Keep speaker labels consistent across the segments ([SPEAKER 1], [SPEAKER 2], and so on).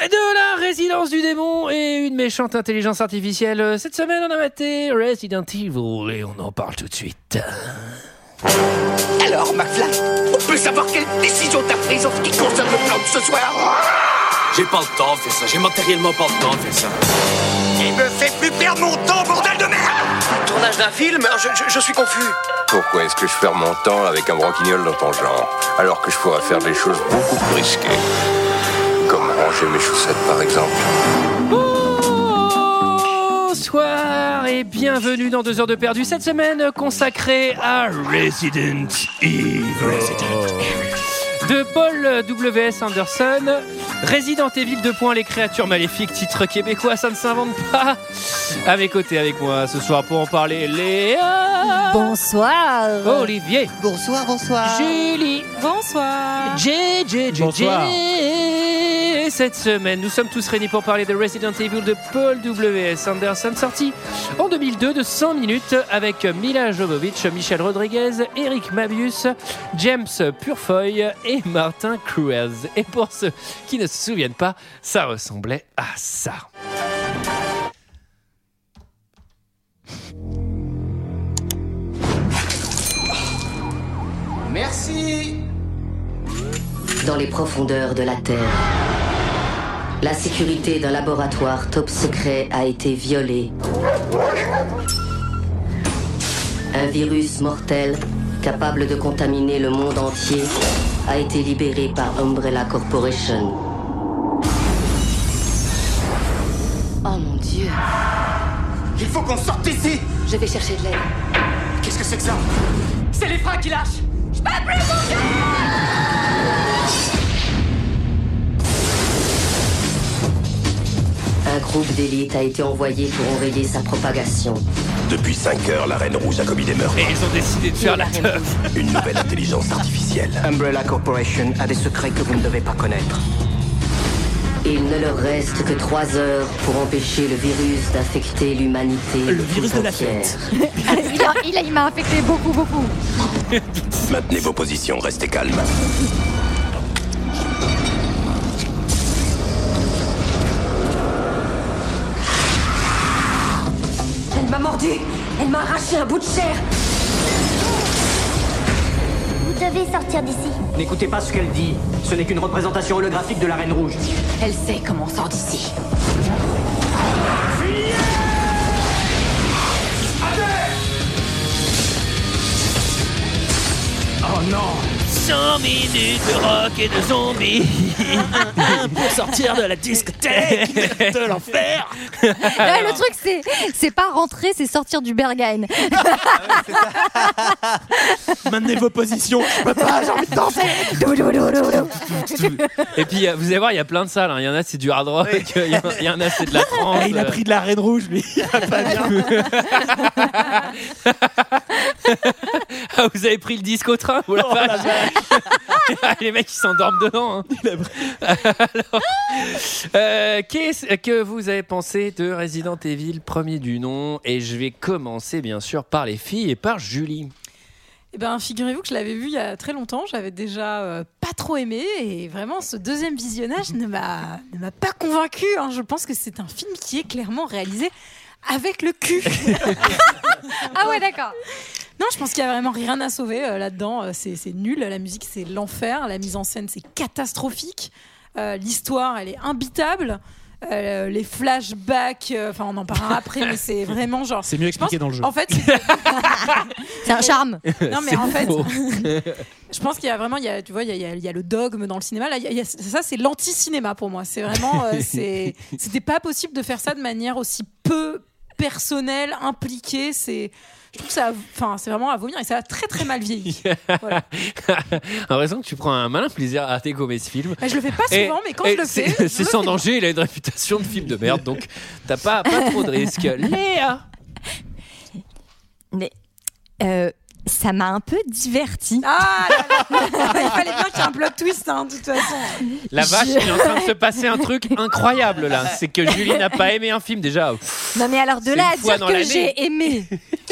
[SPEAKER 1] de la résidence du démon et une méchante intelligence artificielle. Cette semaine, on a maté Resident Evil et on en parle tout de suite.
[SPEAKER 2] Alors, McFly, on peut savoir quelle décision t'as prise en ce qui concerne le plan de ce soir
[SPEAKER 3] J'ai pas le temps de faire ça, j'ai matériellement pas le temps de faire ça.
[SPEAKER 2] Il me fait plus perdre mon temps, bordel de merde
[SPEAKER 4] Tournage d'un film je, je- je suis confus.
[SPEAKER 5] Pourquoi est-ce que je perds mon temps avec un broquignol dans ton genre Alors que je pourrais faire des choses beaucoup plus risquées. Comme ranger mes chaussettes par exemple.
[SPEAKER 1] Bonsoir et bienvenue dans 2 heures de perdu cette semaine consacrée à Resident Evil de Paul W.S. Anderson. Resident Evil 2 points les créatures maléfiques, titre québécois, ça ne s'invente pas. À mes côtés avec moi ce soir pour en parler, Léa,
[SPEAKER 6] Bonsoir.
[SPEAKER 1] Olivier,
[SPEAKER 7] Oh, Bonsoir, bonsoir.
[SPEAKER 1] Julie,
[SPEAKER 6] Bonsoir.
[SPEAKER 1] JJ, Cette semaine, nous sommes tous réunis pour parler de Resident Evil de Paul W.S. Anderson, sorti en 2002 de 100 minutes avec Mila Jovovich, Michel Rodriguez, Eric Mabius, James Purfoy et Martin Cruez. Et pour ceux qui ne se souviennent pas, ça ressemblait à ça.
[SPEAKER 8] dans les profondeurs de la Terre. La sécurité d'un laboratoire top secret a été violée. Un virus mortel, capable de contaminer le monde entier, a été libéré par Umbrella Corporation. Oh mon dieu,
[SPEAKER 2] Il faut qu'on sorte d'ici
[SPEAKER 8] je vais chercher de l'aide.
[SPEAKER 2] Qu'est-ce que c'est que ça
[SPEAKER 8] Un groupe d'élite a été envoyé pour enrayer sa propagation.
[SPEAKER 5] Depuis 5 heures, la Reine Rouge a commis des meurtres.
[SPEAKER 1] Et ils ont décidé de faire la teuf.
[SPEAKER 5] Une nouvelle intelligence artificielle.
[SPEAKER 4] Umbrella Corporation a des secrets que vous ne devez pas connaître.
[SPEAKER 8] Il ne leur reste que trois heures pour empêcher le virus d'affecter l'humanité. Le virus de la fête.
[SPEAKER 6] Il, a- il a- il m'a affecté beaucoup, beaucoup.
[SPEAKER 5] Maintenez vos positions, restez calmes.
[SPEAKER 9] Elle m'a mordu Elle m'a arraché un bout de chair
[SPEAKER 10] Vous devez sortir d'ici.
[SPEAKER 4] N'écoutez pas ce qu'elle dit. Ce n'est qu'une représentation holographique de la Reine Rouge.
[SPEAKER 9] Elle sait comment on sort d'ici.
[SPEAKER 1] Ah,
[SPEAKER 6] Ouais, le truc, c'est, c'est pas rentrer, c'est sortir du Berghain.
[SPEAKER 3] Maintenez vos positions, je peux pas, j'ai envie de danser
[SPEAKER 1] Et puis, euh, vous allez voir, il y a plein de salles. hein. Il y en a, c'est du hard rock. Il y en- il y, en a, c'est de la trance.
[SPEAKER 3] Ah, Il a pris de la Reine Rouge, lui.
[SPEAKER 1] Ah, vous avez pris le disque au train ou la vache. Ah, Les mecs, ils s'endorment dedans. hein. Alors, euh, qu'est-ce que vous avez pensé de Resident Evil, premier du nom Et je vais commencer, bien sûr, par les filles et par Julie.
[SPEAKER 11] Eh ben, figurez-vous que je l'avais vu il y a très longtemps, j'avais déjà euh, pas trop aimé et vraiment ce deuxième visionnage ne m'a ne m'a pas convaincu. hein. Je pense que c'est un film qui est clairement réalisé avec le cul.
[SPEAKER 6] Ah ouais, d'accord.
[SPEAKER 11] non, je pense qu'il y a vraiment rien à sauver euh, là-dedans. Euh, c'est c'est nul, la musique c'est l'enfer, la mise en scène c'est catastrophique, Euh, l'histoire elle est imbitable. Euh, les flashbacks, euh, enfin on en parlera après, mais c'est vraiment genre.
[SPEAKER 3] C'est mieux expliqué dans le jeu.
[SPEAKER 11] En fait,
[SPEAKER 6] C'est un charme.
[SPEAKER 11] Non, mais en fait, je pense qu'il y a vraiment, il y a, tu vois, il y a- il y, a- il y a le dogme dans le cinéma. Là, il y a- il y a- ça, c'est l'anti-cinéma pour moi. C'est vraiment, euh, c'est- c'était pas possible de faire ça de manière aussi peu personnelle, impliquée. C'est, je trouve que ça, a- enfin, c'est vraiment à vomir et ça a très très mal vieilli. Voilà.
[SPEAKER 1] En raison que tu prends un malin plaisir à décommer ce film.
[SPEAKER 11] Mais je le fais pas
[SPEAKER 1] Et-
[SPEAKER 11] souvent, mais quand
[SPEAKER 1] et
[SPEAKER 11] je le
[SPEAKER 1] c'est-
[SPEAKER 11] fais, je
[SPEAKER 1] C'est
[SPEAKER 11] le
[SPEAKER 1] sans
[SPEAKER 11] fais.
[SPEAKER 1] danger, il a une réputation de film de merde, donc t'as pas, pas trop de risques. Léa
[SPEAKER 6] Mais euh,
[SPEAKER 7] ça m'a un peu diverti.
[SPEAKER 11] Ah, là, là, là, il fallait bien qu'il y ait un plot twist, hein, de toute façon.
[SPEAKER 1] La vache, il est en train de se passer un truc incroyable là. C'est que Julie n'a pas aimé un film déjà.
[SPEAKER 7] Non, mais alors de
[SPEAKER 1] C'est
[SPEAKER 7] là à
[SPEAKER 1] une fois
[SPEAKER 7] dire
[SPEAKER 1] dans
[SPEAKER 7] que
[SPEAKER 1] l'année.
[SPEAKER 7] j'ai aimé,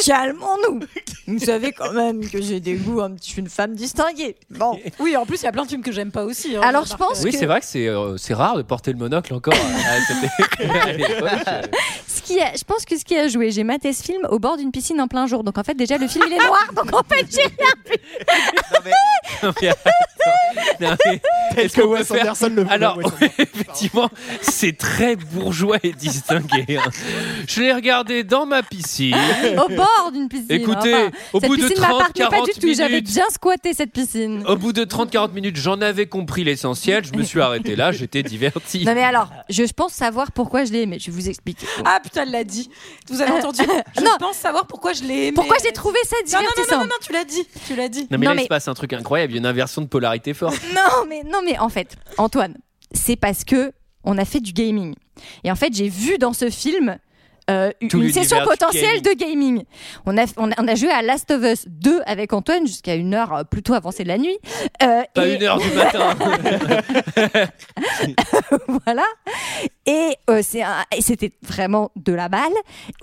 [SPEAKER 7] calmons-nous. Vous savez quand même que j'ai des goûts, un petit- je suis une femme distinguée. Bon.
[SPEAKER 11] Oui, en plus, il y a plein de films que j'aime pas aussi. hein,
[SPEAKER 7] Alors, je
[SPEAKER 11] remarque.
[SPEAKER 7] pense
[SPEAKER 1] Oui,
[SPEAKER 7] que-
[SPEAKER 1] c'est vrai que c'est euh, c'est rare de porter le monocle encore euh, à, à cette à l'époque.
[SPEAKER 7] Ce qui a- je pense que ce qui a joué, j'ai maté ce film au bord d'une piscine en plein jour. Donc en fait, déjà, le film, il est noir. Donc en fait, j'ai rien vu.
[SPEAKER 1] Non, mais attends. Non, mais
[SPEAKER 3] Tel
[SPEAKER 1] est-ce
[SPEAKER 3] que
[SPEAKER 1] qu'on peut
[SPEAKER 3] Wes
[SPEAKER 1] faire-
[SPEAKER 3] Anderson le voulait,
[SPEAKER 1] Alors,
[SPEAKER 3] Wes
[SPEAKER 1] effectivement, c'est très bourgeois et distingué. hein. Je l'ai regardé dans ma piscine.
[SPEAKER 7] Au bord d'une piscine.
[SPEAKER 1] Écoutez, au
[SPEAKER 7] cette
[SPEAKER 1] bout de
[SPEAKER 7] piscine
[SPEAKER 1] 30,
[SPEAKER 7] m'appartenait pas du
[SPEAKER 1] 40
[SPEAKER 7] tout. J'avais
[SPEAKER 1] minutes.
[SPEAKER 7] bien squatté cette piscine.
[SPEAKER 1] Au bout de 30-40 minutes, j'en avais compris l'essentiel. Je me suis arrêté là, j'étais diverti.
[SPEAKER 7] Non mais alors, je pense savoir pourquoi je l'ai aimé. Je vais vous expliquer.
[SPEAKER 11] Ah putain, elle l'a dit. Vous avez entendu Je
[SPEAKER 7] Non.
[SPEAKER 11] pense savoir pourquoi je l'ai aimé.
[SPEAKER 7] Pourquoi j'ai trouvé ça
[SPEAKER 11] Non, non,
[SPEAKER 7] divertissant
[SPEAKER 11] non, non, non, non, tu l'as dit. Tu l'as dit.
[SPEAKER 1] Non mais
[SPEAKER 7] Non,
[SPEAKER 1] là il
[SPEAKER 7] mais-
[SPEAKER 1] se passe un truc incroyable, il y a une inversion de polarité forte.
[SPEAKER 7] Non, mais non, mais en fait, Antoine, c'est parce que on a fait du gaming. Et en fait, j'ai vu dans ce film euh,
[SPEAKER 1] Tout
[SPEAKER 7] une session
[SPEAKER 1] l'univers du
[SPEAKER 7] potentielle de gaming. On a, on, a, on a joué à Last of Us 2 avec Antoine jusqu'à une heure euh, plutôt avancée de la nuit. Euh,
[SPEAKER 1] Pas
[SPEAKER 7] et-
[SPEAKER 1] une heure du matin.
[SPEAKER 7] voilà. Et euh, c'est un- et c'était vraiment de la balle.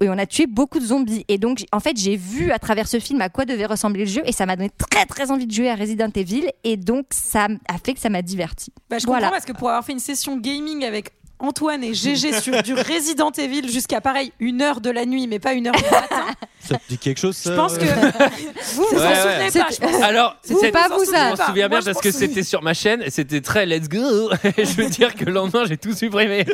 [SPEAKER 7] Et on a tué beaucoup de zombies. Et donc, j'ai- en fait, j'ai vu à travers ce film à quoi devait ressembler le jeu. Et ça m'a donné très, très envie de jouer à Resident Evil. Et donc, ça a fait que ça m'a diverti.
[SPEAKER 11] Bah, je
[SPEAKER 7] Voilà.
[SPEAKER 11] comprends parce que pour avoir fait une session gaming avec Antoine et GG sur du Resident Evil jusqu'à pareil une heure de la nuit, mais pas une heure du matin.
[SPEAKER 3] Ça te dit quelque chose euh,
[SPEAKER 11] Je pense que vous vous en
[SPEAKER 1] Euh, Ouais, ouais.
[SPEAKER 11] souvenez pas. je pense.
[SPEAKER 1] Alors,
[SPEAKER 7] C'était
[SPEAKER 1] cette-
[SPEAKER 7] pas vous, ça.
[SPEAKER 1] Je m'en souviens bien
[SPEAKER 11] Moi,
[SPEAKER 1] parce
[SPEAKER 11] je pense
[SPEAKER 1] que
[SPEAKER 11] que-
[SPEAKER 1] c'était sur ma chaîne, et c'était très let's go. Et je veux dire que le lendemain j'ai tout supprimé.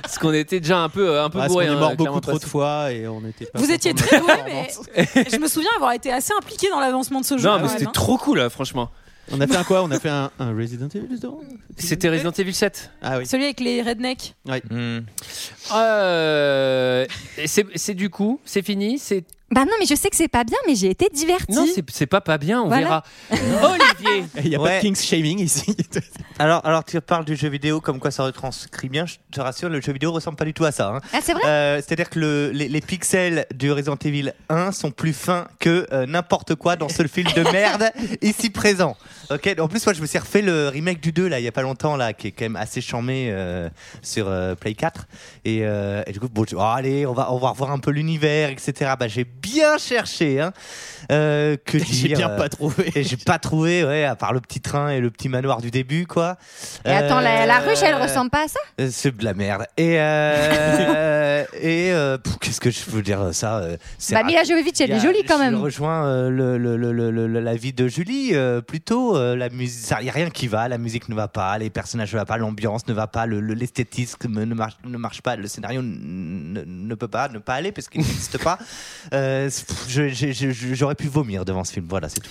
[SPEAKER 1] parce qu'on était déjà un peu un peu
[SPEAKER 3] Parce qu'on
[SPEAKER 1] bourré.
[SPEAKER 3] est
[SPEAKER 1] hein,
[SPEAKER 3] mort
[SPEAKER 1] clairement,
[SPEAKER 3] beaucoup trop
[SPEAKER 1] parce-
[SPEAKER 3] de fois et on était pas.
[SPEAKER 11] Vous étiez
[SPEAKER 3] contents de
[SPEAKER 11] très
[SPEAKER 3] la
[SPEAKER 11] doué, mais
[SPEAKER 3] performance.
[SPEAKER 11] je me souviens avoir été assez impliqué dans l'avancement de ce jeu.
[SPEAKER 1] Non
[SPEAKER 11] quand
[SPEAKER 1] mais
[SPEAKER 11] même,
[SPEAKER 1] c'était
[SPEAKER 11] hein.
[SPEAKER 1] trop cool là, franchement.
[SPEAKER 3] On a fait un quoi On a fait un, un Resident Evil dedans
[SPEAKER 1] C'était Resident Evil 7.
[SPEAKER 3] Ah oui.
[SPEAKER 11] Celui avec les rednecks.
[SPEAKER 1] Euh, et c'est c'est du coup, c'est fini, c'est
[SPEAKER 7] Bah non, mais je sais que c'est pas bien, mais j'ai été divertie.
[SPEAKER 1] non, c'est- c'est pas pas bien, on
[SPEAKER 7] Voilà.
[SPEAKER 1] verra. Olivier,
[SPEAKER 3] Il n'y a pas
[SPEAKER 12] Ouais.
[SPEAKER 3] de King's Shaming ici.
[SPEAKER 12] Alors, alors tu parles du jeu vidéo comme quoi ça retranscrit bien. Je te rassure, le jeu vidéo ressemble pas du tout à ça. hein.
[SPEAKER 7] Ah, c'est vrai
[SPEAKER 12] Euh, C'est-à-dire que le- les, les pixels du Resident Evil 1 sont plus fins que euh, n'importe quoi dans ce film de merde ici présent. Ok. En plus, moi, je me suis refait le remake du 2 là il y a pas longtemps là, qui est quand même assez charmé sur euh, Play 4. Et, euh, et du coup, bon, je- oh, allez, on va on va revoir un peu l'univers, etc. Bah, j'ai bien cherché. Hein. Euh, que
[SPEAKER 3] J'ai
[SPEAKER 12] dire,
[SPEAKER 3] bien
[SPEAKER 12] euh,
[SPEAKER 3] pas trouvé.
[SPEAKER 12] et j'ai pas trouvé, ouais, à part le petit train et le petit manoir du début, quoi.
[SPEAKER 7] Et attends, la, la
[SPEAKER 12] Euh,
[SPEAKER 7] ruche, elle ressemble pas à ça
[SPEAKER 12] euh, C'est de la merde. Et euh, et euh, pff, qu'est-ce que je veux dire ça euh, c'est
[SPEAKER 7] Bah
[SPEAKER 12] rac-
[SPEAKER 7] Mila Jovovich, elle
[SPEAKER 12] Il y
[SPEAKER 7] est
[SPEAKER 12] a-
[SPEAKER 7] jolie quand
[SPEAKER 12] Je
[SPEAKER 7] même.
[SPEAKER 12] rejoins euh, le, le- le- le- le- la vie de Julie euh, plutôt. euh, la musique, il y a rien qui va. La musique ne va pas, les personnages ne va pas, l'ambiance ne va pas, le- le- l'esthétisme ne marche, ne marche pas, le scénario n- ne, ne peut pas, ne pas aller parce qu'il n'existe pas. Euh, pff, je- je- je- j'aurais pu vomir devant ce film. Voilà, c'est tout.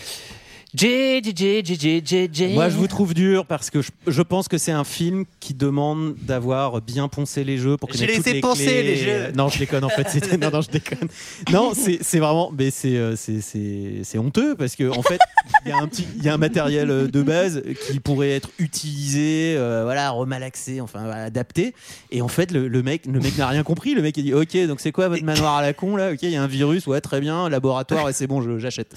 [SPEAKER 1] J J J J J J J.
[SPEAKER 3] Moi, je vous trouve dur parce que je, je pense que c'est un film qui demande d'avoir bien poncé les jeux pour
[SPEAKER 12] J'ai
[SPEAKER 3] connaître
[SPEAKER 12] laissé
[SPEAKER 3] toutes les
[SPEAKER 12] poncer
[SPEAKER 3] clés.
[SPEAKER 12] les jeux.
[SPEAKER 3] Non, je déconne en fait. c'était- Non, non, je déconne. Non, c'est c'est vraiment, mais c'est euh, c'est- c'est c'est honteux parce que en fait, il y a un petit, il y a un matériel euh, de base qui pourrait être utilisé, euh, voilà, remalaxé, enfin voilà, adapté. Et en fait, le, le mec, le mec n'a rien compris. Le mec il dit, ok, donc c'est quoi votre manoir à la con là Ok, il y a un virus, ouais, très bien, laboratoire, ouais, c'est bon, je- j'achète.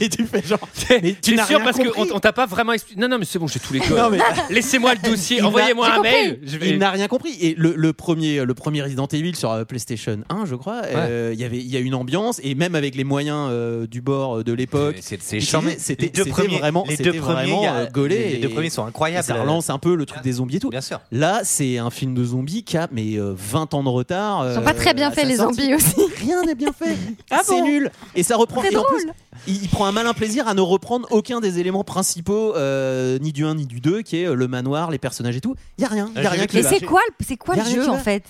[SPEAKER 3] Et tu fais genre, mais tu
[SPEAKER 1] T'es
[SPEAKER 3] n'as
[SPEAKER 1] sûr
[SPEAKER 3] rien
[SPEAKER 1] parce
[SPEAKER 3] compris.
[SPEAKER 1] qu'on on t'a pas vraiment expliqué. Non, non, mais c'est bon, j'ai tous les codes.
[SPEAKER 3] Non, mais-
[SPEAKER 1] Laissez-moi le dossier,
[SPEAKER 3] Il n'a-
[SPEAKER 1] envoyez-moi
[SPEAKER 3] J'ai
[SPEAKER 1] un
[SPEAKER 3] compris.
[SPEAKER 1] mail. Je vais-
[SPEAKER 3] Il n'a rien compris. Et le, le premier, le premier Resident Evil sur euh, PlayStation 1, je crois, euh, il y avait, il y a une ambiance et même avec les moyens euh, du bord euh, de l'époque.
[SPEAKER 12] C'est
[SPEAKER 3] charmé. C'était-
[SPEAKER 12] les deux
[SPEAKER 3] c'était
[SPEAKER 12] premiers,
[SPEAKER 3] vraiment-
[SPEAKER 12] les
[SPEAKER 3] c'était
[SPEAKER 12] deux premiers,
[SPEAKER 3] vraiment,
[SPEAKER 12] il y a-
[SPEAKER 3] euh, gaulé
[SPEAKER 12] Les, les deux
[SPEAKER 3] et-
[SPEAKER 12] premiers sont
[SPEAKER 3] Et
[SPEAKER 12] incroyables.
[SPEAKER 3] Ça relance un peu le truc des zombies et tout.
[SPEAKER 12] Bien sûr.
[SPEAKER 3] Là, c'est un film de zombies qui a mais euh, 20 ans de retard.
[SPEAKER 7] Ils sont
[SPEAKER 3] euh,
[SPEAKER 7] pas très bien
[SPEAKER 3] à
[SPEAKER 7] faits
[SPEAKER 3] sa
[SPEAKER 7] les
[SPEAKER 3] sortie.
[SPEAKER 7] zombies aussi.
[SPEAKER 3] Rien n'est bien fait.
[SPEAKER 11] Ah
[SPEAKER 3] c'est
[SPEAKER 11] bon
[SPEAKER 3] nul. Et ça reprend.
[SPEAKER 7] C'est
[SPEAKER 3] et en plus,
[SPEAKER 7] drôle.
[SPEAKER 3] il, il prend un malin plaisir à ne reprendre aucun des éléments principaux, euh, ni du 1 ni du 2, qui est euh, le manoir, les personnages et tout. Il y a rien. Il y a
[SPEAKER 12] Ah, j'ai
[SPEAKER 3] rien
[SPEAKER 12] vu
[SPEAKER 3] qui
[SPEAKER 7] Mais
[SPEAKER 12] qu'il
[SPEAKER 3] va.
[SPEAKER 7] c'est quoi, le- c'est quoi
[SPEAKER 3] Y a
[SPEAKER 7] le
[SPEAKER 3] rien qui
[SPEAKER 7] jeu en
[SPEAKER 3] va.
[SPEAKER 7] fait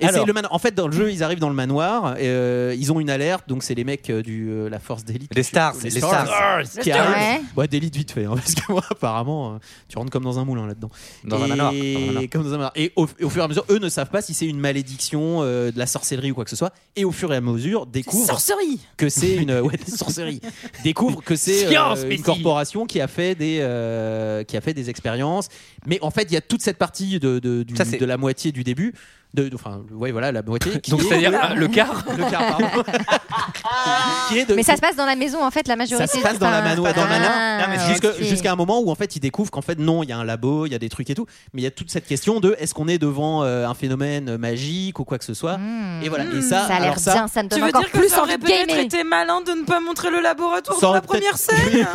[SPEAKER 3] Et
[SPEAKER 12] Alors-
[SPEAKER 3] c'est le manoir. En fait, dans le jeu, ils arrivent dans le manoir. Et, euh, ils ont une alerte, donc c'est les mecs euh, du euh, la force d'élite.
[SPEAKER 12] Les stars,
[SPEAKER 3] Les
[SPEAKER 12] les
[SPEAKER 3] stars.
[SPEAKER 12] stars.
[SPEAKER 3] Qui
[SPEAKER 7] Stars.
[SPEAKER 3] arrivent. Ouais, d'élite vite fait, hein, parce que moi, apparemment, euh, tu rentres comme dans un moulin là-dedans.
[SPEAKER 12] Dans
[SPEAKER 3] et...
[SPEAKER 12] un manoir, dans un manoir.
[SPEAKER 3] Comme dans un manoir. Et au, et au fur et à mesure, eux ne savent pas si c'est une malédiction, euh, de la sorcellerie ou quoi que ce soit. Et au fur et à mesure, découvrent
[SPEAKER 11] Sorcerie.
[SPEAKER 3] que c'est une ouais, des sorcelleries. Découvre que c'est euh,
[SPEAKER 1] Science,
[SPEAKER 3] une
[SPEAKER 1] Messi.
[SPEAKER 3] corporation qui a fait des euh, qui a fait des expériences. Mais en fait, il y a toute cette partie de, de, du-
[SPEAKER 12] Ça, c'est-
[SPEAKER 3] de la moitié du début de, de- enfin, ouais, voilà, la moitié. qui
[SPEAKER 1] Donc,
[SPEAKER 3] est
[SPEAKER 1] c'est-à-dire,
[SPEAKER 3] de-
[SPEAKER 1] ah, le quart
[SPEAKER 3] Le quart, pardon. qui est de-
[SPEAKER 7] Mais ça se passe dans la maison en fait, la majorité.
[SPEAKER 3] ça se passe dans la
[SPEAKER 7] enfin,
[SPEAKER 3] mano, dans la
[SPEAKER 7] ah,
[SPEAKER 3] nana, jusque-
[SPEAKER 7] ok.
[SPEAKER 3] jusqu'à un moment où en fait ils découvrent qu'en fait non, il y a un labo, il y a des trucs et tout, mais il y a toute cette question de est-ce qu'on est devant euh, un phénomène magique ou quoi que ce soit. Et voilà. Et ça,
[SPEAKER 7] Ça a l'air
[SPEAKER 3] alors
[SPEAKER 7] bien, ça me donne
[SPEAKER 11] Tu veux
[SPEAKER 7] encore
[SPEAKER 11] dire que
[SPEAKER 7] plus
[SPEAKER 11] ça aurait
[SPEAKER 7] envie de
[SPEAKER 11] peut-être
[SPEAKER 7] gamer.
[SPEAKER 11] été malin de ne pas montrer le laboratoire
[SPEAKER 3] Ça
[SPEAKER 11] dans la
[SPEAKER 3] aurait
[SPEAKER 11] première scène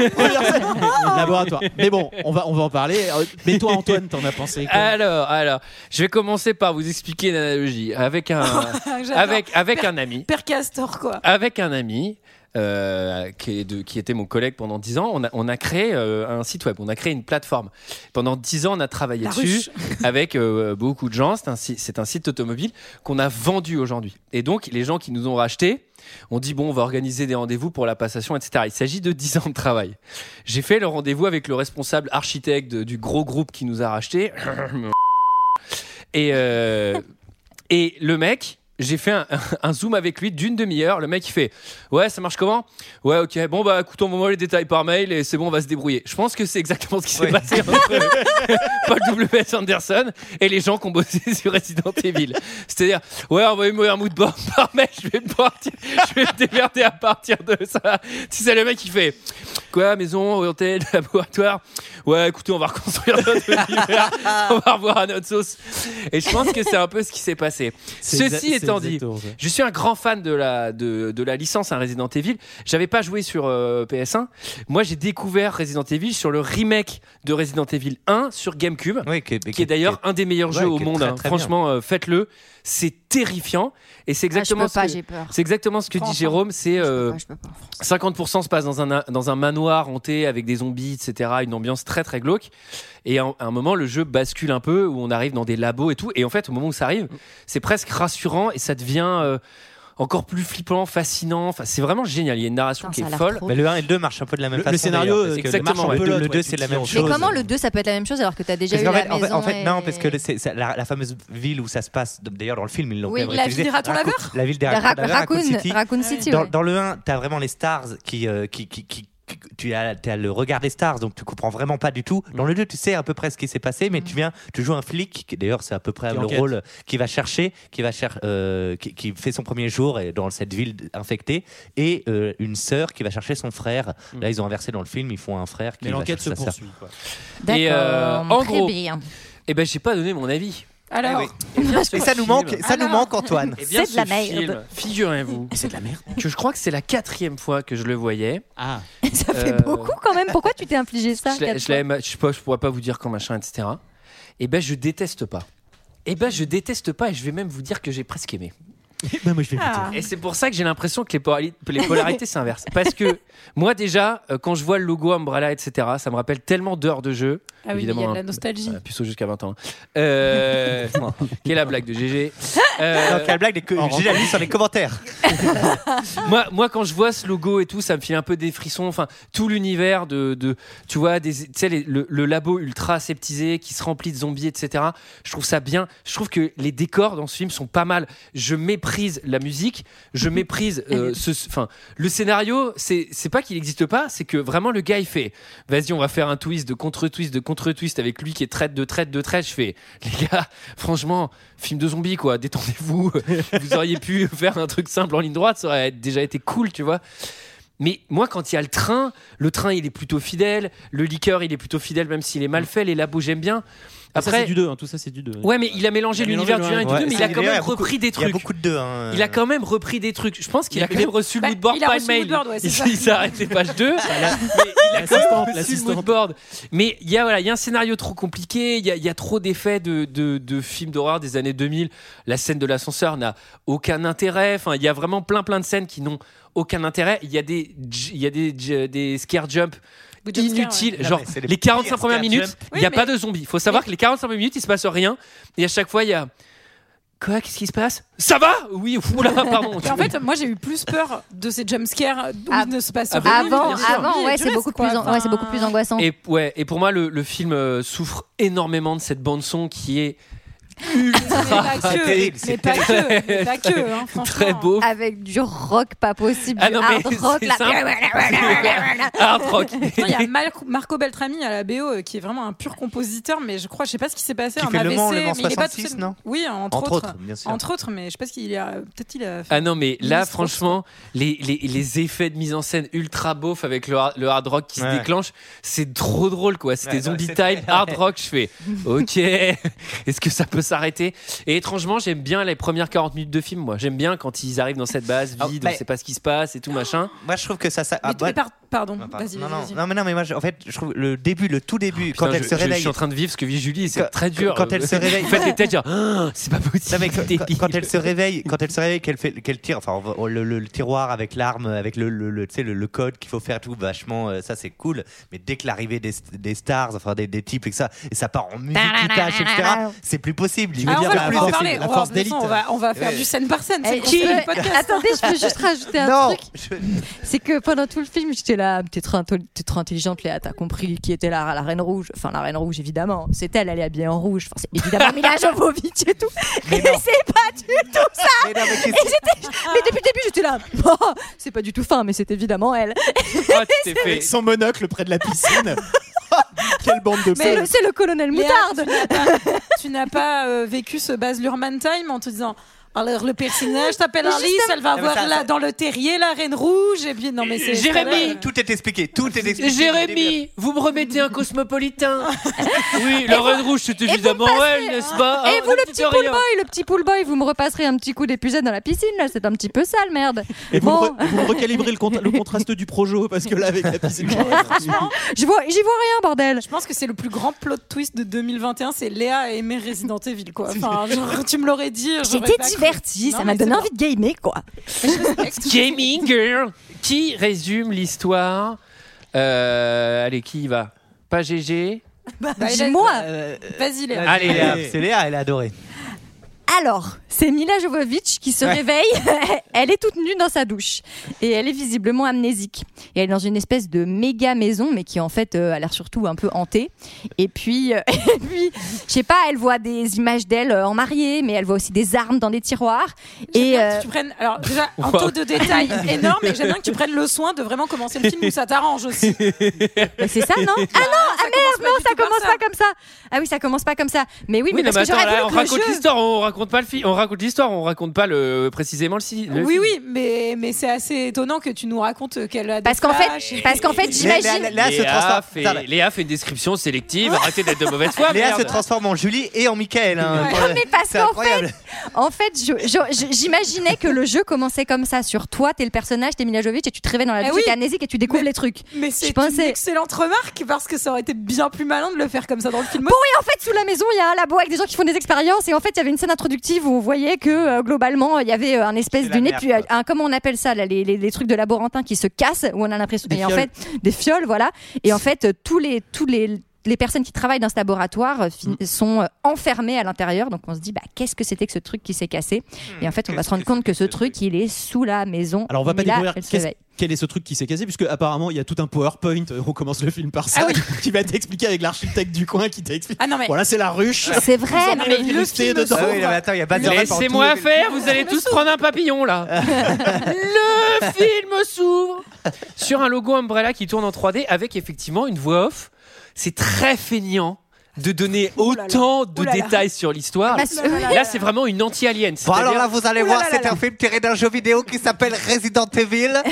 [SPEAKER 3] laboratoire. Mais bon, on va on va en parler. Alors, Mais toi Antoine, t'en as pensé quoi
[SPEAKER 1] Alors, alors, je vais commencer par vous expliquer l'analogie avec un,
[SPEAKER 11] Ah, J'adore.
[SPEAKER 1] avec avec
[SPEAKER 11] Père-
[SPEAKER 1] un ami.
[SPEAKER 11] Père Castor, quoi.
[SPEAKER 1] avec un ami euh, qui, est de- qui était mon collègue pendant 10 ans, on a, on a créé euh, un site web, on a créé une plateforme. Pendant 10 ans, on a travaillé
[SPEAKER 11] La
[SPEAKER 1] dessus avec euh, beaucoup de gens. C'est un, si- c'est un site automobile qu'on a vendu aujourd'hui. Et donc, les gens qui nous ont rachetés, on dit bon, on va organiser des rendez-vous pour la passation, etc. Il s'agit de 10 ans de travail. J'ai fait le rendez-vous avec le responsable architecte de- du gros groupe qui nous a rachetés. Et, euh, et le mec, j'ai fait un, un zoom avec lui d'une demi-heure. Le mec, il fait Ouais, ça marche comment Ouais, ok, bon, bah écoute, on moi les détails par mail et c'est bon, on va se débrouiller. Je pense que c'est exactement ce qui s'est passé entre Paul W.S. Anderson et les gens qui ont bossé sur Resident Evil. C'est-à-dire, ouais, envoyez-moi un mood board par mail, je vais me, partir- je vais me démerder à partir de ça. Tu sais, le mec, il fait Quoi, maison, orientée, laboratoire Ouais, écoutez, on va reconstruire notre univers, on va revoir à notre sauce. Et je pense que c'est un peu ce qui s'est passé.
[SPEAKER 3] C'est
[SPEAKER 1] Ceci
[SPEAKER 3] exa-
[SPEAKER 1] étant
[SPEAKER 3] c'est
[SPEAKER 1] dit,
[SPEAKER 3] exactement ça.
[SPEAKER 1] je suis un grand fan de la, de, de la licence hein, Resident Evil. J'avais pas joué sur euh, PS1. Moi, j'ai découvert Resident Evil sur le remake de Resident Evil 1 sur GameCube,
[SPEAKER 12] qui est,
[SPEAKER 1] qui est d'ailleurs un des meilleurs
[SPEAKER 12] ouais,
[SPEAKER 1] jeux au
[SPEAKER 12] qui est
[SPEAKER 1] monde.
[SPEAKER 12] très,
[SPEAKER 1] hein.
[SPEAKER 12] très
[SPEAKER 1] Franchement, euh, faites-le. C'est terrifiant. Et c'est exactement
[SPEAKER 7] Ah, peux
[SPEAKER 1] ce
[SPEAKER 7] pas,
[SPEAKER 1] que-
[SPEAKER 7] j'ai peur.
[SPEAKER 1] c'est exactement ce que dit Jérôme. C'est euh, 50% se passe dans un, dans un manoir hanté avec des zombies, etc. Une ambiance très très glauque. Et à un- à un moment, le jeu bascule un peu où on arrive dans des labos et tout. Et en fait, au moment où ça arrive, c'est presque rassurant et ça devient euh, encore plus flippant, fascinant. Enfin, c'est vraiment génial. Il y a une narration
[SPEAKER 7] Putain,
[SPEAKER 1] qui
[SPEAKER 7] ça a
[SPEAKER 1] est
[SPEAKER 7] l'air
[SPEAKER 1] folle.
[SPEAKER 7] trop
[SPEAKER 12] Mais bah, le 1 et le 2 marchent un peu de la même
[SPEAKER 1] Le-
[SPEAKER 12] façon.
[SPEAKER 1] le scénario,
[SPEAKER 12] d'ailleurs, parce
[SPEAKER 1] euh,
[SPEAKER 12] que
[SPEAKER 1] exactement,
[SPEAKER 12] marche un peu
[SPEAKER 1] ouais.
[SPEAKER 12] le,
[SPEAKER 1] Le- le
[SPEAKER 12] 2, c'est la même
[SPEAKER 6] Mais
[SPEAKER 12] chose.
[SPEAKER 6] comment le 2 ça peut être la même chose alors que t'as déjà
[SPEAKER 12] Parce
[SPEAKER 6] eu
[SPEAKER 12] qu'en
[SPEAKER 6] la
[SPEAKER 12] fait, en fait-
[SPEAKER 6] maison
[SPEAKER 12] en fait,
[SPEAKER 6] et-
[SPEAKER 12] non, parce que le- c'est- c'est la, la fameuse ville où ça se passe, d'ailleurs dans le film, ils l'ont
[SPEAKER 6] Oui,
[SPEAKER 12] quand même
[SPEAKER 6] la
[SPEAKER 12] réutilisé.
[SPEAKER 6] ville des ratons
[SPEAKER 12] Raccoon-
[SPEAKER 6] laveurs.
[SPEAKER 12] La ville des
[SPEAKER 6] La
[SPEAKER 12] ratons
[SPEAKER 6] Rac-
[SPEAKER 12] laveurs, Raccoon
[SPEAKER 6] Raccoon-
[SPEAKER 12] City.
[SPEAKER 6] Raccoon City,
[SPEAKER 12] dans,
[SPEAKER 6] ouais.
[SPEAKER 12] dans le 1, t'as vraiment les stars qui. euh, qui, qui, qui- qui- tu as, t'as le regard des stars, donc tu comprends vraiment pas du tout. Dans le 2, tu sais à peu près ce qui s'est passé, mais tu viens, tu joues un flic, qui- d'ailleurs c'est à peu près
[SPEAKER 3] Qui
[SPEAKER 12] le
[SPEAKER 3] enquête.
[SPEAKER 12] rôle qui va chercher, qui va cher- euh, qui, qui fait son premier jour et dans cette ville infectée, et euh, une sœur qui va chercher son frère. Là, ils ont inversé dans le film, ils font un frère qui
[SPEAKER 3] Mais
[SPEAKER 12] va
[SPEAKER 3] l'enquête se
[SPEAKER 12] chercher sa sœur.
[SPEAKER 3] poursuit. quoi.
[SPEAKER 1] Et euh, en
[SPEAKER 6] très
[SPEAKER 1] gros,
[SPEAKER 6] bien.
[SPEAKER 1] eh ben, j'ai pas donné mon avis. Ah
[SPEAKER 11] Alors,
[SPEAKER 12] Et ça nous manque, ça nous manque Antoine.
[SPEAKER 1] Eh bien,
[SPEAKER 6] C'est de la
[SPEAKER 1] ce
[SPEAKER 6] merde.
[SPEAKER 1] film, Figurez-vous. C'est de la merde. Que je crois que c'est la quatrième fois que je le voyais.
[SPEAKER 3] Ah.
[SPEAKER 1] Ça
[SPEAKER 6] fait beaucoup quand même. Pourquoi tu t'es infligé ça
[SPEAKER 1] je, l'ai-
[SPEAKER 6] quatre
[SPEAKER 1] je, l'ai- je sais pas, je pourrais pas vous dire quand machin, etc. Et ben je déteste pas. Et ben je déteste pas et je vais même vous dire que j'ai presque aimé.
[SPEAKER 3] Bah, moi je vais vite.
[SPEAKER 1] Et c'est pour ça que j'ai l'impression que les, polari- les polarités s'inversent. Parce que moi déjà, euh, quand je vois le logo Umbrella, etc., ça me rappelle tellement d'heures de jeu.
[SPEAKER 11] Ah oui, mais il y a de la nostalgie.
[SPEAKER 1] hein, puceau jusqu'à 20 ans. Euh, quelle est la blague de GG Euh,
[SPEAKER 12] Donc, la blague, les que- j'ai la lu sur les commentaires.
[SPEAKER 1] moi, moi, quand je vois ce logo et tout, ça me file un peu des frissons. Enfin, tout l'univers de, de- tu vois, des, tu sais, les- le, le labo ultra aseptisé qui se remplit de zombies, etc. Je trouve ça bien. Je trouve que les décors dans ce film sont pas mal. Je méprise la musique.
[SPEAKER 3] Mhm.
[SPEAKER 1] Je méprise euh, ce, enfin, le scénario. C'est, c'est pas qu'il n'existe pas. C'est que vraiment le gars il fait. Vas-y, on va faire un twist de contre-twist de contre-twist avec lui qui est traite de traite de traite. Je fais, les gars, franchement, film de zombies quoi. Détendez-vous. Vous auriez pu faire un truc simple en ligne droite. Ça aurait déjà été cool, tu vois. Mais moi, quand il y a le train, le train, il est plutôt fidèle. Le liqueur, il est plutôt fidèle, même s'il est mal fait. Les labos, j'aime bien.
[SPEAKER 3] Après, Mm. ça,
[SPEAKER 1] Après,
[SPEAKER 3] c'est du 2, hein, tout ça c'est du 2.
[SPEAKER 1] ouais, mais il a mélangé
[SPEAKER 3] Il a
[SPEAKER 1] l'univers du
[SPEAKER 3] mélangé
[SPEAKER 1] 1
[SPEAKER 3] le
[SPEAKER 1] et du
[SPEAKER 3] un.
[SPEAKER 1] 2, mais il a quand
[SPEAKER 12] D'ailleurs,
[SPEAKER 1] même
[SPEAKER 12] y beaucoup-
[SPEAKER 1] repris des
[SPEAKER 12] Il y a
[SPEAKER 1] trucs.
[SPEAKER 12] beaucoup de deux. hein.
[SPEAKER 1] Il a quand même repris des trucs. Je pense qu'il a quand même reçu le
[SPEAKER 11] Bah,
[SPEAKER 1] moodboard
[SPEAKER 11] il a
[SPEAKER 1] par
[SPEAKER 11] reçu le
[SPEAKER 1] mail.
[SPEAKER 11] moodboard, ouais, c'est
[SPEAKER 1] il
[SPEAKER 11] ça.
[SPEAKER 1] il s'est arrêté page 2. mais il a quand même
[SPEAKER 3] L'assistante,
[SPEAKER 1] reçu le
[SPEAKER 3] l'assistante.
[SPEAKER 1] moodboard. Mais il y a voilà, il y a un scénario trop compliqué. Il y a, il y a trop d'effets de, de, de films d'horreur des années 2000. La scène de l'ascenseur n'a aucun intérêt. Enfin, il y a vraiment plein plein de scènes qui n'ont aucun intérêt. Il y a des j- il y a des j- des scare jump
[SPEAKER 11] Des jump scares,
[SPEAKER 1] inutiles
[SPEAKER 12] ouais.
[SPEAKER 1] genre
[SPEAKER 12] Non, mais c'est les
[SPEAKER 1] les 45
[SPEAKER 12] pires
[SPEAKER 1] premières
[SPEAKER 12] scare
[SPEAKER 1] minutes
[SPEAKER 12] jump.
[SPEAKER 1] il
[SPEAKER 11] Oui,
[SPEAKER 1] n'y a
[SPEAKER 11] mais-
[SPEAKER 1] pas de zombies faut savoir que les 45 premières minutes il se passe rien et à chaque fois il y a quoi qu'est-ce qui se passe ça va oui oula pardon
[SPEAKER 11] Et en fait, moi j'ai eu plus peur de ces jumpscares où
[SPEAKER 6] Ah,
[SPEAKER 11] il ne se passe
[SPEAKER 1] ah
[SPEAKER 11] rien.
[SPEAKER 1] bah oui,
[SPEAKER 6] Avant,
[SPEAKER 1] bien sûr.
[SPEAKER 6] avant, ouais,
[SPEAKER 11] Du
[SPEAKER 6] c'est
[SPEAKER 11] reste,
[SPEAKER 6] beaucoup,
[SPEAKER 11] quoi.
[SPEAKER 6] plus an- ouais, c'est beaucoup
[SPEAKER 11] Enfin,
[SPEAKER 6] plus angoissant.
[SPEAKER 1] Et, ouais, et pour moi, le, le film euh, souffre énormément de cette bande-son qui est ultra
[SPEAKER 11] Mais pas que, mais pas que, mais pas que, hein, franchement.
[SPEAKER 1] Très beau.
[SPEAKER 7] Avec du rock pas possible,
[SPEAKER 1] Ah
[SPEAKER 7] du
[SPEAKER 1] non, mais
[SPEAKER 7] hard rock.
[SPEAKER 1] c'est
[SPEAKER 7] la-
[SPEAKER 1] simple. Hard rock.
[SPEAKER 11] Non, il y a Mal- Marco Beltrami à la BO euh, qui est vraiment un pur compositeur, mais je crois, je sais pas ce qui s'est passé.
[SPEAKER 12] Qui
[SPEAKER 11] un
[SPEAKER 12] fait Le
[SPEAKER 11] AVC,
[SPEAKER 12] Mans, Le
[SPEAKER 11] mais
[SPEAKER 12] Mans
[SPEAKER 11] il est pas tout
[SPEAKER 12] 66,
[SPEAKER 11] seul.
[SPEAKER 12] non
[SPEAKER 11] Oui, entre,
[SPEAKER 12] Entre
[SPEAKER 11] autres.
[SPEAKER 12] autres, bien sûr.
[SPEAKER 11] Entre autres, mais je pense qu'il y a peut-être il a. fait-
[SPEAKER 1] Ah non, mais là,
[SPEAKER 11] Ministre
[SPEAKER 1] franchement, les, les, les effets de mise en scène ultra beauf avec le, har- le hard rock qui se
[SPEAKER 12] Ouais.
[SPEAKER 1] déclenche, c'est trop drôle, quoi. C'était
[SPEAKER 12] Ouais,
[SPEAKER 1] zombie
[SPEAKER 12] ouais,
[SPEAKER 1] time,
[SPEAKER 12] c'est-
[SPEAKER 1] hard rock. Je fais, ok, est-ce que ça peut s'arrêter Et étrangement, j'aime bien les premières 40 minutes de film, moi. J'aime bien quand ils arrivent dans cette base
[SPEAKER 12] Ah,
[SPEAKER 1] vide, on
[SPEAKER 12] mais-
[SPEAKER 1] sait pas ce qui se passe et tout, machin.
[SPEAKER 12] Moi, je trouve que ça. ça ah,
[SPEAKER 11] Mais t-
[SPEAKER 12] moi-
[SPEAKER 11] mais par- Pardon, vas-y,
[SPEAKER 12] non,
[SPEAKER 11] vas-y,
[SPEAKER 12] non,
[SPEAKER 11] vas-y.
[SPEAKER 12] non, mais non, mais moi, je- en fait, je trouve le début, le tout début,
[SPEAKER 1] Putain,
[SPEAKER 12] quand
[SPEAKER 1] je,
[SPEAKER 12] elle se
[SPEAKER 1] je- je
[SPEAKER 12] réveille.
[SPEAKER 1] suis en train de vivre ce que vit Julie, et c'est
[SPEAKER 12] Quand-
[SPEAKER 1] très dur.
[SPEAKER 12] quand elle se réveille-
[SPEAKER 1] Vous faites les têtes, genre, Ah, c'est pas possible.
[SPEAKER 12] Non, mais quand, quand- quand elle se réveille, quand elle se réveille, qu'elle fait, qu'elle tire, enfin on- on- le, le- le tiroir avec l'arme, avec le, le, le, tu sais, le- le code qu'il faut faire, tout vachement, euh, ça c'est cool. Mais dès que l'arrivée des, des stars, enfin des, des types et que ça, et ça part en musique qui tâche, etc. C'est plus possible.
[SPEAKER 11] Ah, on
[SPEAKER 12] Il
[SPEAKER 11] va,
[SPEAKER 12] y a
[SPEAKER 11] on
[SPEAKER 12] plus
[SPEAKER 11] va en
[SPEAKER 12] de-
[SPEAKER 11] parler,
[SPEAKER 12] c'est
[SPEAKER 11] on va- de toute façon, On va, on va faire
[SPEAKER 12] Ouais.
[SPEAKER 11] du scène par scène.
[SPEAKER 7] Eh,
[SPEAKER 11] c'est le
[SPEAKER 7] je
[SPEAKER 11] concept
[SPEAKER 7] peux-
[SPEAKER 11] du podcast.
[SPEAKER 7] Attendez, je peux juste rajouter un
[SPEAKER 12] Non,
[SPEAKER 7] truc. C'est que pendant tout le film, j'étais là, t'es trop, intol- t'es trop intelligente, Léa, t'as compris qui était la, la reine rouge. Enfin, la reine rouge, évidemment. C'est elle, elle est habillée en rouge. Enfin, c'est évidemment Mila Jovovich et tout. et c'est pas du tout ça.
[SPEAKER 12] Mais, non, mais
[SPEAKER 7] Et
[SPEAKER 12] qu'est-ce-
[SPEAKER 7] j'étais- mais depuis le début, j'étais là. Bon, c'est pas du tout fin, mais c'est évidemment elle.
[SPEAKER 1] Oh,
[SPEAKER 3] Avec son monocle près de la piscine. Quelle bande de
[SPEAKER 7] C'est
[SPEAKER 3] folles.
[SPEAKER 7] le, c'est le colonel
[SPEAKER 11] Léa,
[SPEAKER 7] Moutarde.
[SPEAKER 11] tu n'as pas- Tu n'as pas euh, vécu ce Baz Luhrmann time en te disant. Alors le personnage s'appelle
[SPEAKER 7] Mais
[SPEAKER 11] Alice,
[SPEAKER 7] justement-
[SPEAKER 11] elle va
[SPEAKER 12] Ah, mais
[SPEAKER 11] voir
[SPEAKER 12] ça-
[SPEAKER 11] là
[SPEAKER 12] ça-
[SPEAKER 11] dans le terrier la reine rouge et puis non mais c'est
[SPEAKER 1] Jérémy,
[SPEAKER 12] Tout est expliqué, tout est expliqué.
[SPEAKER 1] Jérémy, vous me remettez un cosmopolitain Oui, la reine rouge, c'est évidemment elle, n'est-ce pas
[SPEAKER 7] Et
[SPEAKER 1] Ah,
[SPEAKER 7] vous,
[SPEAKER 1] ne
[SPEAKER 7] le
[SPEAKER 1] dites
[SPEAKER 7] petit pool
[SPEAKER 1] rien.
[SPEAKER 7] boy, le petit pool boy, vous me repasserez un petit coup d'épuisette dans la piscine, là, c'est un petit peu sale, merde.
[SPEAKER 3] Et vous, me
[SPEAKER 7] bon,
[SPEAKER 3] re- vous me recalibrez le, contra- le contraste du projo parce que là avec la piscine.
[SPEAKER 7] j'y vois, j'y vois rien, bordel.
[SPEAKER 11] Je pense que c'est le plus grand plot twist de 2021, c'est Léa a aimé Resident Evil quoi. Enfin, genre, tu me l'aurais dit. j'aurais
[SPEAKER 7] J'étais
[SPEAKER 11] pas cru.
[SPEAKER 7] divertie,
[SPEAKER 11] Non,
[SPEAKER 7] ça m'a
[SPEAKER 11] mais
[SPEAKER 7] donné
[SPEAKER 11] c'est
[SPEAKER 7] envie de gamer, quoi.
[SPEAKER 1] Gaming Girl Qui résume l'histoire Euh, Allez, qui y va Pas GG
[SPEAKER 11] Bah,
[SPEAKER 7] Dis-moi.
[SPEAKER 11] Vas-y Léa.
[SPEAKER 7] Ah,
[SPEAKER 1] Allez, Léa.
[SPEAKER 12] c'est Léa, euh, elle a adoré.
[SPEAKER 7] Alors, c'est Mila Jovovich qui se réveille. elle est toute nue dans sa douche et elle est visiblement amnésique. Et elle est dans une espèce de méga maison, mais qui en fait euh, a l'air surtout un peu hantée. Et puis, euh, et puis, je sais pas, elle voit des images d'elle euh, en mariée, mais elle voit aussi des armes dans des tiroirs.
[SPEAKER 11] J'aime
[SPEAKER 7] Et
[SPEAKER 11] bien
[SPEAKER 7] euh,
[SPEAKER 11] que tu prennes alors déjà un
[SPEAKER 1] Wow.
[SPEAKER 11] taux de détail énorme et j'aime bien que tu prennes le soin de vraiment commencer le film où ça t'arrange aussi.
[SPEAKER 7] bah, c'est ça, non Ah non,
[SPEAKER 11] ah merde,
[SPEAKER 7] non, ça commence pas comme ça. Ah oui, ça commence pas comme ça. Mais oui,
[SPEAKER 1] Oui,
[SPEAKER 7] mais
[SPEAKER 1] non, mais
[SPEAKER 7] parce que
[SPEAKER 1] attends,
[SPEAKER 7] j'aurais
[SPEAKER 1] là, on
[SPEAKER 7] voulu que le
[SPEAKER 1] raconte
[SPEAKER 7] jeu-
[SPEAKER 1] l'histoire, on raconte pas le film, on raconte l'histoire, on raconte pas le précisément le, si- le
[SPEAKER 11] Oui,
[SPEAKER 1] film.
[SPEAKER 11] oui, mais, mais c'est assez étonnant que tu nous racontes qu'elle a des
[SPEAKER 7] Parce qu'en
[SPEAKER 11] flashs et-
[SPEAKER 7] fait, parce qu'en fait,
[SPEAKER 12] Mais- mais-
[SPEAKER 7] j'imagine.
[SPEAKER 12] mais- Léa se
[SPEAKER 1] Léa
[SPEAKER 12] transforme.
[SPEAKER 1] fait,
[SPEAKER 12] Putain,
[SPEAKER 1] Léa fait une description sélective, arrêtez d'être de mauvaise foi.
[SPEAKER 12] Léa
[SPEAKER 1] merde.
[SPEAKER 12] se transforme en Julie et en Michael. hein.
[SPEAKER 7] Non, mais parce
[SPEAKER 12] C'est
[SPEAKER 7] qu'en
[SPEAKER 12] incroyable.
[SPEAKER 7] En fait, je- je- je- j'imaginais que le jeu commençait comme ça. Sur toi, t'es le personnage, t'es Mila Jovovich et tu te réveilles dans la
[SPEAKER 11] Eh
[SPEAKER 7] douche,
[SPEAKER 11] oui.
[SPEAKER 7] et t'es amnésique et tu découvres les trucs.
[SPEAKER 11] Mais c'est
[SPEAKER 7] Je pensais-
[SPEAKER 11] une excellente remarque parce que ça aurait été bien plus malin de le faire comme ça dans le film.
[SPEAKER 7] En fait, sous la maison, il y a un labo avec des gens qui font des expériences. Et en fait, il y avait une scène introductive où on voyait que euh, globalement, il y avait euh, un espèce
[SPEAKER 12] C'est
[SPEAKER 7] de
[SPEAKER 12] la
[SPEAKER 7] nez,
[SPEAKER 12] merde,
[SPEAKER 7] puis euh,
[SPEAKER 12] quoi.
[SPEAKER 7] un, comment on appelle ça, là, les, les- les trucs de laborantin qui se cassent, où on a l'impression.
[SPEAKER 3] Des
[SPEAKER 7] Et en fait,
[SPEAKER 3] fioles.
[SPEAKER 7] des fioles, voilà. Et en fait, euh, tous les, tous les, les personnes qui travaillent dans ce laboratoire euh,
[SPEAKER 3] Mm.
[SPEAKER 7] fin- sont euh, enfermées à l'intérieur. Donc on se dit, bah, qu'est-ce que c'était que ce truc qui s'est cassé
[SPEAKER 3] Mm.
[SPEAKER 7] Et en fait, on va se rendre compte que ce truc, il est sous la maison.
[SPEAKER 3] Alors on va pas
[SPEAKER 7] Et là,
[SPEAKER 3] découvrir
[SPEAKER 7] elle se
[SPEAKER 3] qu'est-ce-
[SPEAKER 7] réveille.
[SPEAKER 3] quel est ce truc qui s'est cassé puisque apparemment il y a tout un PowerPoint. euh, On commence le film par ça qui va t'expliquer avec l'architecte du coin qui t'explique.
[SPEAKER 11] Ah non, mais-
[SPEAKER 3] Voilà c'est la ruche.
[SPEAKER 7] C'est vrai,
[SPEAKER 3] Vous en
[SPEAKER 7] mais-
[SPEAKER 3] avez listé dedans.
[SPEAKER 12] Ah oui, non, mais attends, il y a pas de
[SPEAKER 1] Laissez-moi
[SPEAKER 12] partout.
[SPEAKER 1] faire, vous allez tous prendre un papillon là. Le film s'ouvre sur un logo Umbrella qui tourne en 3D avec effectivement une voix off. C'est très feignant de donner
[SPEAKER 11] Ouh là là.
[SPEAKER 1] autant
[SPEAKER 11] Ouh
[SPEAKER 1] de
[SPEAKER 11] là Bah, là.
[SPEAKER 1] détails sur l'histoire.
[SPEAKER 7] Parce-
[SPEAKER 1] Là, c'est vraiment une anti-alien.
[SPEAKER 12] Bon alors là
[SPEAKER 1] c'est-à-dire-
[SPEAKER 12] vous allez
[SPEAKER 11] Ouh là
[SPEAKER 12] voir,
[SPEAKER 11] là
[SPEAKER 12] c'est
[SPEAKER 11] là.
[SPEAKER 12] un film tiré d'un jeu vidéo qui s'appelle Resident Evil.
[SPEAKER 11] Ah,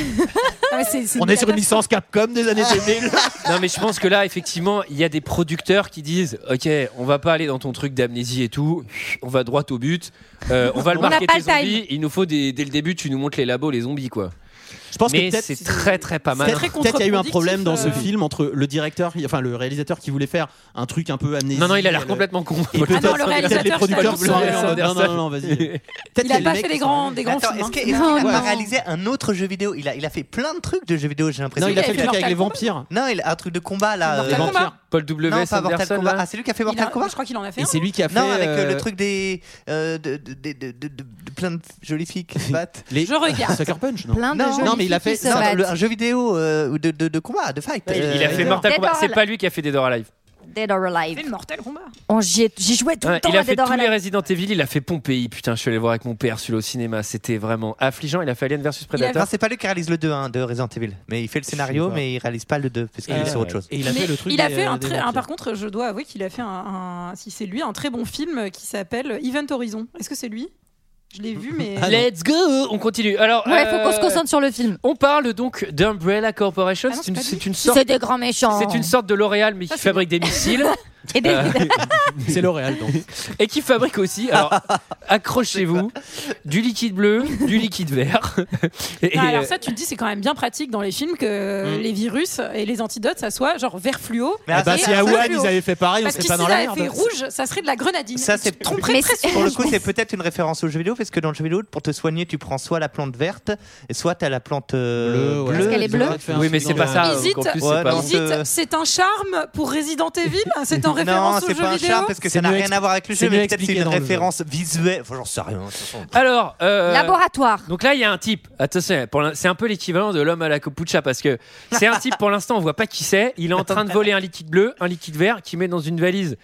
[SPEAKER 11] mais
[SPEAKER 3] On
[SPEAKER 11] c'est- c'est
[SPEAKER 3] est sur une
[SPEAKER 11] catastrophe. Ah.
[SPEAKER 3] licence Capcom des années 2000.
[SPEAKER 1] Non, mais je pense que là, effectivement, il y a des producteurs qui disent Ok, on va pas aller dans ton truc d'amnésie et tout, on va droit au but, Euh, on va le
[SPEAKER 7] On n'a
[SPEAKER 1] marquer
[SPEAKER 7] pas
[SPEAKER 1] tes
[SPEAKER 7] le time.
[SPEAKER 1] zombies. Il nous faut des- dès le début, tu nous montres les labos, les zombies quoi.
[SPEAKER 3] Je pense
[SPEAKER 1] Mais
[SPEAKER 3] que peut-être
[SPEAKER 1] c'est très très pas mal.
[SPEAKER 11] très
[SPEAKER 3] Peut-être peut-être qu'il y a eu un
[SPEAKER 11] contre-productif,
[SPEAKER 3] problème dans ce
[SPEAKER 11] euh.
[SPEAKER 3] film entre le directeur, enfin le réalisateur qui voulait faire un truc un peu amnésique.
[SPEAKER 1] Non, non, il a l'air
[SPEAKER 3] euh,
[SPEAKER 1] complètement con.
[SPEAKER 3] Et peut-être
[SPEAKER 11] Ah non, le
[SPEAKER 3] peut-être les
[SPEAKER 11] réalisateur,
[SPEAKER 3] producteurs
[SPEAKER 11] c'est
[SPEAKER 3] sont
[SPEAKER 11] pas le
[SPEAKER 3] en mode,
[SPEAKER 1] seul.
[SPEAKER 3] Non, non, non, vas-y. Peut-être
[SPEAKER 11] Il
[SPEAKER 3] qu'il y
[SPEAKER 11] a pas
[SPEAKER 3] mecs
[SPEAKER 11] fait
[SPEAKER 3] qui
[SPEAKER 11] les
[SPEAKER 3] sont-
[SPEAKER 11] grands, des grands
[SPEAKER 12] Attends,
[SPEAKER 11] films.
[SPEAKER 12] est-ce que-
[SPEAKER 11] hein.
[SPEAKER 12] est-ce qu'il
[SPEAKER 7] Non,
[SPEAKER 12] a pas
[SPEAKER 7] non.
[SPEAKER 12] réalisé un autre jeu vidéo il a, il a fait plein de trucs de jeux vidéo, j'ai l'impression.
[SPEAKER 3] Non, il a
[SPEAKER 11] Il
[SPEAKER 3] fait le truc avec les vampires.
[SPEAKER 12] Non, il a un truc de combat là.
[SPEAKER 11] Mortal
[SPEAKER 3] Les
[SPEAKER 12] euh,
[SPEAKER 11] Kombat.
[SPEAKER 3] vampires.
[SPEAKER 1] Paul W.
[SPEAKER 12] Non, pas Mortal
[SPEAKER 1] Sanderson.
[SPEAKER 12] Kombat.
[SPEAKER 1] là.
[SPEAKER 12] Ah, c'est lui qui a
[SPEAKER 11] Il
[SPEAKER 12] fait
[SPEAKER 11] a-
[SPEAKER 12] Mortal Kombat
[SPEAKER 11] Je crois qu'il en a fait.
[SPEAKER 3] Et
[SPEAKER 11] un.
[SPEAKER 3] c'est lui qui a fait
[SPEAKER 12] Non, avec euh,
[SPEAKER 3] euh,
[SPEAKER 12] le truc des. euh, de, de- de- de- de- de- plein de jolies filles qui se battent.
[SPEAKER 3] les-
[SPEAKER 11] Je regarde.
[SPEAKER 3] Sucker Punch, non
[SPEAKER 7] Plein de
[SPEAKER 12] Non,
[SPEAKER 7] jolies
[SPEAKER 3] non, mais il a
[SPEAKER 7] filles
[SPEAKER 3] fait-
[SPEAKER 7] qui se
[SPEAKER 12] Non,
[SPEAKER 7] battent.
[SPEAKER 12] le- un jeu vidéo euh, de, de, de combat, de fight.
[SPEAKER 1] Il
[SPEAKER 12] Euh,
[SPEAKER 1] il a fait
[SPEAKER 12] euh,
[SPEAKER 1] Mortal
[SPEAKER 7] Dead
[SPEAKER 1] Kombat.
[SPEAKER 7] or
[SPEAKER 1] C'est
[SPEAKER 7] Alive.
[SPEAKER 1] pas lui qui a fait Hein, Dead or Alive.
[SPEAKER 7] Dead or Alive.
[SPEAKER 11] C'est mortel combat.
[SPEAKER 7] J'y jouais tout
[SPEAKER 1] Ouais,
[SPEAKER 7] le temps
[SPEAKER 1] il a
[SPEAKER 7] à
[SPEAKER 1] fait
[SPEAKER 7] Dead or
[SPEAKER 1] tous les
[SPEAKER 7] Alive.
[SPEAKER 1] Resident Evil, il a fait Pompéi. Putain, je suis allé voir avec mon père celui-là au cinéma. C'était vraiment affligeant. Il a fait Alien versus
[SPEAKER 12] Non,
[SPEAKER 1] Predator.
[SPEAKER 12] c'est pas lui qui réalise le 2 hein, de Resident Evil. Mais il fait le scénario,
[SPEAKER 1] pas.
[SPEAKER 12] mais il réalise pas le 2 parce qu'il
[SPEAKER 1] Ah,
[SPEAKER 12] est sur
[SPEAKER 1] ouais.
[SPEAKER 12] autre chose.
[SPEAKER 1] Et il a
[SPEAKER 11] Mais il a fait
[SPEAKER 3] euh,
[SPEAKER 1] euh,
[SPEAKER 11] un très, un- par contre, je dois avouer qu'il a fait un, un- si c'est lui, un très bon film qui s'appelle Event Horizon. Est-ce que c'est lui Je l'ai vu, mais
[SPEAKER 1] Let's go On continue. Alors, euh,
[SPEAKER 11] Ouais, faut qu'on se concentre Ah
[SPEAKER 7] sur le film.
[SPEAKER 1] On parle donc d'Umbrella Corporation. c'est une, c'est une sorte.
[SPEAKER 7] C'est des grands méchants.
[SPEAKER 1] C'est une sorte de L'Oréal, mais qui fabrique des missiles. Euh,
[SPEAKER 7] Et des-
[SPEAKER 3] C'est L'Oréal, donc. Eh
[SPEAKER 1] Et qui fabrique aussi, alors accrochez-vous, du liquide bleu, du liquide vert. Et, euh,
[SPEAKER 11] Ah, alors ça, tu te dis, c'est quand même bien pratique dans les films que les virus et les antidotes, ça soit genre vert fluo.
[SPEAKER 12] Mais
[SPEAKER 3] Eh ben,
[SPEAKER 12] ah,
[SPEAKER 11] et
[SPEAKER 12] bah, si à
[SPEAKER 11] bleu
[SPEAKER 12] Wuhan,
[SPEAKER 11] fluo.
[SPEAKER 12] ils avaient fait pareil, on
[SPEAKER 11] Parce
[SPEAKER 12] serait
[SPEAKER 11] que
[SPEAKER 12] pas
[SPEAKER 11] si
[SPEAKER 12] dans
[SPEAKER 11] ça
[SPEAKER 12] la
[SPEAKER 11] avait fait
[SPEAKER 12] merde.
[SPEAKER 11] rouge, ça serait de la grenadine.
[SPEAKER 12] Ça, c'est
[SPEAKER 11] tromperais très
[SPEAKER 12] Pour le
[SPEAKER 11] souvent.
[SPEAKER 12] coup, c'est peut-être une référence au jeu vidéo parce que dans le jeu vidéo, pour te soigner, tu prends soit la plante verte, et soit t'as la plante euh, bleue.
[SPEAKER 11] Parce qu'elle est
[SPEAKER 12] ils ont le droit
[SPEAKER 11] bleue.
[SPEAKER 12] de faire un
[SPEAKER 1] Oui, mais c'est
[SPEAKER 12] truc dans
[SPEAKER 1] pas
[SPEAKER 12] le-
[SPEAKER 1] ça,
[SPEAKER 11] Hésite,
[SPEAKER 1] donc en plus,
[SPEAKER 12] Ouais,
[SPEAKER 1] c'est pas
[SPEAKER 12] non,
[SPEAKER 11] hésite, c'est un charme pour Resident Evil C'est en
[SPEAKER 12] Non,
[SPEAKER 11] référence au
[SPEAKER 12] c'est
[SPEAKER 11] jeu
[SPEAKER 12] pas un
[SPEAKER 11] vidéo
[SPEAKER 12] charme parce que ça
[SPEAKER 1] C'est
[SPEAKER 12] n'a
[SPEAKER 1] mieux
[SPEAKER 12] rien à voir avec le
[SPEAKER 1] expliqué
[SPEAKER 12] jeu,
[SPEAKER 1] dans le jeu.
[SPEAKER 12] mais peut-être c'est une référence visuelle. Enfin, j'en sais rien. hein, de toute façon.
[SPEAKER 1] Alors, euh,
[SPEAKER 7] Laboratoire.
[SPEAKER 1] Donc là, il y a un type. Attention, pour l'in- c'est un peu l'équivalent de l'homme à la copucha parce que c'est un type. Pour l'instant, on voit pas qui c'est. Il est en train de voler un liquide bleu, un liquide vert, qu'il met dans une valise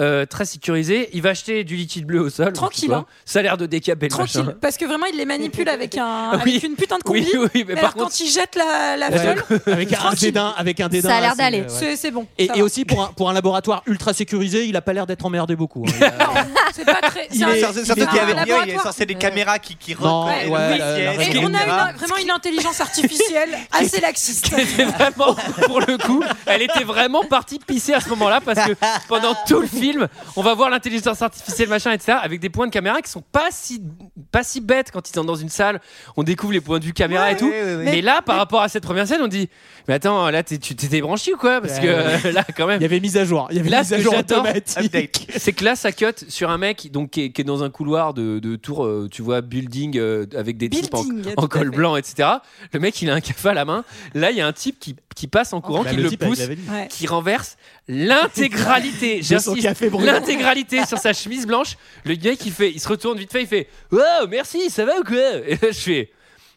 [SPEAKER 1] euh, très sécurisée. Il va acheter du liquide bleu au sol.
[SPEAKER 11] Tranquille,
[SPEAKER 1] donc,
[SPEAKER 11] hein.
[SPEAKER 1] Ça a l'air de décaper le
[SPEAKER 11] Tranquille,
[SPEAKER 1] machin.
[SPEAKER 11] parce que vraiment il les manipule avec, un,
[SPEAKER 1] Ah oui.
[SPEAKER 11] avec une putain de combi.
[SPEAKER 1] Oui, oui, mais
[SPEAKER 11] Alors
[SPEAKER 1] par
[SPEAKER 11] quand
[SPEAKER 1] contre-
[SPEAKER 11] il jette la, la fiole,
[SPEAKER 3] avec, un dédain, avec un dédain.
[SPEAKER 11] Ça a l'air
[SPEAKER 3] assez,
[SPEAKER 11] d'aller.
[SPEAKER 3] euh, ouais.
[SPEAKER 11] C'est- c'est bon,
[SPEAKER 3] Et,
[SPEAKER 11] ça
[SPEAKER 3] et
[SPEAKER 11] va.
[SPEAKER 3] aussi, pour un, pour un laboratoire ultra sécurisé, il a pas l'air d'être emmerdé beaucoup. hein.
[SPEAKER 11] Ah c'est pas très.
[SPEAKER 3] Il est-
[SPEAKER 12] Surtout surtout
[SPEAKER 3] il est-
[SPEAKER 12] qu'il y avait
[SPEAKER 3] Ah,
[SPEAKER 12] bien, il y avait
[SPEAKER 11] laboratoire.
[SPEAKER 12] censé des caméras qui, qui
[SPEAKER 3] Non,
[SPEAKER 12] reconnaissent
[SPEAKER 3] ouais, la-
[SPEAKER 12] le
[SPEAKER 3] la-
[SPEAKER 12] siège,
[SPEAKER 3] la-
[SPEAKER 11] Et on a
[SPEAKER 12] etc.
[SPEAKER 11] une- vraiment une intelligence artificielle assez laxiste.
[SPEAKER 1] C'était vraiment, pour le coup, elle était vraiment partie pisser à ce moment-là parce que pendant tout le film, on va voir l'intelligence artificielle, machin, etc., avec des points de caméra qui sont pas si, pas si bêtes quand ils sont dans une salle. On découvre les points de vue caméra
[SPEAKER 12] Ouais,
[SPEAKER 1] et tout.
[SPEAKER 12] ouais, ouais, ouais.
[SPEAKER 1] Mais là, par rapport à cette première scène, on dit Mais attends, là, t'es- tu t'étais branché ou quoi Parce que
[SPEAKER 3] Ouais,
[SPEAKER 1] euh,
[SPEAKER 3] ouais.
[SPEAKER 1] là, quand même.
[SPEAKER 3] Il y avait mise à jour. Il y avait
[SPEAKER 1] Là,
[SPEAKER 3] mise
[SPEAKER 1] ce
[SPEAKER 3] à
[SPEAKER 1] que
[SPEAKER 3] jour
[SPEAKER 1] j'adore,
[SPEAKER 3] automatique.
[SPEAKER 1] c'est que là, ça cut sur un mec donc, qui, est, qui est dans un couloir de, de tour, euh, tu vois, building euh, avec des types en,
[SPEAKER 11] Building,
[SPEAKER 1] en
[SPEAKER 11] tout à
[SPEAKER 1] col
[SPEAKER 11] fait.
[SPEAKER 1] blanc, etc. Le mec, il a un café à la main. Là, il y a un type qui, qui passe en courant,
[SPEAKER 3] Bah,
[SPEAKER 1] qui
[SPEAKER 3] le
[SPEAKER 1] le
[SPEAKER 3] type avec
[SPEAKER 1] pousse,
[SPEAKER 3] la valise.
[SPEAKER 11] Ouais.
[SPEAKER 1] qui renverse l'intégralité,
[SPEAKER 3] De son
[SPEAKER 1] j'insiste,
[SPEAKER 3] café brûlant.
[SPEAKER 1] l'intégralité sur sa chemise blanche. Le gars, qui fait, il se retourne vite fait, il fait Wow, merci, ça va ou quoi Et là, je fais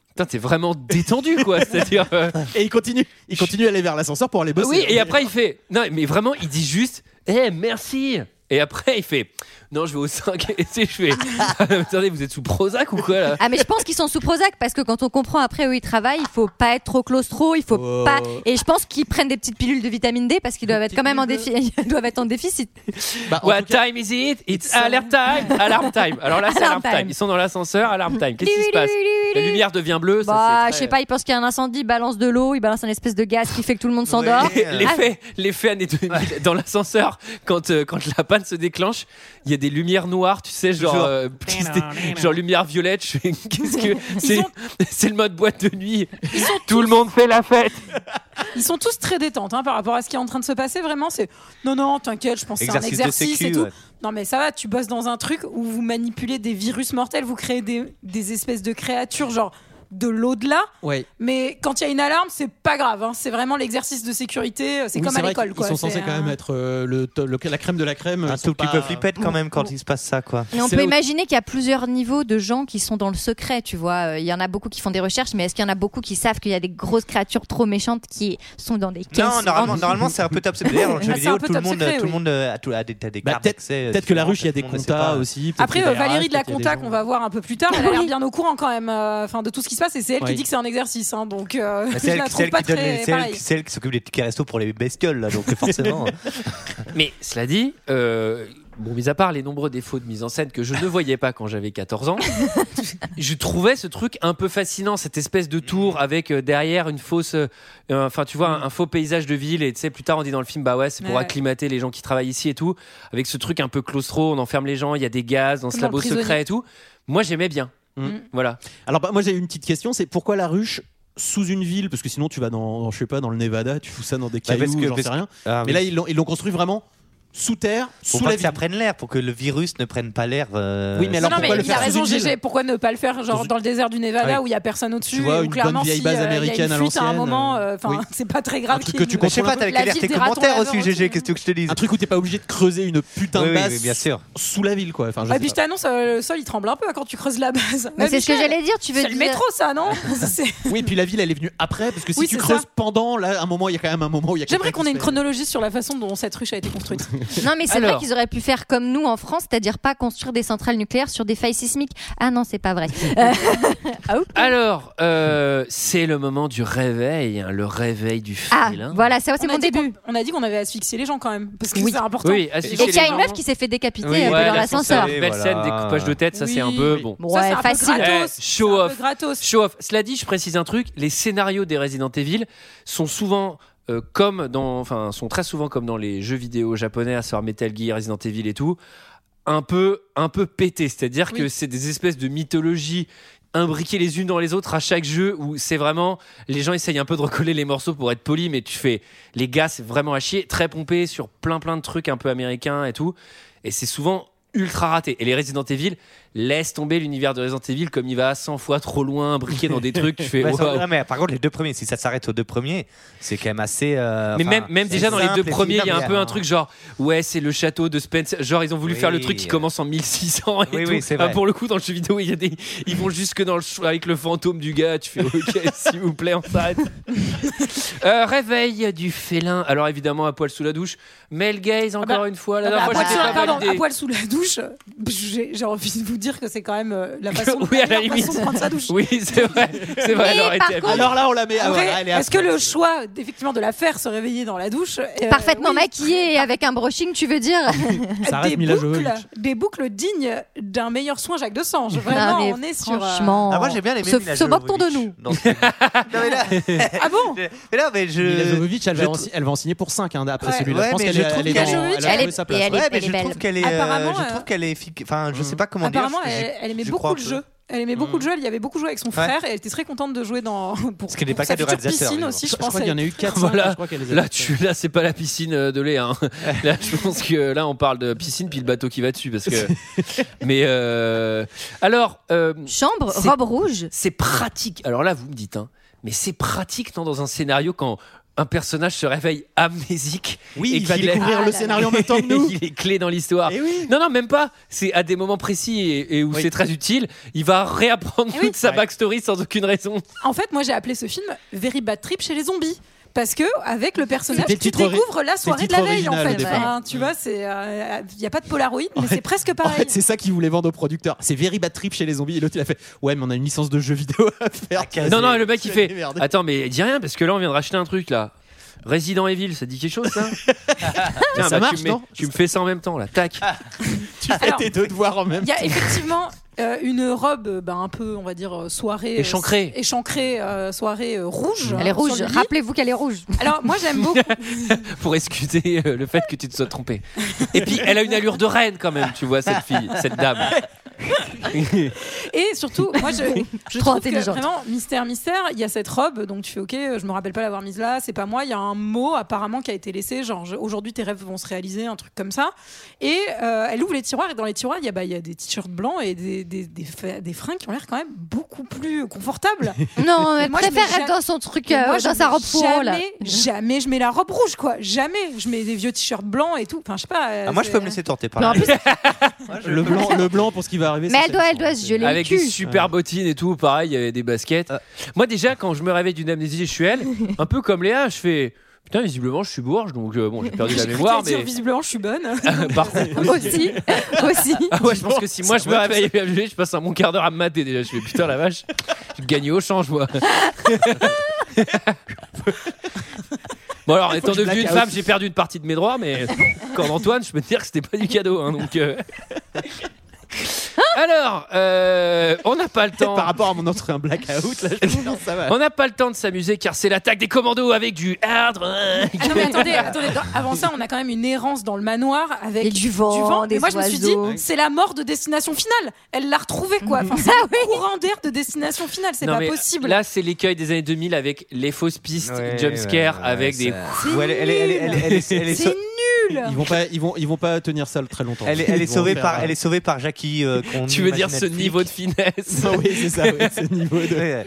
[SPEAKER 1] Putain, t'es vraiment détendu, quoi. C'est-à-dire. euh,
[SPEAKER 7] Ah,
[SPEAKER 3] Et il continue, il continue à aller vers l'ascenseur pour aller
[SPEAKER 7] bah,
[SPEAKER 3] bosser.
[SPEAKER 1] oui, et après il fait. Non, mais vraiment, il dit juste Eh, merci Et après, il fait Non, je vais au 5. Et tu sais, je fais Ah, Attendez, vous êtes sous Prozac ou quoi là
[SPEAKER 7] Ah mais je pense qu'ils sont sous Prozac parce que quand on comprend après où ils travaillent, il faut pas être trop claustro, il faut
[SPEAKER 1] Oh.
[SPEAKER 7] pas et je pense qu'ils prennent des petites pilules de vitamine D parce qu'ils doivent être quand même en défi, ils doivent être en déficit. Bah,
[SPEAKER 1] What time is it It's alarm time Alarm time Alors là, c'est alarm
[SPEAKER 7] Alarm
[SPEAKER 1] time.
[SPEAKER 7] time.
[SPEAKER 1] Ils sont dans l'ascenseur, alarm time. Qu'est-ce qui se passe La lumière devient bleue. ça,
[SPEAKER 7] bah,
[SPEAKER 1] c'est
[SPEAKER 7] je
[SPEAKER 1] très-
[SPEAKER 7] sais pas, ils pensent qu'il y a un incendie, ils balancent de l'eau, ils balancent un espèce de gaz qui fait que tout le monde s'endort.
[SPEAKER 1] Et
[SPEAKER 7] Ah,
[SPEAKER 1] L'effet, l'effet années 2000, dans l'ascenseur, quand, euh, quand la panne se déclenche, il y a des lumières noires, tu sais, genre,
[SPEAKER 12] Toujours.
[SPEAKER 1] euh, c'était- genre lumière violette. je fais, Qu'est-ce que c'est C'est le mode boîte de nuit. Tout le monde fait la fête.
[SPEAKER 11] Ils sont tous très détentes hein, par rapport à ce qui est en train de se passer. Vraiment, c'est non, non, t'inquiète, je pense que c'est un
[SPEAKER 12] Exercice de
[SPEAKER 11] exercice
[SPEAKER 12] sécu,
[SPEAKER 11] et tout.
[SPEAKER 12] ouais.
[SPEAKER 11] Non, mais ça va, tu bosses dans un truc où vous manipulez des virus mortels, vous créez des, des espèces de créatures, genre de l'au-delà.
[SPEAKER 3] Ouais.
[SPEAKER 11] Mais quand il y a une alarme, c'est pas grave. hein. C'est vraiment l'exercice de sécurité. euh, C'est
[SPEAKER 3] Oui,
[SPEAKER 11] comme à
[SPEAKER 3] vrai
[SPEAKER 11] l'école.
[SPEAKER 3] qu'ils
[SPEAKER 11] quoi.
[SPEAKER 3] sont censés
[SPEAKER 11] C'est
[SPEAKER 3] quand
[SPEAKER 11] un-
[SPEAKER 3] même être euh, le, to- le- la crème de la
[SPEAKER 1] Ah,
[SPEAKER 3] crème.
[SPEAKER 12] Un tout petit peu flippette quand même quand il se passe ça, quoi.
[SPEAKER 7] Et on
[SPEAKER 3] C'est
[SPEAKER 7] peut
[SPEAKER 3] là où-
[SPEAKER 7] imaginer qu'il y a plusieurs niveaux de gens qui sont dans le secret, tu vois. Euh, Il y en a beaucoup qui font des recherches, mais est-ce qu'il y en a beaucoup qui savent qu'il y a des grosses créatures trop méchantes qui sont dans des caisses
[SPEAKER 12] Non, normalement,
[SPEAKER 7] en-
[SPEAKER 12] normalement c'est un peu top secret. D'ailleurs, dans le jeu
[SPEAKER 11] C'est un
[SPEAKER 12] vidéo,
[SPEAKER 11] peu
[SPEAKER 12] tout le
[SPEAKER 11] top
[SPEAKER 12] monde,
[SPEAKER 11] secret,
[SPEAKER 12] tout le
[SPEAKER 11] oui.
[SPEAKER 12] monde euh, a, tout- a des, a des
[SPEAKER 3] Bah,
[SPEAKER 12] cartes
[SPEAKER 3] peut-être-
[SPEAKER 12] d'accès, euh,
[SPEAKER 3] Peut-être que la
[SPEAKER 12] différentes,
[SPEAKER 3] ruche, il y a des
[SPEAKER 12] tout le monde ne sait
[SPEAKER 3] comptas
[SPEAKER 12] pas.
[SPEAKER 3] aussi. peut-être
[SPEAKER 11] Après,
[SPEAKER 3] qu'il y a
[SPEAKER 11] euh,
[SPEAKER 3] des
[SPEAKER 11] Valérie
[SPEAKER 3] RH,
[SPEAKER 11] de la
[SPEAKER 3] peut-être qu'il y a des
[SPEAKER 11] Conta,
[SPEAKER 3] gens. euh.
[SPEAKER 11] qu'on va voir un peu plus tard, elle a l'air bien au courant quand même euh, enfin, de tout ce qui se passe et c'est elle
[SPEAKER 3] Oui.
[SPEAKER 11] qui dit que c'est un exercice. hein, donc, euh,
[SPEAKER 12] Bah,
[SPEAKER 11] je
[SPEAKER 12] C'est elle,
[SPEAKER 11] la
[SPEAKER 12] qui-
[SPEAKER 11] trouve
[SPEAKER 12] c'est elle
[SPEAKER 11] pas
[SPEAKER 12] qui donne les-
[SPEAKER 11] très
[SPEAKER 12] c'est elle
[SPEAKER 11] pareille.
[SPEAKER 12] qui- c'est elle qui s'occupe des tickets resto pour les bestioles, là, donc forcément.
[SPEAKER 1] Mais cela dit, euh, bon, mis à part les nombreux défauts de mise en scène que je ne voyais pas quand j'avais 14 ans, je trouvais ce truc un peu fascinant, cette espèce de tour avec euh, derrière une fausse, euh, euh, enfin tu vois, un, un faux paysage de ville. Et tu sais, plus tard on dit dans le film, bah ouais, c'est pour
[SPEAKER 11] Ouais.
[SPEAKER 1] acclimater les gens qui travaillent ici et tout, avec ce truc un peu claustro, on enferme les gens, il y a des gaz dans ce
[SPEAKER 11] Comme dans
[SPEAKER 1] labo
[SPEAKER 11] le prisonnier.
[SPEAKER 1] secret et tout. Moi j'aimais bien.
[SPEAKER 7] Mm.
[SPEAKER 1] Mm. Voilà.
[SPEAKER 3] Alors, bah, moi, j'ai une petite question c'est pourquoi la ruche sous une ville Parce que sinon, tu vas dans, dans, je sais pas, dans le Nevada, tu fous ça dans des
[SPEAKER 12] Bah,
[SPEAKER 3] cailloux,
[SPEAKER 12] parce que-
[SPEAKER 3] j'en
[SPEAKER 12] parce
[SPEAKER 3] sais rien.
[SPEAKER 12] que- Ah,
[SPEAKER 3] Mais
[SPEAKER 12] oui.
[SPEAKER 3] là, ils l'ont ils l'ont construit vraiment sous terre,
[SPEAKER 12] Pour
[SPEAKER 3] sous
[SPEAKER 12] pas
[SPEAKER 3] la
[SPEAKER 12] que ça
[SPEAKER 3] ville.
[SPEAKER 12] prenne l'air, pour que le virus ne prenne pas l'air. euh,
[SPEAKER 3] Oui, mais alors
[SPEAKER 11] non,
[SPEAKER 3] pourquoi
[SPEAKER 11] mais
[SPEAKER 3] le
[SPEAKER 11] il
[SPEAKER 3] faire
[SPEAKER 11] a
[SPEAKER 3] sous
[SPEAKER 11] raison,
[SPEAKER 3] une ville
[SPEAKER 11] GG. Pourquoi ne pas le faire genre
[SPEAKER 3] une-
[SPEAKER 11] dans le désert du
[SPEAKER 3] Ouais.
[SPEAKER 11] Nevada où il y a personne au-dessus
[SPEAKER 3] Tu vois,
[SPEAKER 11] et où
[SPEAKER 3] une bonne
[SPEAKER 11] clairement,
[SPEAKER 3] vieille
[SPEAKER 11] si,
[SPEAKER 3] base
[SPEAKER 11] euh, il y a
[SPEAKER 3] américaine à
[SPEAKER 11] une fuite à un
[SPEAKER 3] l'ancienne,
[SPEAKER 11] moment,
[SPEAKER 3] euh,
[SPEAKER 11] euh, enfin,
[SPEAKER 3] oui.
[SPEAKER 11] c'est pas très grave.
[SPEAKER 3] Un truc
[SPEAKER 11] qu'il y
[SPEAKER 3] que
[SPEAKER 11] ait
[SPEAKER 3] tu
[SPEAKER 11] une-
[SPEAKER 12] Bah, je sais pas, t'avais
[SPEAKER 11] La
[SPEAKER 12] qu'à lire
[SPEAKER 11] ville
[SPEAKER 12] tes
[SPEAKER 11] des ratons
[SPEAKER 12] commentaires
[SPEAKER 11] laveurs
[SPEAKER 12] aussi, GG, qu'est-ce que tu veux que je te dise
[SPEAKER 3] Un truc où t'es pas obligé de creuser une putain
[SPEAKER 12] Oui,
[SPEAKER 3] de
[SPEAKER 12] oui,
[SPEAKER 3] base
[SPEAKER 12] oui, bien sûr.
[SPEAKER 3] sous la ville, quoi. Enfin, je
[SPEAKER 11] Ah,
[SPEAKER 3] sais
[SPEAKER 11] puis je
[SPEAKER 3] pas.
[SPEAKER 11] t'annonce, euh, le sol il tremble un peu quand tu creuses la base.
[SPEAKER 7] Mais c'est ce que
[SPEAKER 11] Michel,
[SPEAKER 7] j'allais dire, tu veux
[SPEAKER 11] C'est le
[SPEAKER 7] dire-
[SPEAKER 11] métro, ça, non C'est-
[SPEAKER 3] Oui, puis la ville, elle est venue après, parce que si
[SPEAKER 11] Oui,
[SPEAKER 3] tu
[SPEAKER 11] c'est
[SPEAKER 3] creuses
[SPEAKER 11] ça.
[SPEAKER 3] pendant, là, à un moment, il y a quand même un moment où il y a.
[SPEAKER 11] J'aimerais
[SPEAKER 3] quelqu'un
[SPEAKER 11] qu'on ait
[SPEAKER 3] qui
[SPEAKER 11] une
[SPEAKER 3] se
[SPEAKER 11] chronologie sur la façon dont cette ruche a été construite.
[SPEAKER 7] Non, mais c'est vrai
[SPEAKER 3] Alors.
[SPEAKER 7] qu'ils auraient pu faire comme nous en France, c'est-à-dire pas construire des centrales nucléaires sur des failles sismiques. Ah non, c'est pas vrai. Euh,
[SPEAKER 1] Alors, euh, c'est le moment du réveil, hein, le réveil du
[SPEAKER 7] ah,
[SPEAKER 1] fil. hein.
[SPEAKER 7] voilà, ça c'est
[SPEAKER 11] On a
[SPEAKER 7] mon
[SPEAKER 11] dit
[SPEAKER 7] début.
[SPEAKER 11] qu'on- On a dit qu'on avait asphyxié les gens quand même, parce que c'est important.
[SPEAKER 1] Oui,
[SPEAKER 7] Et
[SPEAKER 1] assis chez
[SPEAKER 7] qu'il y a
[SPEAKER 1] les
[SPEAKER 7] une
[SPEAKER 1] gens.
[SPEAKER 7] meuf qui s'est fait décapiter
[SPEAKER 1] Oui,
[SPEAKER 7] euh,
[SPEAKER 1] ouais,
[SPEAKER 7] dans l'ascenseur.
[SPEAKER 1] Belle scène, découpage de tête, ça
[SPEAKER 11] Oui.
[SPEAKER 1] c'est un peu bon.
[SPEAKER 7] Bon,
[SPEAKER 11] Ça, c'est
[SPEAKER 7] ouais,
[SPEAKER 11] un peu
[SPEAKER 7] facile.
[SPEAKER 11] gratos.
[SPEAKER 1] Eh, show
[SPEAKER 11] C'est un
[SPEAKER 1] off.
[SPEAKER 11] peu gratos.
[SPEAKER 1] Show off. Cela dit, je précise un truc les scénarios des Resident Evil sont souvent. euh, comme dans, enfin, sont très souvent comme dans les jeux vidéo japonais, à savoir Metal Gear, Resident Evil et tout, un peu, un peu pété. C'est-à-dire que
[SPEAKER 11] Oui.
[SPEAKER 1] c'est des espèces de mythologies imbriquées les unes dans les autres à chaque jeu où c'est vraiment les gens essayent un peu de recoller les morceaux pour être polis, mais tu fais les gars, c'est vraiment à chier, très pompé sur plein plein de trucs un peu américains et tout, et c'est souvent ultra raté. Et les Resident Evil laissent tomber l'univers de Resident Evil comme il va 100 fois trop loin, briqué dans des trucs, tu fais
[SPEAKER 12] Ouais, Bah, ça-
[SPEAKER 1] waouh.
[SPEAKER 12] non, mais par contre, les deux premiers, si ça s'arrête aux deux premiers, c'est quand même assez. euh,
[SPEAKER 1] Mais
[SPEAKER 12] enfin,
[SPEAKER 1] même, même
[SPEAKER 12] c'est
[SPEAKER 1] déjà dans les
[SPEAKER 12] simple
[SPEAKER 1] deux
[SPEAKER 12] et
[SPEAKER 1] premiers, il y a un
[SPEAKER 12] familial,
[SPEAKER 1] peu un
[SPEAKER 12] hein.
[SPEAKER 1] truc genre, ouais, c'est le château de Spencer. Genre, ils ont voulu
[SPEAKER 12] Oui.
[SPEAKER 1] faire le truc qui commence en 1600 et
[SPEAKER 12] Oui,
[SPEAKER 1] tout.
[SPEAKER 12] oui, c'est
[SPEAKER 1] Ah,
[SPEAKER 12] vrai.
[SPEAKER 1] pour le coup, dans le jeu vidéo, il y a des... ils vont jusque dans le ch- avec le fantôme du gars. Tu fais, ok, s'il vous plaît, on s'arrête. Euh, réveil du félin. Alors, évidemment, à poil sous la douche. Mel Gaze, encore une fois. La
[SPEAKER 11] Ah bah,
[SPEAKER 1] dernière fois,
[SPEAKER 11] à, poil
[SPEAKER 1] j'étais
[SPEAKER 11] sous la,
[SPEAKER 1] pas
[SPEAKER 11] pardon, à
[SPEAKER 1] validé.
[SPEAKER 11] poil sous la douche, j'ai j'ai envie de vous dire que c'est quand même euh, la façon,
[SPEAKER 1] Oui, à la
[SPEAKER 11] meilleure
[SPEAKER 1] limite.
[SPEAKER 11] façon de prendre sa douche.
[SPEAKER 1] Oui, c'est vrai. C'est vrai,
[SPEAKER 11] Mais
[SPEAKER 1] elle aurait
[SPEAKER 11] par
[SPEAKER 1] été
[SPEAKER 11] contre-
[SPEAKER 1] habillée.
[SPEAKER 3] Alors là, on la met. ah,
[SPEAKER 11] Après,
[SPEAKER 3] voilà, elle est à
[SPEAKER 11] Est-ce que
[SPEAKER 3] poil.
[SPEAKER 11] le choix effectivement de la faire se réveiller dans la douche, euh,
[SPEAKER 7] Parfaitement
[SPEAKER 11] oui, Euh,
[SPEAKER 7] maquillée et avec un brushing, tu veux dire
[SPEAKER 3] Ça reste
[SPEAKER 11] des
[SPEAKER 3] Mila
[SPEAKER 11] boucles,
[SPEAKER 3] Jovovich.
[SPEAKER 11] des boucles dignes d'un meilleur soin Jacques Dessange. Vraiment,
[SPEAKER 7] Non, mais
[SPEAKER 11] on est sur. euh,
[SPEAKER 7] Franchement.
[SPEAKER 12] Ah, moi j'ai bien les
[SPEAKER 7] se, se moque-t-on de nous
[SPEAKER 12] mais là,
[SPEAKER 11] Ah bon
[SPEAKER 12] mais là, mais je.
[SPEAKER 3] Mila Jovovich, elle,
[SPEAKER 12] je
[SPEAKER 3] va en-
[SPEAKER 12] trou-
[SPEAKER 3] elle va en signer pour hein, 5 après
[SPEAKER 11] Ouais.
[SPEAKER 3] celui-là.
[SPEAKER 12] Ouais,
[SPEAKER 3] je pense
[SPEAKER 12] mais
[SPEAKER 3] qu'elle
[SPEAKER 12] je
[SPEAKER 3] est,
[SPEAKER 12] trouve
[SPEAKER 3] est
[SPEAKER 12] qu'elle-
[SPEAKER 3] dans-
[SPEAKER 11] Jovovich,
[SPEAKER 3] elle a
[SPEAKER 7] elle
[SPEAKER 3] trouvé
[SPEAKER 7] est-
[SPEAKER 3] sa
[SPEAKER 7] et
[SPEAKER 3] place.
[SPEAKER 7] elle est-
[SPEAKER 12] Ouais, mais je
[SPEAKER 7] belle.
[SPEAKER 12] trouve qu'elle est. euh,
[SPEAKER 11] Apparemment,
[SPEAKER 12] je
[SPEAKER 11] euh,
[SPEAKER 12] trouve qu'elle est. effic- Enfin, je sais pas comment dire.
[SPEAKER 11] Apparemment,
[SPEAKER 12] je- je-
[SPEAKER 11] elle, elle aimait
[SPEAKER 12] je
[SPEAKER 11] beaucoup
[SPEAKER 12] crois
[SPEAKER 11] le
[SPEAKER 12] un peu.
[SPEAKER 11] jeu. Elle aimait
[SPEAKER 3] Hmm.
[SPEAKER 11] beaucoup le jeu. Elle y avait beaucoup joué avec son frère et elle était très contente de jouer dans pour,
[SPEAKER 12] qu'elle est
[SPEAKER 11] pour
[SPEAKER 12] pas
[SPEAKER 11] sa
[SPEAKER 12] que de
[SPEAKER 11] future
[SPEAKER 12] réalisateur,
[SPEAKER 11] piscine
[SPEAKER 12] évidemment.
[SPEAKER 11] aussi. Je,
[SPEAKER 3] Je
[SPEAKER 11] pense.
[SPEAKER 3] crois qu'il y en a eu 4
[SPEAKER 1] Voilà.
[SPEAKER 3] je crois qu'elle les a
[SPEAKER 1] Là,
[SPEAKER 3] faites.
[SPEAKER 1] tu, là, c'est pas la piscine euh, de lait. hein. Là, je pense que là, on parle de piscine puis le bateau qui va dessus parce que. Mais euh, alors, euh,
[SPEAKER 7] Chambre,
[SPEAKER 1] C'est-
[SPEAKER 7] robe rouge.
[SPEAKER 1] c'est pratique. Alors là, vous me dites, hein, mais c'est pratique non dans un scénario quand un personnage se réveille amnésique.
[SPEAKER 3] Oui,
[SPEAKER 1] et
[SPEAKER 3] il va
[SPEAKER 1] qu'il est-
[SPEAKER 3] découvrir
[SPEAKER 11] Ah
[SPEAKER 3] le
[SPEAKER 11] là
[SPEAKER 3] scénario en même temps que nous.
[SPEAKER 1] Il est clé dans l'histoire.
[SPEAKER 3] Eh oui.
[SPEAKER 1] Non, non, même pas. C'est à des moments précis et, et où
[SPEAKER 3] Oui.
[SPEAKER 1] c'est très utile. Il va réapprendre
[SPEAKER 11] Eh
[SPEAKER 1] toute
[SPEAKER 11] oui.
[SPEAKER 1] sa
[SPEAKER 3] Ouais.
[SPEAKER 1] backstory sans aucune raison.
[SPEAKER 11] En fait, moi, j'ai appelé ce film Very Bad Trip chez les zombies. Parce que avec le personnage,
[SPEAKER 3] C'était le
[SPEAKER 11] tu
[SPEAKER 3] titre ori-
[SPEAKER 11] découvres la soirée de la
[SPEAKER 3] titre
[SPEAKER 11] veille en
[SPEAKER 3] original,
[SPEAKER 11] fait.
[SPEAKER 3] au départ.
[SPEAKER 11] Enfin, tu vois, c'est euh, il y a pas de Polaroid,
[SPEAKER 3] En
[SPEAKER 11] mais
[SPEAKER 3] fait-
[SPEAKER 11] c'est presque
[SPEAKER 3] En
[SPEAKER 11] pareil.
[SPEAKER 3] fait, c'est ça qu'ils voulaient vendre aux producteurs. C'est Very Bad Trip chez les zombies. Et l'autre, il a fait Ouais, mais on a une licence de jeu vidéo à
[SPEAKER 12] Ah,
[SPEAKER 3] faire.
[SPEAKER 1] Non, non, le mec il
[SPEAKER 3] Je
[SPEAKER 1] fait
[SPEAKER 3] vais démerder.
[SPEAKER 1] Attends, mais dis rien parce que là on vient de racheter un truc là. Resident Evil, ça dit quelque chose ça Tiens, bah,
[SPEAKER 3] Ça
[SPEAKER 1] tu
[SPEAKER 3] marche,
[SPEAKER 1] me mets-
[SPEAKER 3] non
[SPEAKER 1] tu me fais ça en même temps là, tac.
[SPEAKER 3] Tu fais
[SPEAKER 11] Alors,
[SPEAKER 3] tes deux devoirs en même
[SPEAKER 11] Il y a effectivement euh, une robe, euh, ben, un peu, on va dire euh, soirée euh,
[SPEAKER 1] Échancrée.
[SPEAKER 11] échancrée euh, soirée euh, rouge.
[SPEAKER 3] Mmh.
[SPEAKER 7] Elle est
[SPEAKER 11] hein, sur
[SPEAKER 7] rouge.
[SPEAKER 11] le lit.
[SPEAKER 3] Ah.
[SPEAKER 7] Rappelez-vous qu'elle est rouge.
[SPEAKER 11] Alors moi j'aime beaucoup.
[SPEAKER 1] Pour excuser euh, le fait que tu te sois trompé. Et puis elle a une allure de reine quand même, tu vois cette fille, cette dame.
[SPEAKER 11] Et surtout, moi, je, je
[SPEAKER 7] Trop
[SPEAKER 11] trouve que
[SPEAKER 7] intelligente.
[SPEAKER 11] vraiment, mystère, mystère, il y a cette robe, donc tu fais OK, euh, je me rappelle pas l'avoir mise là, c'est pas moi. Il y a un mot apparemment qui a été laissé, genre je- aujourd'hui tes rêves vont se réaliser, un truc comme ça. Et euh, elle ouvre les tiroirs, et dans les tiroirs, il y a, bah, il y a des t-shirts blancs et des, des, des, fa- des fringues qui ont l'air quand même beaucoup plus confortables.
[SPEAKER 7] Non, elle
[SPEAKER 11] moi, je
[SPEAKER 7] préfère
[SPEAKER 11] mets
[SPEAKER 7] être
[SPEAKER 11] ja-
[SPEAKER 7] dans son truc,
[SPEAKER 11] Et
[SPEAKER 7] euh,
[SPEAKER 11] moi, je
[SPEAKER 7] dans sa
[SPEAKER 11] mets
[SPEAKER 7] robe fourreau là.
[SPEAKER 11] Jamais, jamais, je mets la robe rouge, quoi. Jamais. Je mets des vieux t-shirts blancs et tout. Enfin, je sais pas. euh,
[SPEAKER 12] Ah, moi, je
[SPEAKER 11] c'est-
[SPEAKER 12] peux me laisser tenter par
[SPEAKER 11] Mais en
[SPEAKER 12] là.
[SPEAKER 11] plus,
[SPEAKER 12] Moi, je
[SPEAKER 3] Le
[SPEAKER 12] peux-
[SPEAKER 3] blanc, le blanc pour ce qui va arriver.
[SPEAKER 7] Mais
[SPEAKER 3] c'est
[SPEAKER 7] elle doit- elle
[SPEAKER 3] ça,
[SPEAKER 7] doit
[SPEAKER 3] c'est-
[SPEAKER 7] se geler. les
[SPEAKER 1] Avec
[SPEAKER 7] culs.
[SPEAKER 1] des super bottines et tout, pareil, il y avait des baskets.
[SPEAKER 12] Ah.
[SPEAKER 1] Moi déjà, quand je me réveille d'une amnésie, je suis elle, un peu comme Léa, je fais Putain, visiblement je suis bourge, donc euh, bon, j'ai perdu la
[SPEAKER 11] j'ai cru
[SPEAKER 1] mémoire,
[SPEAKER 11] qu'elle
[SPEAKER 1] mais.
[SPEAKER 11] dire, visiblement, je suis bonne.
[SPEAKER 1] Par contre,
[SPEAKER 7] aussi, aussi.
[SPEAKER 1] Ah ouais, je pense que si moi je me réveille je passe un bon quart d'heure à me mater déjà. Je fais putain la vache, je gagne au change moi. bon alors, étant
[SPEAKER 3] que je
[SPEAKER 1] devenu une
[SPEAKER 3] blackout.
[SPEAKER 1] femme, j'ai perdu une partie de mes droits, mais quand Antoine, je peux te dire que c'était pas du cadeau. hein, donc, euh. alors, euh, on n'a pas le temps.
[SPEAKER 3] Par rapport à mon entrée en blackout, là, je pense que ça va.
[SPEAKER 1] On n'a pas le temps de s'amuser car c'est l'attaque des commandos avec du hard. rock.
[SPEAKER 11] Ah non, mais attendez, attendez, dans- avant ça, on a quand même une errance dans le manoir avec
[SPEAKER 7] Et du vent, des
[SPEAKER 11] Et moi, je me suis dit,
[SPEAKER 7] oiseaux. Mm-hmm.
[SPEAKER 11] c'est la mort de destination finale. Elle l'a retrouvée, quoi. Enfin, c'est
[SPEAKER 7] Ah
[SPEAKER 11] le courant d'air de destination finale. C'est
[SPEAKER 1] Non,
[SPEAKER 11] pas
[SPEAKER 1] mais
[SPEAKER 11] possible.
[SPEAKER 1] Là, c'est l'écueil des années 2000 avec les fausses pistes,
[SPEAKER 12] Ouais,
[SPEAKER 1] jumpscare,
[SPEAKER 12] ouais, ouais,
[SPEAKER 1] avec des
[SPEAKER 12] ça- Ouais, elle- elle- elle- elle- elle- elle- elle- elle- elle-
[SPEAKER 11] C'est nul. nul
[SPEAKER 3] Ils vont pas, ils vont, ils vont pas tenir ça très longtemps.
[SPEAKER 12] Elle est, elle est
[SPEAKER 3] Ils vont
[SPEAKER 12] sauvée
[SPEAKER 3] faire,
[SPEAKER 12] par,
[SPEAKER 3] euh,
[SPEAKER 12] elle est sauvée par Jackie. euh, qu'on
[SPEAKER 1] Tu veux dire
[SPEAKER 12] imagine
[SPEAKER 1] ce
[SPEAKER 12] être-
[SPEAKER 1] niveau de finesse
[SPEAKER 3] Ah oui, c'est ça, oui, ce niveau de.
[SPEAKER 11] Non,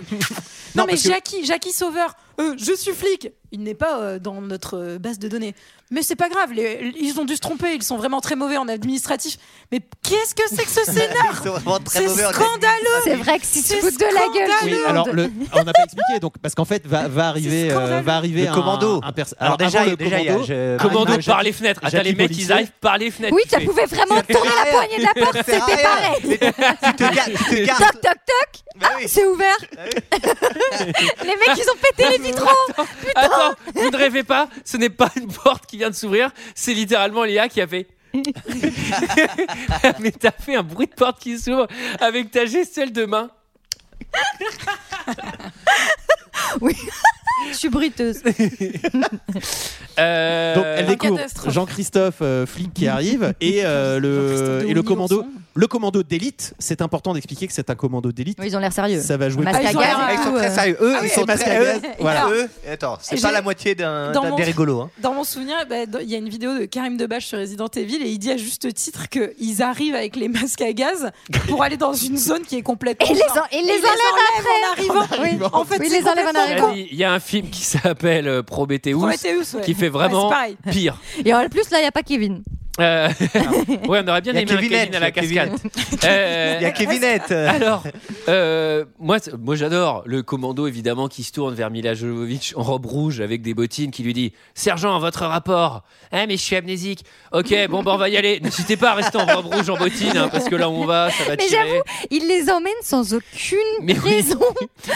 [SPEAKER 3] Non,
[SPEAKER 11] mais
[SPEAKER 3] parce que-
[SPEAKER 11] Jackie, Jackie Sauveur, euh, je suis flic. Il n'est pas euh, dans notre euh, base de données. Mais c'est pas grave, les- ils ont dû se tromper, ils sont vraiment très mauvais en administratif. Mais qu'est-ce que c'est que ce
[SPEAKER 12] Ils
[SPEAKER 11] scénar
[SPEAKER 12] sont vraiment très
[SPEAKER 11] C'est
[SPEAKER 12] mauvais en
[SPEAKER 11] scandaleux
[SPEAKER 7] C'est vrai que si tu
[SPEAKER 11] C'est
[SPEAKER 7] fous de la gueule,
[SPEAKER 3] Oui,
[SPEAKER 7] tu le
[SPEAKER 3] alors
[SPEAKER 7] demandes.
[SPEAKER 3] le- on n'a pas expliqué donc parce qu'en fait va, va arriver euh, va arriver
[SPEAKER 12] Le commando.
[SPEAKER 3] un, un perso-
[SPEAKER 12] Alors déjà,
[SPEAKER 3] avant le
[SPEAKER 12] déjà, il y a-
[SPEAKER 3] commando,
[SPEAKER 12] je-
[SPEAKER 1] Commando
[SPEAKER 3] arrive, euh,
[SPEAKER 1] Ah, par les fenêtres. Attends,
[SPEAKER 3] Jackie
[SPEAKER 1] les mecs, ils
[SPEAKER 3] policier.
[SPEAKER 1] arrives par les fenêtres.
[SPEAKER 7] Oui,
[SPEAKER 1] tu
[SPEAKER 7] ça
[SPEAKER 1] fais-
[SPEAKER 7] pouvait vraiment tourner la poignée de la porte, c'était pareil.
[SPEAKER 12] Tu te gardes, tu te gardes. Bah
[SPEAKER 7] Toc, toc, toc. Ah, c'est ouvert. Les mecs, ils ont pété les vitraux.
[SPEAKER 1] Attends, vous ne rêvez pas, ce n'est pas une porte qui vient de s'ouvrir, c'est littéralement Léa qui a fait. Mais t'as fait un bruit de porte qui s'ouvre avec ta gestuelle de main.
[SPEAKER 7] Je suis bruteuse.
[SPEAKER 1] Euh,
[SPEAKER 3] Donc elle découvre
[SPEAKER 11] catastrophe.
[SPEAKER 3] Jean-Christophe euh, flic qui arrive et euh, le
[SPEAKER 11] Jean-Christophe
[SPEAKER 3] et le
[SPEAKER 11] Dehaene,
[SPEAKER 3] commando
[SPEAKER 11] Lançon.
[SPEAKER 3] le commando d'élite. C'est important d'expliquer que c'est un commando d'élite.
[SPEAKER 7] Oui, Ils ont l'air sérieux.
[SPEAKER 3] Ça va jouer.
[SPEAKER 7] Masque
[SPEAKER 11] Ah,
[SPEAKER 7] à
[SPEAKER 11] ils ont
[SPEAKER 7] gaz
[SPEAKER 11] l'air-
[SPEAKER 7] et
[SPEAKER 12] Ah, ils sont
[SPEAKER 7] tout,
[SPEAKER 12] très
[SPEAKER 7] euh.
[SPEAKER 12] sérieux. Eux,
[SPEAKER 11] Ah oui,
[SPEAKER 12] ils sont
[SPEAKER 3] masque
[SPEAKER 12] très.
[SPEAKER 3] à
[SPEAKER 12] Eux,
[SPEAKER 3] gaz.
[SPEAKER 12] voilà.
[SPEAKER 11] Alors,
[SPEAKER 12] eux. Attends, c'est
[SPEAKER 11] j'ai-
[SPEAKER 12] pas la moitié d'un
[SPEAKER 11] Dans
[SPEAKER 12] d'un-
[SPEAKER 11] mon-
[SPEAKER 12] des rigolos. hein.
[SPEAKER 11] Dans mon souvenir, bah, dans- il y a une vidéo de Karim Debache sur Resident Evil et il dit à juste titre qu'ils arrivent avec les masques à gaz pour aller dans une zone qui est complètement.
[SPEAKER 7] Et les en- et les enlèvent Oh,
[SPEAKER 11] enlèvent en arrivant.
[SPEAKER 7] Oui.
[SPEAKER 11] En fait,
[SPEAKER 7] Oui,
[SPEAKER 11] c'est
[SPEAKER 7] les enlèvent en
[SPEAKER 11] complètement-
[SPEAKER 7] arrivant.
[SPEAKER 1] Mélanie, Il y a un film qui s'appelle euh, Prometheus
[SPEAKER 11] Prometheus, ouais.
[SPEAKER 1] qui fait
[SPEAKER 11] Ouais,
[SPEAKER 1] vraiment
[SPEAKER 11] c'est pareil.
[SPEAKER 1] pire.
[SPEAKER 7] Et en plus, là, il n'y a pas Kevin.
[SPEAKER 1] Euh, ouais, on aurait bien
[SPEAKER 12] Il y a
[SPEAKER 1] aimé un
[SPEAKER 12] Kevinette,
[SPEAKER 1] Kevin à la
[SPEAKER 12] il y a
[SPEAKER 1] cascade. Euh,
[SPEAKER 12] Il y a Kevinette. euh,
[SPEAKER 1] Alors, euh, moi, c'est- moi j'adore le commando évidemment qui se tourne vers Mila Jovovich en robe rouge avec des bottines qui lui dit Sergent, votre rapport Ah, mais je suis amnésique. Ok, bon, bah, on va y aller. N'hésitez pas à rester en robe rouge en bottines hein, parce que là où on va, ça va
[SPEAKER 7] Mais
[SPEAKER 1] tirer.
[SPEAKER 7] Il les emmène sans aucune
[SPEAKER 1] Mais oui.
[SPEAKER 7] raison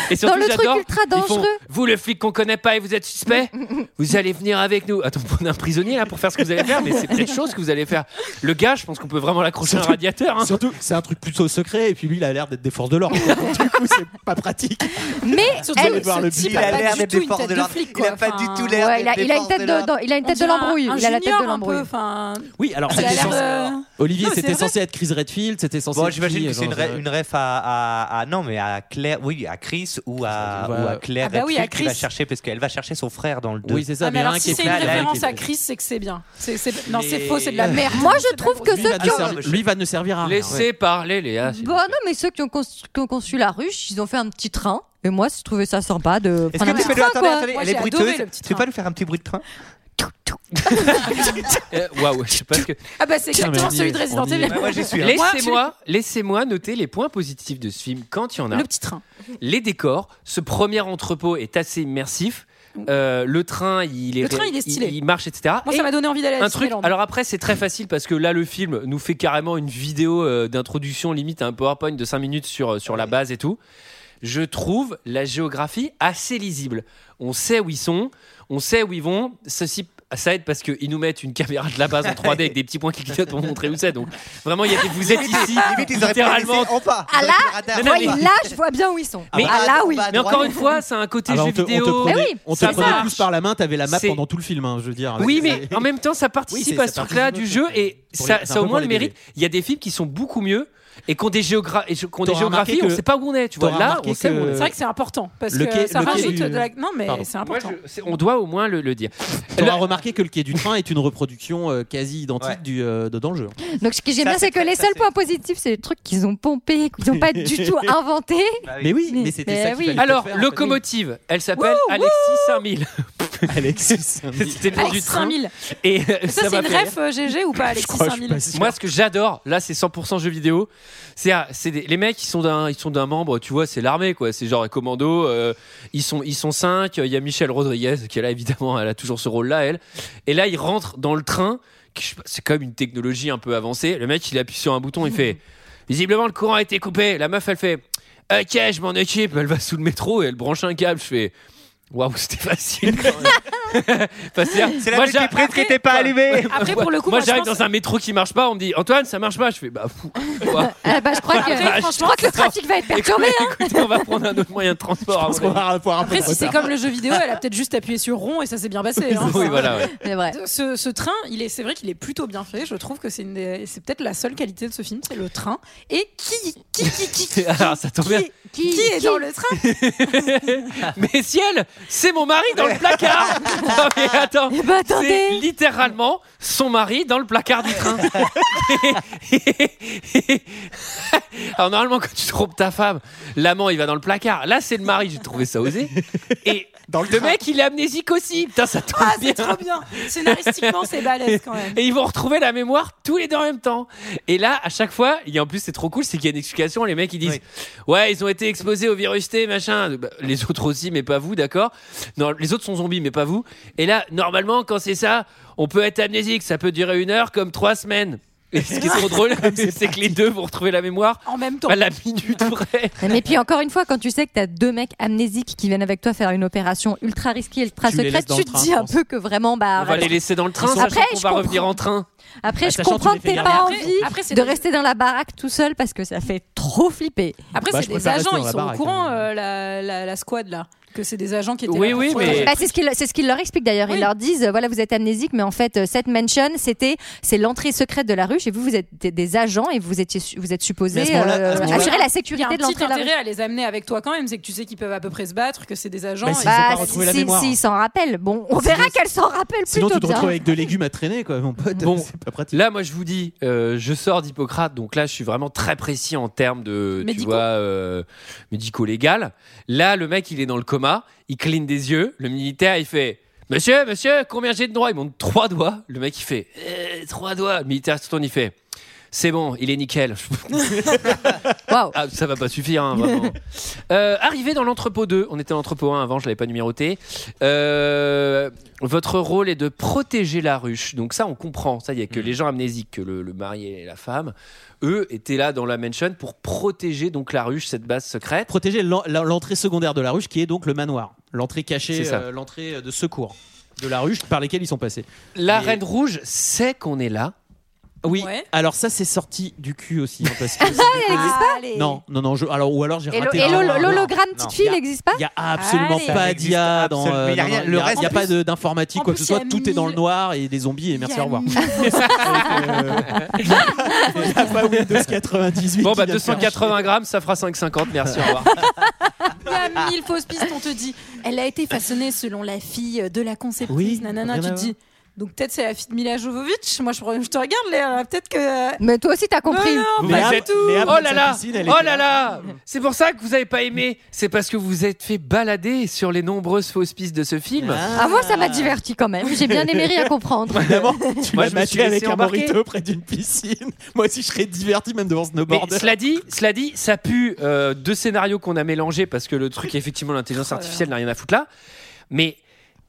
[SPEAKER 1] Et
[SPEAKER 7] dans le truc
[SPEAKER 1] j'adore,
[SPEAKER 7] ultra
[SPEAKER 1] ils font,
[SPEAKER 7] dangereux.
[SPEAKER 1] vous, le flic qu'on connaît pas et vous êtes suspect Vous allez venir avec nous. Attends, on est un prisonnier là pour faire ce que vous allez faire, mais c'est peut-être chose que vous allez faire. Le gars, je pense qu'on peut vraiment l'accrocher à un
[SPEAKER 3] Surtout-
[SPEAKER 1] radiateur. hein.
[SPEAKER 3] Surtout, c'est un truc plutôt secret, et puis lui, il a l'air d'être des forces de l'ordre. Donc, du coup, c'est pas pratique.
[SPEAKER 7] Mais
[SPEAKER 11] Surtout,
[SPEAKER 7] elle,
[SPEAKER 3] de voir
[SPEAKER 11] ce
[SPEAKER 3] le
[SPEAKER 11] type
[SPEAKER 3] bilan.
[SPEAKER 11] a
[SPEAKER 3] Il a
[SPEAKER 11] pas
[SPEAKER 12] l'air
[SPEAKER 11] du
[SPEAKER 12] d'être
[SPEAKER 11] tout
[SPEAKER 12] des
[SPEAKER 11] une
[SPEAKER 12] forces
[SPEAKER 11] tête
[SPEAKER 12] de
[SPEAKER 11] de
[SPEAKER 12] l'ordre.
[SPEAKER 11] flic,
[SPEAKER 12] Il a
[SPEAKER 11] quoi.
[SPEAKER 12] pas
[SPEAKER 11] Enfin,
[SPEAKER 12] du tout l'air.
[SPEAKER 7] ouais, il a,
[SPEAKER 12] d'être
[SPEAKER 7] il a
[SPEAKER 12] des
[SPEAKER 7] une tête
[SPEAKER 12] forces de
[SPEAKER 7] de,
[SPEAKER 12] l'ordre.
[SPEAKER 7] dans- il a une tête
[SPEAKER 11] On
[SPEAKER 7] de
[SPEAKER 11] dirait un-
[SPEAKER 7] l'embrouille.
[SPEAKER 11] un
[SPEAKER 7] Il a la tête
[SPEAKER 11] junior
[SPEAKER 7] de l'embrouille.
[SPEAKER 11] un peu, enfin,
[SPEAKER 3] Oui, alors
[SPEAKER 11] il a
[SPEAKER 3] c'était
[SPEAKER 11] l'air,
[SPEAKER 3] censé.
[SPEAKER 11] euh,
[SPEAKER 3] Olivier,
[SPEAKER 11] Non, c'est
[SPEAKER 3] c'était
[SPEAKER 11] vrai.
[SPEAKER 3] censé être Chris Redfield, c'était censé.
[SPEAKER 12] Bon,
[SPEAKER 3] être
[SPEAKER 12] j'imagine
[SPEAKER 3] qui,
[SPEAKER 12] que c'est une,
[SPEAKER 3] genre,
[SPEAKER 12] re-
[SPEAKER 3] euh,
[SPEAKER 12] une ref à, à- à- non mais à Claire, oui, à Chris ou à,
[SPEAKER 3] Ouais.
[SPEAKER 12] ou à
[SPEAKER 11] Ah
[SPEAKER 12] Claire
[SPEAKER 11] bah oui,
[SPEAKER 12] Redfield
[SPEAKER 11] à
[SPEAKER 12] qui va
[SPEAKER 11] Chris.
[SPEAKER 12] chercher parce qu'elle va chercher son frère dans le 2
[SPEAKER 3] Oui, c'est ça.
[SPEAKER 11] Ah, mais
[SPEAKER 3] mais
[SPEAKER 11] alors,
[SPEAKER 3] un qui
[SPEAKER 11] si
[SPEAKER 3] est
[SPEAKER 11] c'est une
[SPEAKER 3] là, là,
[SPEAKER 11] référence
[SPEAKER 3] qui est-
[SPEAKER 11] à Chris, c'est que c'est bien. C'est- c'est- Non,
[SPEAKER 1] Mais-
[SPEAKER 11] c'est faux, c'est de la merde.
[SPEAKER 7] Moi, je trouve que
[SPEAKER 3] Lui, va
[SPEAKER 7] ceux
[SPEAKER 3] ne
[SPEAKER 7] qui ont.
[SPEAKER 12] servent-
[SPEAKER 3] servir- lui va ne servir à rien.
[SPEAKER 1] Laissez parler, Léa. s'il
[SPEAKER 7] Bon,
[SPEAKER 1] vous plaît.
[SPEAKER 7] non, mais ceux qui ont, constru- qui ont conçu la ruche, ils ont fait un petit train. Et moi, je trouvais ça sympa de
[SPEAKER 12] Est-ce
[SPEAKER 7] prendre un
[SPEAKER 12] que tu
[SPEAKER 7] petit
[SPEAKER 12] peux
[SPEAKER 7] train,
[SPEAKER 12] attendez,
[SPEAKER 7] quoi.
[SPEAKER 12] attendez,
[SPEAKER 11] Moi,
[SPEAKER 12] elle est
[SPEAKER 11] j'ai adoré
[SPEAKER 12] bruteuse.
[SPEAKER 11] le petit
[SPEAKER 12] Tu peux
[SPEAKER 11] train.
[SPEAKER 12] pas nous faire un petit bruit de train
[SPEAKER 1] Euh, Waouh, je sais pas ce que.
[SPEAKER 11] Ah bah c'est
[SPEAKER 3] Tiens,
[SPEAKER 11] exactement
[SPEAKER 3] mais on y
[SPEAKER 11] celui de
[SPEAKER 3] est,
[SPEAKER 11] Resident
[SPEAKER 3] on y est.
[SPEAKER 11] Evil.
[SPEAKER 12] Ouais, ouais, j'y suis, hein.
[SPEAKER 1] Laissez-moi, laissez-moi noter les points positifs de ce film quand il y en a.
[SPEAKER 11] Le petit train.
[SPEAKER 1] Les décors, ce premier entrepôt est assez immersif. Euh, le train, il est,
[SPEAKER 11] Le train, il est stylé.
[SPEAKER 1] Il, marche, etc.
[SPEAKER 11] Moi,
[SPEAKER 1] Et
[SPEAKER 11] ça m'a donné envie d'aller à
[SPEAKER 1] un truc.
[SPEAKER 11] Disneyland.
[SPEAKER 1] Alors après, c'est très facile parce que là, le film nous fait carrément une vidéo euh, d'introduction, limite un PowerPoint de 5 minutes sur, euh, sur la base et tout. Je trouve la géographie assez lisible. On sait où ils sont, on sait où ils vont. Ceci, ça aide parce qu'ils nous mettent une caméra de la base en 3D avec des petits points qui clignotent pour montrer où c'est. Donc vraiment, il y a des, vous êtes ici,
[SPEAKER 12] Limite, ils auraient pu la
[SPEAKER 1] littéralement.
[SPEAKER 12] laisser en bas.
[SPEAKER 7] Ah là,
[SPEAKER 1] Non, non,
[SPEAKER 7] Ouais,
[SPEAKER 1] mais-
[SPEAKER 7] Là, je vois bien où ils sont.
[SPEAKER 1] Mais-
[SPEAKER 7] ah, là, oui.
[SPEAKER 12] Bah,
[SPEAKER 1] Mais encore
[SPEAKER 12] droite.
[SPEAKER 1] une fois, c'est un côté
[SPEAKER 3] Alors,
[SPEAKER 1] jeu
[SPEAKER 3] Ah, bah, on te, on te
[SPEAKER 1] vidéo.
[SPEAKER 3] prenait,
[SPEAKER 7] Eh oui,
[SPEAKER 3] on te
[SPEAKER 1] ça
[SPEAKER 3] prenait
[SPEAKER 1] marche.
[SPEAKER 3] plus par la main, t'avais la map
[SPEAKER 1] C'est-
[SPEAKER 3] pendant tout le film, hein, je veux dire.
[SPEAKER 1] Oui,
[SPEAKER 3] C'est-
[SPEAKER 11] Ah,
[SPEAKER 1] mais en même temps, ça participe
[SPEAKER 3] Oui, c'est-
[SPEAKER 1] à ce
[SPEAKER 3] ça
[SPEAKER 1] truc-là du
[SPEAKER 3] participe
[SPEAKER 1] jeu
[SPEAKER 3] au truc.
[SPEAKER 1] et
[SPEAKER 3] Pour
[SPEAKER 1] ça,
[SPEAKER 3] les- c'est un
[SPEAKER 1] ça au moins
[SPEAKER 3] peu pour
[SPEAKER 1] le
[SPEAKER 3] les
[SPEAKER 1] mérite.
[SPEAKER 3] bébés.
[SPEAKER 1] Il y a des films qui sont beaucoup mieux et qui ont des, géogra- et qui ont des
[SPEAKER 3] T'auras
[SPEAKER 1] géographies,
[SPEAKER 3] remarqué
[SPEAKER 1] on
[SPEAKER 3] que-
[SPEAKER 1] sait pas où on est. Tu vois,
[SPEAKER 3] t'auras
[SPEAKER 1] là,
[SPEAKER 3] remarqué
[SPEAKER 1] on sait où on
[SPEAKER 3] que-
[SPEAKER 1] est.
[SPEAKER 11] C'est vrai que c'est important parce
[SPEAKER 3] Le
[SPEAKER 11] que
[SPEAKER 3] quai-
[SPEAKER 11] ça
[SPEAKER 3] le quai
[SPEAKER 11] rajoute
[SPEAKER 3] du-
[SPEAKER 11] de la. Non mais
[SPEAKER 3] Pardon.
[SPEAKER 11] c'est
[SPEAKER 1] Moi,
[SPEAKER 11] important.
[SPEAKER 1] je- c'est- on doit au moins le, le dire.
[SPEAKER 3] T'auras remarqué que le quai du train est une reproduction euh, quasi identique
[SPEAKER 12] Ouais.
[SPEAKER 3] du, euh, de dans le jeu.
[SPEAKER 7] Donc, ce que j'aime
[SPEAKER 12] Ça,
[SPEAKER 7] bien, c'est
[SPEAKER 12] c'est
[SPEAKER 7] que les
[SPEAKER 12] ça,
[SPEAKER 7] seuls
[SPEAKER 12] c'est-
[SPEAKER 7] points positifs, c'est les trucs qu'ils ont pompés, qu'ils n'ont pas du tout inventés.
[SPEAKER 12] Bah
[SPEAKER 3] Mais oui,
[SPEAKER 7] Mais-
[SPEAKER 3] mais c'était
[SPEAKER 11] bah
[SPEAKER 7] mais
[SPEAKER 3] ça
[SPEAKER 7] oui.
[SPEAKER 3] qu'il fallait
[SPEAKER 1] Alors,
[SPEAKER 3] faire, en fait.
[SPEAKER 1] locomotive, elle s'appelle Alexis 5000.
[SPEAKER 3] Alexis, c'est un mythe.
[SPEAKER 1] C'était pour du
[SPEAKER 11] Alex
[SPEAKER 1] train.
[SPEAKER 11] 5000.
[SPEAKER 1] Et euh,
[SPEAKER 11] Mais Ça,
[SPEAKER 1] ça
[SPEAKER 11] c'est
[SPEAKER 1] m'a
[SPEAKER 11] une
[SPEAKER 1] fait rire.
[SPEAKER 11] ref euh, GG ou pas Alexis
[SPEAKER 3] crois, je suis
[SPEAKER 11] 5000
[SPEAKER 3] pas sûr.
[SPEAKER 1] Moi, ce que j'adore, là, c'est 100% jeux vidéo. C'est, ah, c'est des- les mecs, ils sont d'un, ils sont d'un membre. Tu vois, c'est l'armée, quoi. C'est genre les commandos. euh, ils sont, ils sont cinq. Il y a Michelle Rodriguez qui est là, évidemment. Elle a toujours ce rôle-là, elle. Et là, ils rentrent dans le train. qui, je sais pas, C'est comme une technologie un peu avancée. Le mec, il appuie sur un bouton. Il fait. Visiblement, le courant a été coupé. La meuf, elle fait. Ok, je m'en occupe. Elle va sous le métro et elle branche un câble. Je fais. Waouh, c'était facile. quand même. Enfin, c'est-à-dire,
[SPEAKER 12] C'est la
[SPEAKER 1] moi,
[SPEAKER 12] musique
[SPEAKER 1] j'ai-
[SPEAKER 12] qui prête qui était pas
[SPEAKER 1] Enfin,
[SPEAKER 12] allumée.
[SPEAKER 11] Après, pour le coup,
[SPEAKER 1] moi,
[SPEAKER 11] moi, je
[SPEAKER 1] j'arrive
[SPEAKER 11] pense-
[SPEAKER 1] dans un métro qui marche pas, on me dit Antoine, ça marche pas. Je fais bah fou. quoi.
[SPEAKER 7] Ah, bah, je crois que,
[SPEAKER 11] Après,
[SPEAKER 7] je crois que
[SPEAKER 1] franchement,
[SPEAKER 7] le trafic va être perturbé. hein.
[SPEAKER 1] Écoutez, on va prendre un autre moyen de transport.
[SPEAKER 3] Parce
[SPEAKER 1] à
[SPEAKER 3] qu'on
[SPEAKER 1] mon avis.
[SPEAKER 3] va avoir un peu
[SPEAKER 11] Après,
[SPEAKER 3] de
[SPEAKER 11] si c'est
[SPEAKER 3] retard.
[SPEAKER 11] comme le jeu vidéo, elle a peut-être juste appuyé sur rond et ça s'est bien passé. hein.
[SPEAKER 1] Oui, voilà. ouais.
[SPEAKER 7] C'est vrai.
[SPEAKER 11] Euh, Ce, ce train, il est, c'est vrai qu'il est plutôt bien fait. Je trouve que c'est, une des- c'est peut-être la seule qualité de ce film, c'est le train. Et qui, qui, qui, qui, qui,
[SPEAKER 1] Alors, ça tombe
[SPEAKER 11] qui,
[SPEAKER 1] bien.
[SPEAKER 11] est- qui est dans le train
[SPEAKER 1] Mais ciel, c'est mon mari dans le placard. Non, mais attends,
[SPEAKER 7] Eh ben, attendez.
[SPEAKER 1] c'est littéralement son mari dans le placard du train. Alors normalement, quand tu trompes ta femme, l'amant il va dans le placard. Là, c'est le mari. J'ai trouvé ça osé. Et dans le, mec, il est amnésique aussi. Putain, ça tombe
[SPEAKER 11] Ah,
[SPEAKER 1] bien.
[SPEAKER 11] c'est trop bien. Scénaristiquement, c'est balèze quand même.
[SPEAKER 1] Et ils vont retrouver la mémoire tous les deux en même temps. Et là, à chaque fois, il y a en plus, c'est trop cool, c'est qu'il y a une explication. Les mecs, ils disent Ouais, ils ont été exposés au virus T, machin. Bah, les autres aussi, mais pas vous, d'accord Non, les autres sont zombies, mais pas vous. Et là, normalement, quand c'est ça, on peut être amnésique. Ça peut durer une heure comme trois semaines. Et ce qui est trop drôle, c'est que les deux vont retrouver la mémoire
[SPEAKER 11] en même temps.
[SPEAKER 1] À la minute près.
[SPEAKER 7] Mais puis encore une fois, quand tu sais que t'as deux mecs amnésiques qui viennent avec toi faire une opération ultra risquée, ultra
[SPEAKER 1] Tu les laisses
[SPEAKER 7] secrète,
[SPEAKER 1] dans
[SPEAKER 7] tu
[SPEAKER 1] le
[SPEAKER 7] te
[SPEAKER 1] train,
[SPEAKER 7] dis
[SPEAKER 1] je
[SPEAKER 7] un
[SPEAKER 1] pense.
[SPEAKER 7] peu que vraiment, bah.
[SPEAKER 1] on va
[SPEAKER 7] voilà.
[SPEAKER 1] les laisser dans le train,
[SPEAKER 7] Après,
[SPEAKER 1] sachant qu'on
[SPEAKER 7] je
[SPEAKER 1] va revenir
[SPEAKER 7] comprends.
[SPEAKER 1] en train.
[SPEAKER 7] Après,
[SPEAKER 1] Ah,
[SPEAKER 7] je
[SPEAKER 1] sachant que tu
[SPEAKER 7] comprends
[SPEAKER 1] les
[SPEAKER 7] que
[SPEAKER 1] fais
[SPEAKER 7] t'aies
[SPEAKER 1] garder.
[SPEAKER 7] pas
[SPEAKER 1] Après-
[SPEAKER 7] envie
[SPEAKER 11] après, c'est
[SPEAKER 7] de
[SPEAKER 11] des-
[SPEAKER 7] rester dans la baraque tout seul parce que ça fait trop flipper.
[SPEAKER 11] Après,
[SPEAKER 3] Bah, je
[SPEAKER 11] c'est des
[SPEAKER 3] préfère rester
[SPEAKER 11] agents,
[SPEAKER 3] dans
[SPEAKER 11] ils
[SPEAKER 3] la
[SPEAKER 11] sont au
[SPEAKER 3] baraque, hein.
[SPEAKER 11] courant, euh, la, la- la squad là, que c'est des agents qui étaient.
[SPEAKER 1] Oui,
[SPEAKER 11] là pour
[SPEAKER 1] oui,
[SPEAKER 11] trouver
[SPEAKER 1] mais-
[SPEAKER 11] la-
[SPEAKER 7] Bah, c'est ce qu'ils c'est ce qu'ils leur expliquent d'ailleurs. Ils leur disent euh, voilà, vous êtes amnésique, mais en fait, euh, cette mansion, c'était c'est l'entrée secrète de la ruche et vous, vous êtes des, des agents et vous étiez su- vous êtes
[SPEAKER 3] Mais à
[SPEAKER 7] supposés
[SPEAKER 3] ce moment-là- à
[SPEAKER 7] euh,
[SPEAKER 3] ce moment-là-
[SPEAKER 7] assurer la
[SPEAKER 11] Il y a un
[SPEAKER 7] sécurité de
[SPEAKER 11] petit
[SPEAKER 7] l'entrée de la
[SPEAKER 11] intérêt
[SPEAKER 7] ruche.
[SPEAKER 11] à les amener avec toi quand même, c'est que tu sais qu'ils peuvent à peu près se battre, que c'est des agents.
[SPEAKER 3] Bah,
[SPEAKER 11] et
[SPEAKER 3] s'ils
[SPEAKER 11] ils
[SPEAKER 3] ont
[SPEAKER 11] sont
[SPEAKER 3] pas
[SPEAKER 11] pas-
[SPEAKER 3] retrouvé
[SPEAKER 11] si-
[SPEAKER 3] la
[SPEAKER 7] Si-
[SPEAKER 3] mémoire.
[SPEAKER 7] S'ils s'en rappellent, bon, on verra qu'elle s'en rappelle
[SPEAKER 3] Sinon, tu te
[SPEAKER 7] plutôt
[SPEAKER 3] retrouves
[SPEAKER 7] bien.
[SPEAKER 3] avec de légumes à traîner, quoi, mon pote.
[SPEAKER 1] Bon.
[SPEAKER 3] C'est pas pratique.
[SPEAKER 1] Là, moi, je vous dis, euh, je sors d'Hippocrate, donc là, je suis vraiment très précis en termes de, tu
[SPEAKER 11] Médicaux.
[SPEAKER 1] vois, euh, médico-légal. Là, le mec, il est dans le coma, il cligne des yeux, le militaire, il fait Monsieur, monsieur, combien j'ai de droits Il monte trois doigts. Le mec, il fait Euh, Trois doigts. Le militaire se tourne, il fait C'est bon, il est nickel.
[SPEAKER 7] Waouh.
[SPEAKER 1] Ah, ça va pas suffire, hein, vraiment. Euh, arrivé dans l'entrepôt 2, on était à l'entrepôt 1 avant, je l'avais pas numéroté. Euh, votre rôle est de protéger la ruche. Donc ça, on comprend. Ça, il y a que les gens amnésiques, que le, le mari et la femme, eux étaient là dans la mansion pour protéger donc la ruche, cette base secrète.
[SPEAKER 3] Protéger l'en- la- l'entrée secondaire de la ruche, qui est donc le manoir. L'entrée
[SPEAKER 1] C'est
[SPEAKER 3] cachée,
[SPEAKER 1] ça.
[SPEAKER 3] euh, l'entrée de secours de la ruche par lesquelles ils sont passés.
[SPEAKER 1] La
[SPEAKER 3] Et-
[SPEAKER 1] reine rouge sait qu'on est là.
[SPEAKER 3] Oui.
[SPEAKER 11] Ouais. Ah,
[SPEAKER 3] Alors ça, c'est sorti du cul aussi. hein, parce que-
[SPEAKER 11] Bah, Allez.
[SPEAKER 3] non, non, non. je- Alors ou alors j'ai
[SPEAKER 7] Et
[SPEAKER 3] raté.
[SPEAKER 7] l'ho- et
[SPEAKER 3] un-
[SPEAKER 7] l'ho-
[SPEAKER 3] Non,
[SPEAKER 7] l'hologramme
[SPEAKER 3] non.
[SPEAKER 7] petite fille, il n'existe pas
[SPEAKER 3] Il n'y a absolument
[SPEAKER 11] Allez.
[SPEAKER 12] Ça
[SPEAKER 3] pas
[SPEAKER 12] n'existe
[SPEAKER 3] d'IA dans
[SPEAKER 12] absolument-
[SPEAKER 3] euh,
[SPEAKER 12] il y a
[SPEAKER 3] non,
[SPEAKER 12] rien-
[SPEAKER 3] non,
[SPEAKER 12] le
[SPEAKER 3] il y a-
[SPEAKER 12] reste-
[SPEAKER 3] il y a
[SPEAKER 11] en
[SPEAKER 3] pas
[SPEAKER 11] plus-
[SPEAKER 3] de- d'informatique
[SPEAKER 11] en
[SPEAKER 3] quoi que
[SPEAKER 11] plus,
[SPEAKER 3] ce
[SPEAKER 11] il y
[SPEAKER 3] soit
[SPEAKER 11] a
[SPEAKER 3] tout est dans le
[SPEAKER 11] mille-
[SPEAKER 3] noir et des zombies et
[SPEAKER 11] Il y
[SPEAKER 3] merci
[SPEAKER 11] a
[SPEAKER 3] au revoir
[SPEAKER 11] mille-
[SPEAKER 3] Il y a pas Windows 98
[SPEAKER 1] Bon,
[SPEAKER 3] qui
[SPEAKER 1] bah
[SPEAKER 3] vient de faire
[SPEAKER 1] 280 grammes, ça fera 5,50. Merci, au revoir.
[SPEAKER 11] Il y a mille fausses pistes, on te dit. Elle a été façonnée selon la fille de la conceptrice.
[SPEAKER 3] Oui,
[SPEAKER 11] nanana,
[SPEAKER 3] rien
[SPEAKER 11] tu
[SPEAKER 3] à
[SPEAKER 11] te dis. Donc peut-être c'est la fille de Mila Jovovich. Moi je, je te regarde, Léa. Peut-être que.
[SPEAKER 7] Mais toi aussi, t'as compris.
[SPEAKER 11] Non, non,
[SPEAKER 1] Vous
[SPEAKER 3] Léa-
[SPEAKER 1] êtes-
[SPEAKER 3] Léa
[SPEAKER 1] oh
[SPEAKER 3] prend
[SPEAKER 1] là
[SPEAKER 3] sa
[SPEAKER 1] là,
[SPEAKER 3] piscine, elle
[SPEAKER 1] oh
[SPEAKER 3] était
[SPEAKER 1] là
[SPEAKER 3] là.
[SPEAKER 1] là, c'est pour ça que vous avez pas aimé. C'est parce que vous vous êtes fait balader sur les nombreuses fausses pistes de ce film.
[SPEAKER 7] Ah, moi, ça m'a diverti quand même. J'ai bien aimé
[SPEAKER 3] Bah,
[SPEAKER 7] à comprendre.
[SPEAKER 3] Évidemment, tu
[SPEAKER 1] Ah. Moi,
[SPEAKER 3] m'as
[SPEAKER 1] je me suis
[SPEAKER 3] matché avec
[SPEAKER 1] laissé
[SPEAKER 3] un
[SPEAKER 1] embarquer.
[SPEAKER 3] morito près d'une piscine. Moi aussi, je serais diverti même devant
[SPEAKER 1] Mais
[SPEAKER 3] snowboard.
[SPEAKER 1] cela dit, cela dit, ça pue euh, deux scénarios qu'on a mélangés parce que le truc, effectivement, l'intelligence artificielle n'a rien à foutre là. Mais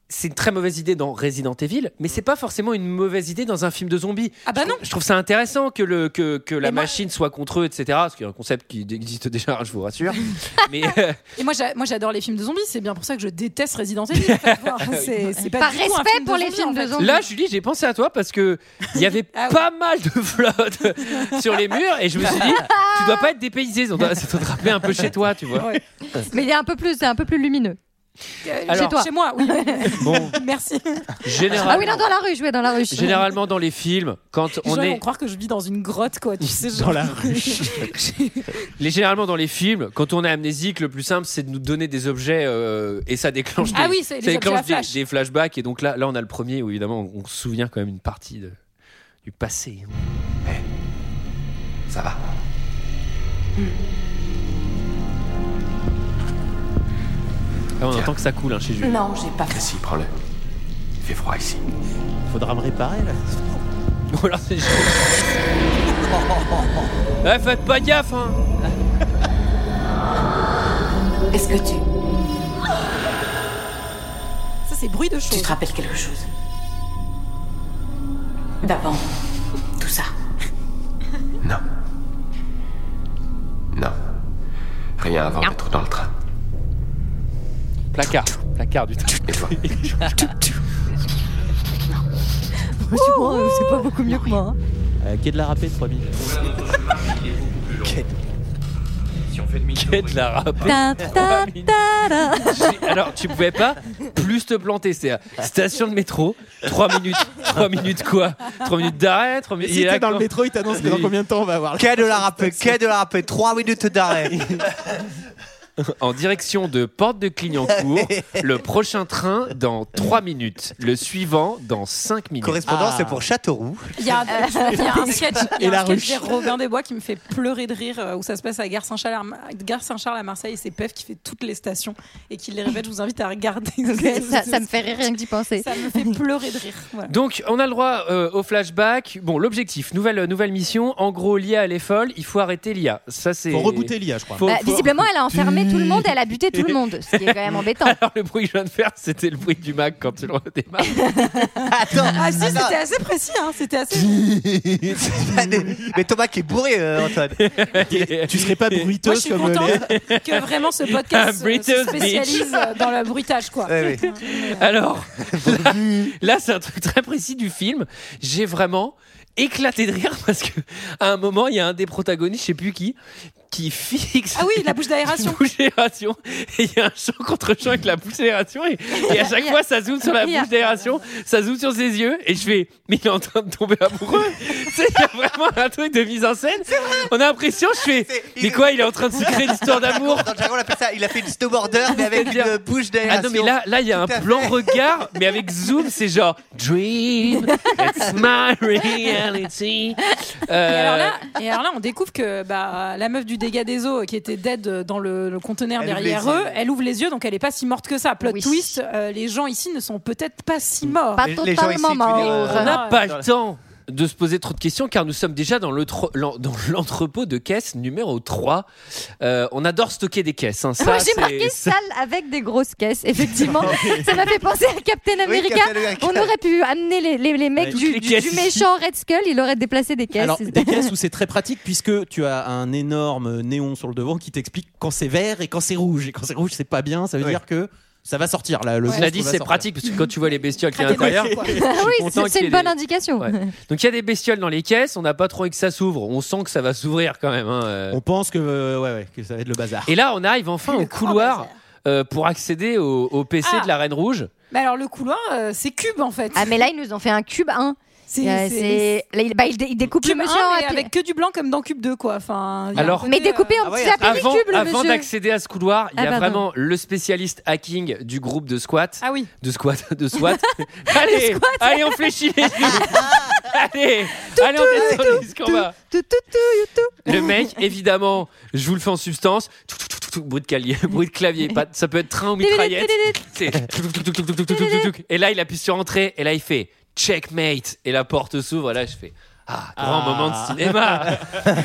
[SPEAKER 1] c'est une très mauvaise idée dans Resident Evil, mais c'est pas forcément une mauvaise idée dans un film de zombies.
[SPEAKER 11] Ah bah
[SPEAKER 1] Je
[SPEAKER 11] non.
[SPEAKER 1] trouve- Je trouve ça intéressant que, le, que, que la
[SPEAKER 11] Et moi-
[SPEAKER 1] machine soit contre eux, etc. Parce qu'il y a un concept qui existe déjà, je vous rassure. mais euh,
[SPEAKER 11] Et moi, j'a- moi j'adore les films de zombies. C'est bien pour ça que je déteste Resident Evil. en fait. Enfin, c'est- c'est pas
[SPEAKER 7] Par
[SPEAKER 11] du tout un
[SPEAKER 7] respect
[SPEAKER 11] film de
[SPEAKER 7] pour les
[SPEAKER 11] zombies,
[SPEAKER 7] films
[SPEAKER 11] en
[SPEAKER 7] de
[SPEAKER 11] fait.
[SPEAKER 7] zombies.
[SPEAKER 1] Là, Julie, j'ai pensé à toi parce que il y avait
[SPEAKER 11] Ah oui.
[SPEAKER 1] pas mal de flottes sur les murs et je me suis dit, tu dois pas être dépaysé, ça doit ça doit te rappeler un peu chez toi, tu vois.
[SPEAKER 11] Ouais.
[SPEAKER 7] Mais il est un peu plus, c'est un peu plus lumineux.
[SPEAKER 11] Euh,
[SPEAKER 1] Alors-
[SPEAKER 11] chez toi. Chez moi, oui.
[SPEAKER 1] Bon,
[SPEAKER 11] Merci.
[SPEAKER 7] Ah oui, non,
[SPEAKER 1] généralement,
[SPEAKER 7] dans la rue, jouer dans la rue.
[SPEAKER 1] généralement dans les films, quand
[SPEAKER 11] Les
[SPEAKER 1] on
[SPEAKER 11] gens vont
[SPEAKER 1] est,
[SPEAKER 11] croire que je vis dans une grotte, quoi. Tu sais, genre.
[SPEAKER 3] Dans la ruche.
[SPEAKER 1] les- généralement dans les films, quand on est amnésique, le plus simple c'est de nous donner des objets euh, et ça déclenche, des,
[SPEAKER 11] Ah oui,
[SPEAKER 1] ça
[SPEAKER 11] c'est les objets
[SPEAKER 1] déclenche
[SPEAKER 11] à
[SPEAKER 1] des,
[SPEAKER 11] flash.
[SPEAKER 1] des flashbacks et donc là, là on a le premier où évidemment on, on se souvient quand même une partie de- du passé.
[SPEAKER 5] Ça va
[SPEAKER 1] Ah, on entend que ça coule hein, chez
[SPEAKER 11] Mm.
[SPEAKER 1] Julie.
[SPEAKER 9] Non, j'ai pas
[SPEAKER 5] Si, prends-le. Il fait froid ici.
[SPEAKER 3] Faudra me réparer là.
[SPEAKER 1] Ou alors c'est Ouais, faites pas gaffe hein.
[SPEAKER 9] Est-ce que tu,
[SPEAKER 11] Ça, c'est bruit de
[SPEAKER 9] tu
[SPEAKER 11] choses.
[SPEAKER 9] te rappelles quelque chose D'avant, tout ça.
[SPEAKER 5] Non. Non. Rien avant d'être dans le train.
[SPEAKER 1] Placard, placard du tout.
[SPEAKER 5] Et toi
[SPEAKER 7] Oh, c'est pas beaucoup mieux que moi. hein.
[SPEAKER 3] Euh, Quai de la Rapée, 3000.
[SPEAKER 1] Quai de la râpée.
[SPEAKER 7] Ta, ta, ta, ta.
[SPEAKER 1] J'ai- Alors, tu pouvais pas plus te planter. C'est euh, station de métro, 3 minutes. 3 minutes quoi 3 minutes d'arrêt 3 minutes.
[SPEAKER 3] Si
[SPEAKER 1] il est
[SPEAKER 3] t'es
[SPEAKER 1] là
[SPEAKER 3] dans le
[SPEAKER 1] quand-
[SPEAKER 3] métro, il t'annonce que dans combien de temps on va avoir.
[SPEAKER 12] Quai de la Rapée, quai de la Rapée, 3 minutes d'arrêt.
[SPEAKER 1] en direction de Porte de Clignancourt. le prochain train dans 3 minutes. Le suivant dans 5 minutes.
[SPEAKER 12] Correspondance, c'est pour Châteauroux.
[SPEAKER 11] Il y a, il y a un sketch, il y a
[SPEAKER 1] Et la
[SPEAKER 11] un sketch
[SPEAKER 1] ruche.
[SPEAKER 11] des Robin des Bois qui me fait pleurer de rire euh, où ça se passe à Gare Saint-Charles à, Mar- Gare Saint-Charles à Marseille et c'est Pef qui fait toutes les stations et qui les répète. Je vous invite à regarder.
[SPEAKER 7] ça, ça me fait rire rien que d'y penser.
[SPEAKER 11] Ça me fait pleurer de rire. Voilà.
[SPEAKER 1] Donc, on a le droit euh, au flashback. Bon, l'objectif, nouvelle, euh, nouvelle mission. En gros, l'IA, elle est folle. Il faut arrêter l'IA. Ça, c'est.
[SPEAKER 3] Faut rebooter l'IA, je crois.
[SPEAKER 1] Faut-
[SPEAKER 7] Bah,
[SPEAKER 1] faut-
[SPEAKER 7] visiblement, elle a enfermé tout le monde, elle a buté tout le monde, ce qui est quand même embêtant.
[SPEAKER 1] Alors, le bruit que je viens de faire, c'était le bruit du Mac quand tu le redémarres.
[SPEAKER 11] Ah si, c'était assez précis. Hein, c'était assez.
[SPEAKER 12] Mais Thomas qui est bourré, euh, Antoine.
[SPEAKER 3] tu serais pas
[SPEAKER 11] Moi, je
[SPEAKER 3] bruiteuse
[SPEAKER 11] suis
[SPEAKER 3] comme
[SPEAKER 11] contente
[SPEAKER 3] les-
[SPEAKER 11] que vraiment ce podcast
[SPEAKER 1] Un
[SPEAKER 11] se- se
[SPEAKER 1] British
[SPEAKER 11] spécialise
[SPEAKER 1] bitch.
[SPEAKER 11] euh, dans le bruitage, quoi.
[SPEAKER 1] Ouais, ouais. Alors, là, là, c'est un truc très précis du film. J'ai vraiment éclaté de rire parce que à un moment, il y a un des protagonistes, je sais plus qui, qui fixe.
[SPEAKER 11] Ah oui, la bouche d'aération.
[SPEAKER 1] une bouche d'aération. Et il y a un champ contre champ avec la bouche d'aération. Et, et à chaque fois, ça zoome sur la
[SPEAKER 11] Il y a-
[SPEAKER 1] bouche d'aération, ça zoome sur ses yeux. Et je fais, mais il est en train de tomber amoureux. tu sais, il y a vraiment un truc de mise en scène. On a l'impression, je fais, mais quoi, il est en train de se créer une histoire d'amour.
[SPEAKER 12] Dans le jargon, on appelle ça. Il a fait une snowboarder, mais avec
[SPEAKER 1] C'est-à-dire-
[SPEAKER 12] une bouche
[SPEAKER 1] Ah
[SPEAKER 12] d'aération.
[SPEAKER 1] non, mais là, là, il y a un plan regard, mais avec zoom, c'est genre Dream, it's my reality. Euh,
[SPEAKER 11] Et alors, là, et alors là, on découvre que bah, la meuf du dégât des eaux euh, qui était dead euh, dans le, le conteneur
[SPEAKER 1] Elle
[SPEAKER 11] derrière
[SPEAKER 1] ouvre les
[SPEAKER 11] eux,
[SPEAKER 1] yeux.
[SPEAKER 11] elle ouvre les yeux, donc elle est pas si morte que ça. Plot
[SPEAKER 1] Oui.
[SPEAKER 11] twist, euh, les gens ici ne sont peut-être pas si morts.
[SPEAKER 1] Pas Les- les gens totalement ici, tu veux dire, euh, morts. on
[SPEAKER 7] ah,
[SPEAKER 1] n'a pas le temps de se poser trop de questions car nous sommes déjà dans le tro- l'en- dans l'entrepôt de caisse numéro 3. Euh, on adore stocker des caisses. hein, ça,
[SPEAKER 7] Moi, Ah, j'ai
[SPEAKER 1] c'est-
[SPEAKER 7] marqué
[SPEAKER 1] ça-
[SPEAKER 7] salle avec des grosses caisses, effectivement. ça m'a fait penser à Captain America.
[SPEAKER 1] Captain America.
[SPEAKER 7] On aurait pu amener les, les- les
[SPEAKER 3] Ouais.
[SPEAKER 7] mecs du,
[SPEAKER 3] Toutes les
[SPEAKER 7] du-
[SPEAKER 3] caisses
[SPEAKER 7] du
[SPEAKER 3] ici.
[SPEAKER 7] méchant Red Skull, il aurait déplacé des caisses.
[SPEAKER 3] Alors, des caisses où c'est très pratique puisque tu as un énorme néon sur le devant qui t'explique quand c'est vert et quand c'est rouge. Et quand c'est rouge, c'est pas bien, ça veut dire que ça va sortir. Là, le
[SPEAKER 1] Cela
[SPEAKER 3] monstre
[SPEAKER 1] dit,
[SPEAKER 3] va
[SPEAKER 1] c'est
[SPEAKER 3] sortir.
[SPEAKER 1] pratique parce que quand tu vois les bestioles qui sont à
[SPEAKER 7] Craquer
[SPEAKER 1] l'intérieur,
[SPEAKER 7] des
[SPEAKER 1] je suis
[SPEAKER 7] Ah oui,
[SPEAKER 1] content
[SPEAKER 7] c'est- c'est
[SPEAKER 1] qu'il y
[SPEAKER 7] une
[SPEAKER 1] ait
[SPEAKER 7] bonne
[SPEAKER 1] des-
[SPEAKER 7] indication.
[SPEAKER 1] Donc il y a des bestioles dans les caisses, on n'a pas trop envie que ça s'ouvre. On sent que ça va s'ouvrir quand même. hein, euh.
[SPEAKER 3] On pense que, euh, ouais, ouais, que ça va être le bazar.
[SPEAKER 1] Et là, on arrive enfin au couloir euh, pour accéder au, au PC
[SPEAKER 11] Ah.
[SPEAKER 1] de la Reine Rouge.
[SPEAKER 11] Mais alors le couloir, euh, c'est cube en fait.
[SPEAKER 7] Ah, euh, mais là, ils nous ont fait un cube 1.
[SPEAKER 11] C'est- c'est-
[SPEAKER 7] il, bah, il dé- il découpe
[SPEAKER 11] Cube
[SPEAKER 7] le monsieur
[SPEAKER 11] 1,
[SPEAKER 7] en
[SPEAKER 11] mais
[SPEAKER 7] appli-
[SPEAKER 11] avec que du blanc comme dans cube 2 quoi. Enfin, il y a un
[SPEAKER 1] Alors,
[SPEAKER 11] côté,
[SPEAKER 7] Mais découpé en
[SPEAKER 11] euh,
[SPEAKER 7] petits apéri-
[SPEAKER 1] Ah Avant,
[SPEAKER 7] cube, le
[SPEAKER 1] avant
[SPEAKER 7] monsieur.
[SPEAKER 1] d'accéder à ce couloir, il y
[SPEAKER 7] Ah,
[SPEAKER 1] a
[SPEAKER 7] pardon.
[SPEAKER 1] vraiment le spécialiste hacking du groupe de squat.
[SPEAKER 11] Ah oui.
[SPEAKER 1] De squat, de squat. allez,
[SPEAKER 11] squat.
[SPEAKER 1] allez, on fléchit les genoux. allez, allez, on descend jusqu'en bas. Le mec, évidemment, je vous le fais en substance. Tout, tout, tout, tout, tout, bruit de clavier, bruit de clavier. pas- ça peut être train ou mitraillette. C'est tout, tout, tout, tout, tout, tout, tout, tout, tout, tout. Et là, il appuie sur entrée. Et là, il fait checkmate. Et la porte s'ouvre. Et Là, je fais. Ah, grand
[SPEAKER 3] Ah.
[SPEAKER 1] moment de cinéma.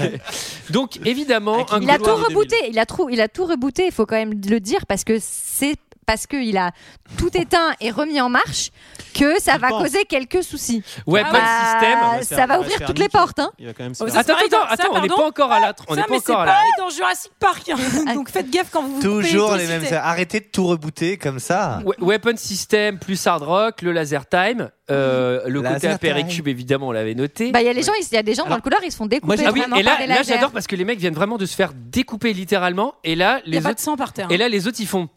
[SPEAKER 1] Donc évidemment, un
[SPEAKER 7] Il a tout
[SPEAKER 1] couloir-
[SPEAKER 7] rebooté, il a, trou- il a tout rebooté, il faut quand même le dire, parce que c'est parce qu'il a tout éteint et remis en marche que ça va
[SPEAKER 1] pense.
[SPEAKER 7] causer quelques soucis.
[SPEAKER 1] Ouais, pas le système.
[SPEAKER 7] Bah,
[SPEAKER 1] Ouais,
[SPEAKER 7] Ça
[SPEAKER 1] ça
[SPEAKER 7] va
[SPEAKER 1] va
[SPEAKER 7] ouvrir
[SPEAKER 1] faire
[SPEAKER 7] toutes les
[SPEAKER 1] niquer.
[SPEAKER 7] portes. hein.
[SPEAKER 3] Il va quand même se
[SPEAKER 1] Oh,
[SPEAKER 3] faire-
[SPEAKER 1] ça, Attends,
[SPEAKER 11] pareil
[SPEAKER 1] attends,
[SPEAKER 11] dans- Ah. ça,
[SPEAKER 1] attends, on n'est
[SPEAKER 11] pardon.
[SPEAKER 1] pas encore à la. Ah, On n'est
[SPEAKER 11] Ça,
[SPEAKER 1] pas
[SPEAKER 11] mais c'est
[SPEAKER 1] encore à la.
[SPEAKER 11] pareil dans Jurassic Park. hein. Donc faites gaffe quand vous vous
[SPEAKER 12] Toujours
[SPEAKER 11] coupez
[SPEAKER 12] les mêmes.
[SPEAKER 11] électricité.
[SPEAKER 12] Arrêtez de tout rebooter comme ça.
[SPEAKER 1] We- Weapon System plus Hard Rock, le Laser Time, euh, le
[SPEAKER 12] Mm. Laser
[SPEAKER 1] côté
[SPEAKER 12] Time.
[SPEAKER 1] apéricube évidemment, on l'avait noté.
[SPEAKER 7] Bah, Il y a les gens, il y a des gens dans le couloir, ils se font découper.
[SPEAKER 1] ah oui,
[SPEAKER 7] vraiment
[SPEAKER 1] et là,
[SPEAKER 7] par des
[SPEAKER 1] là
[SPEAKER 7] lasers.
[SPEAKER 1] j'adore parce que les mecs viennent vraiment de se faire découper littéralement et là
[SPEAKER 11] Il y
[SPEAKER 1] les
[SPEAKER 11] a pas de
[SPEAKER 1] autres
[SPEAKER 11] sang par terre. hein.
[SPEAKER 1] et là les autres ils font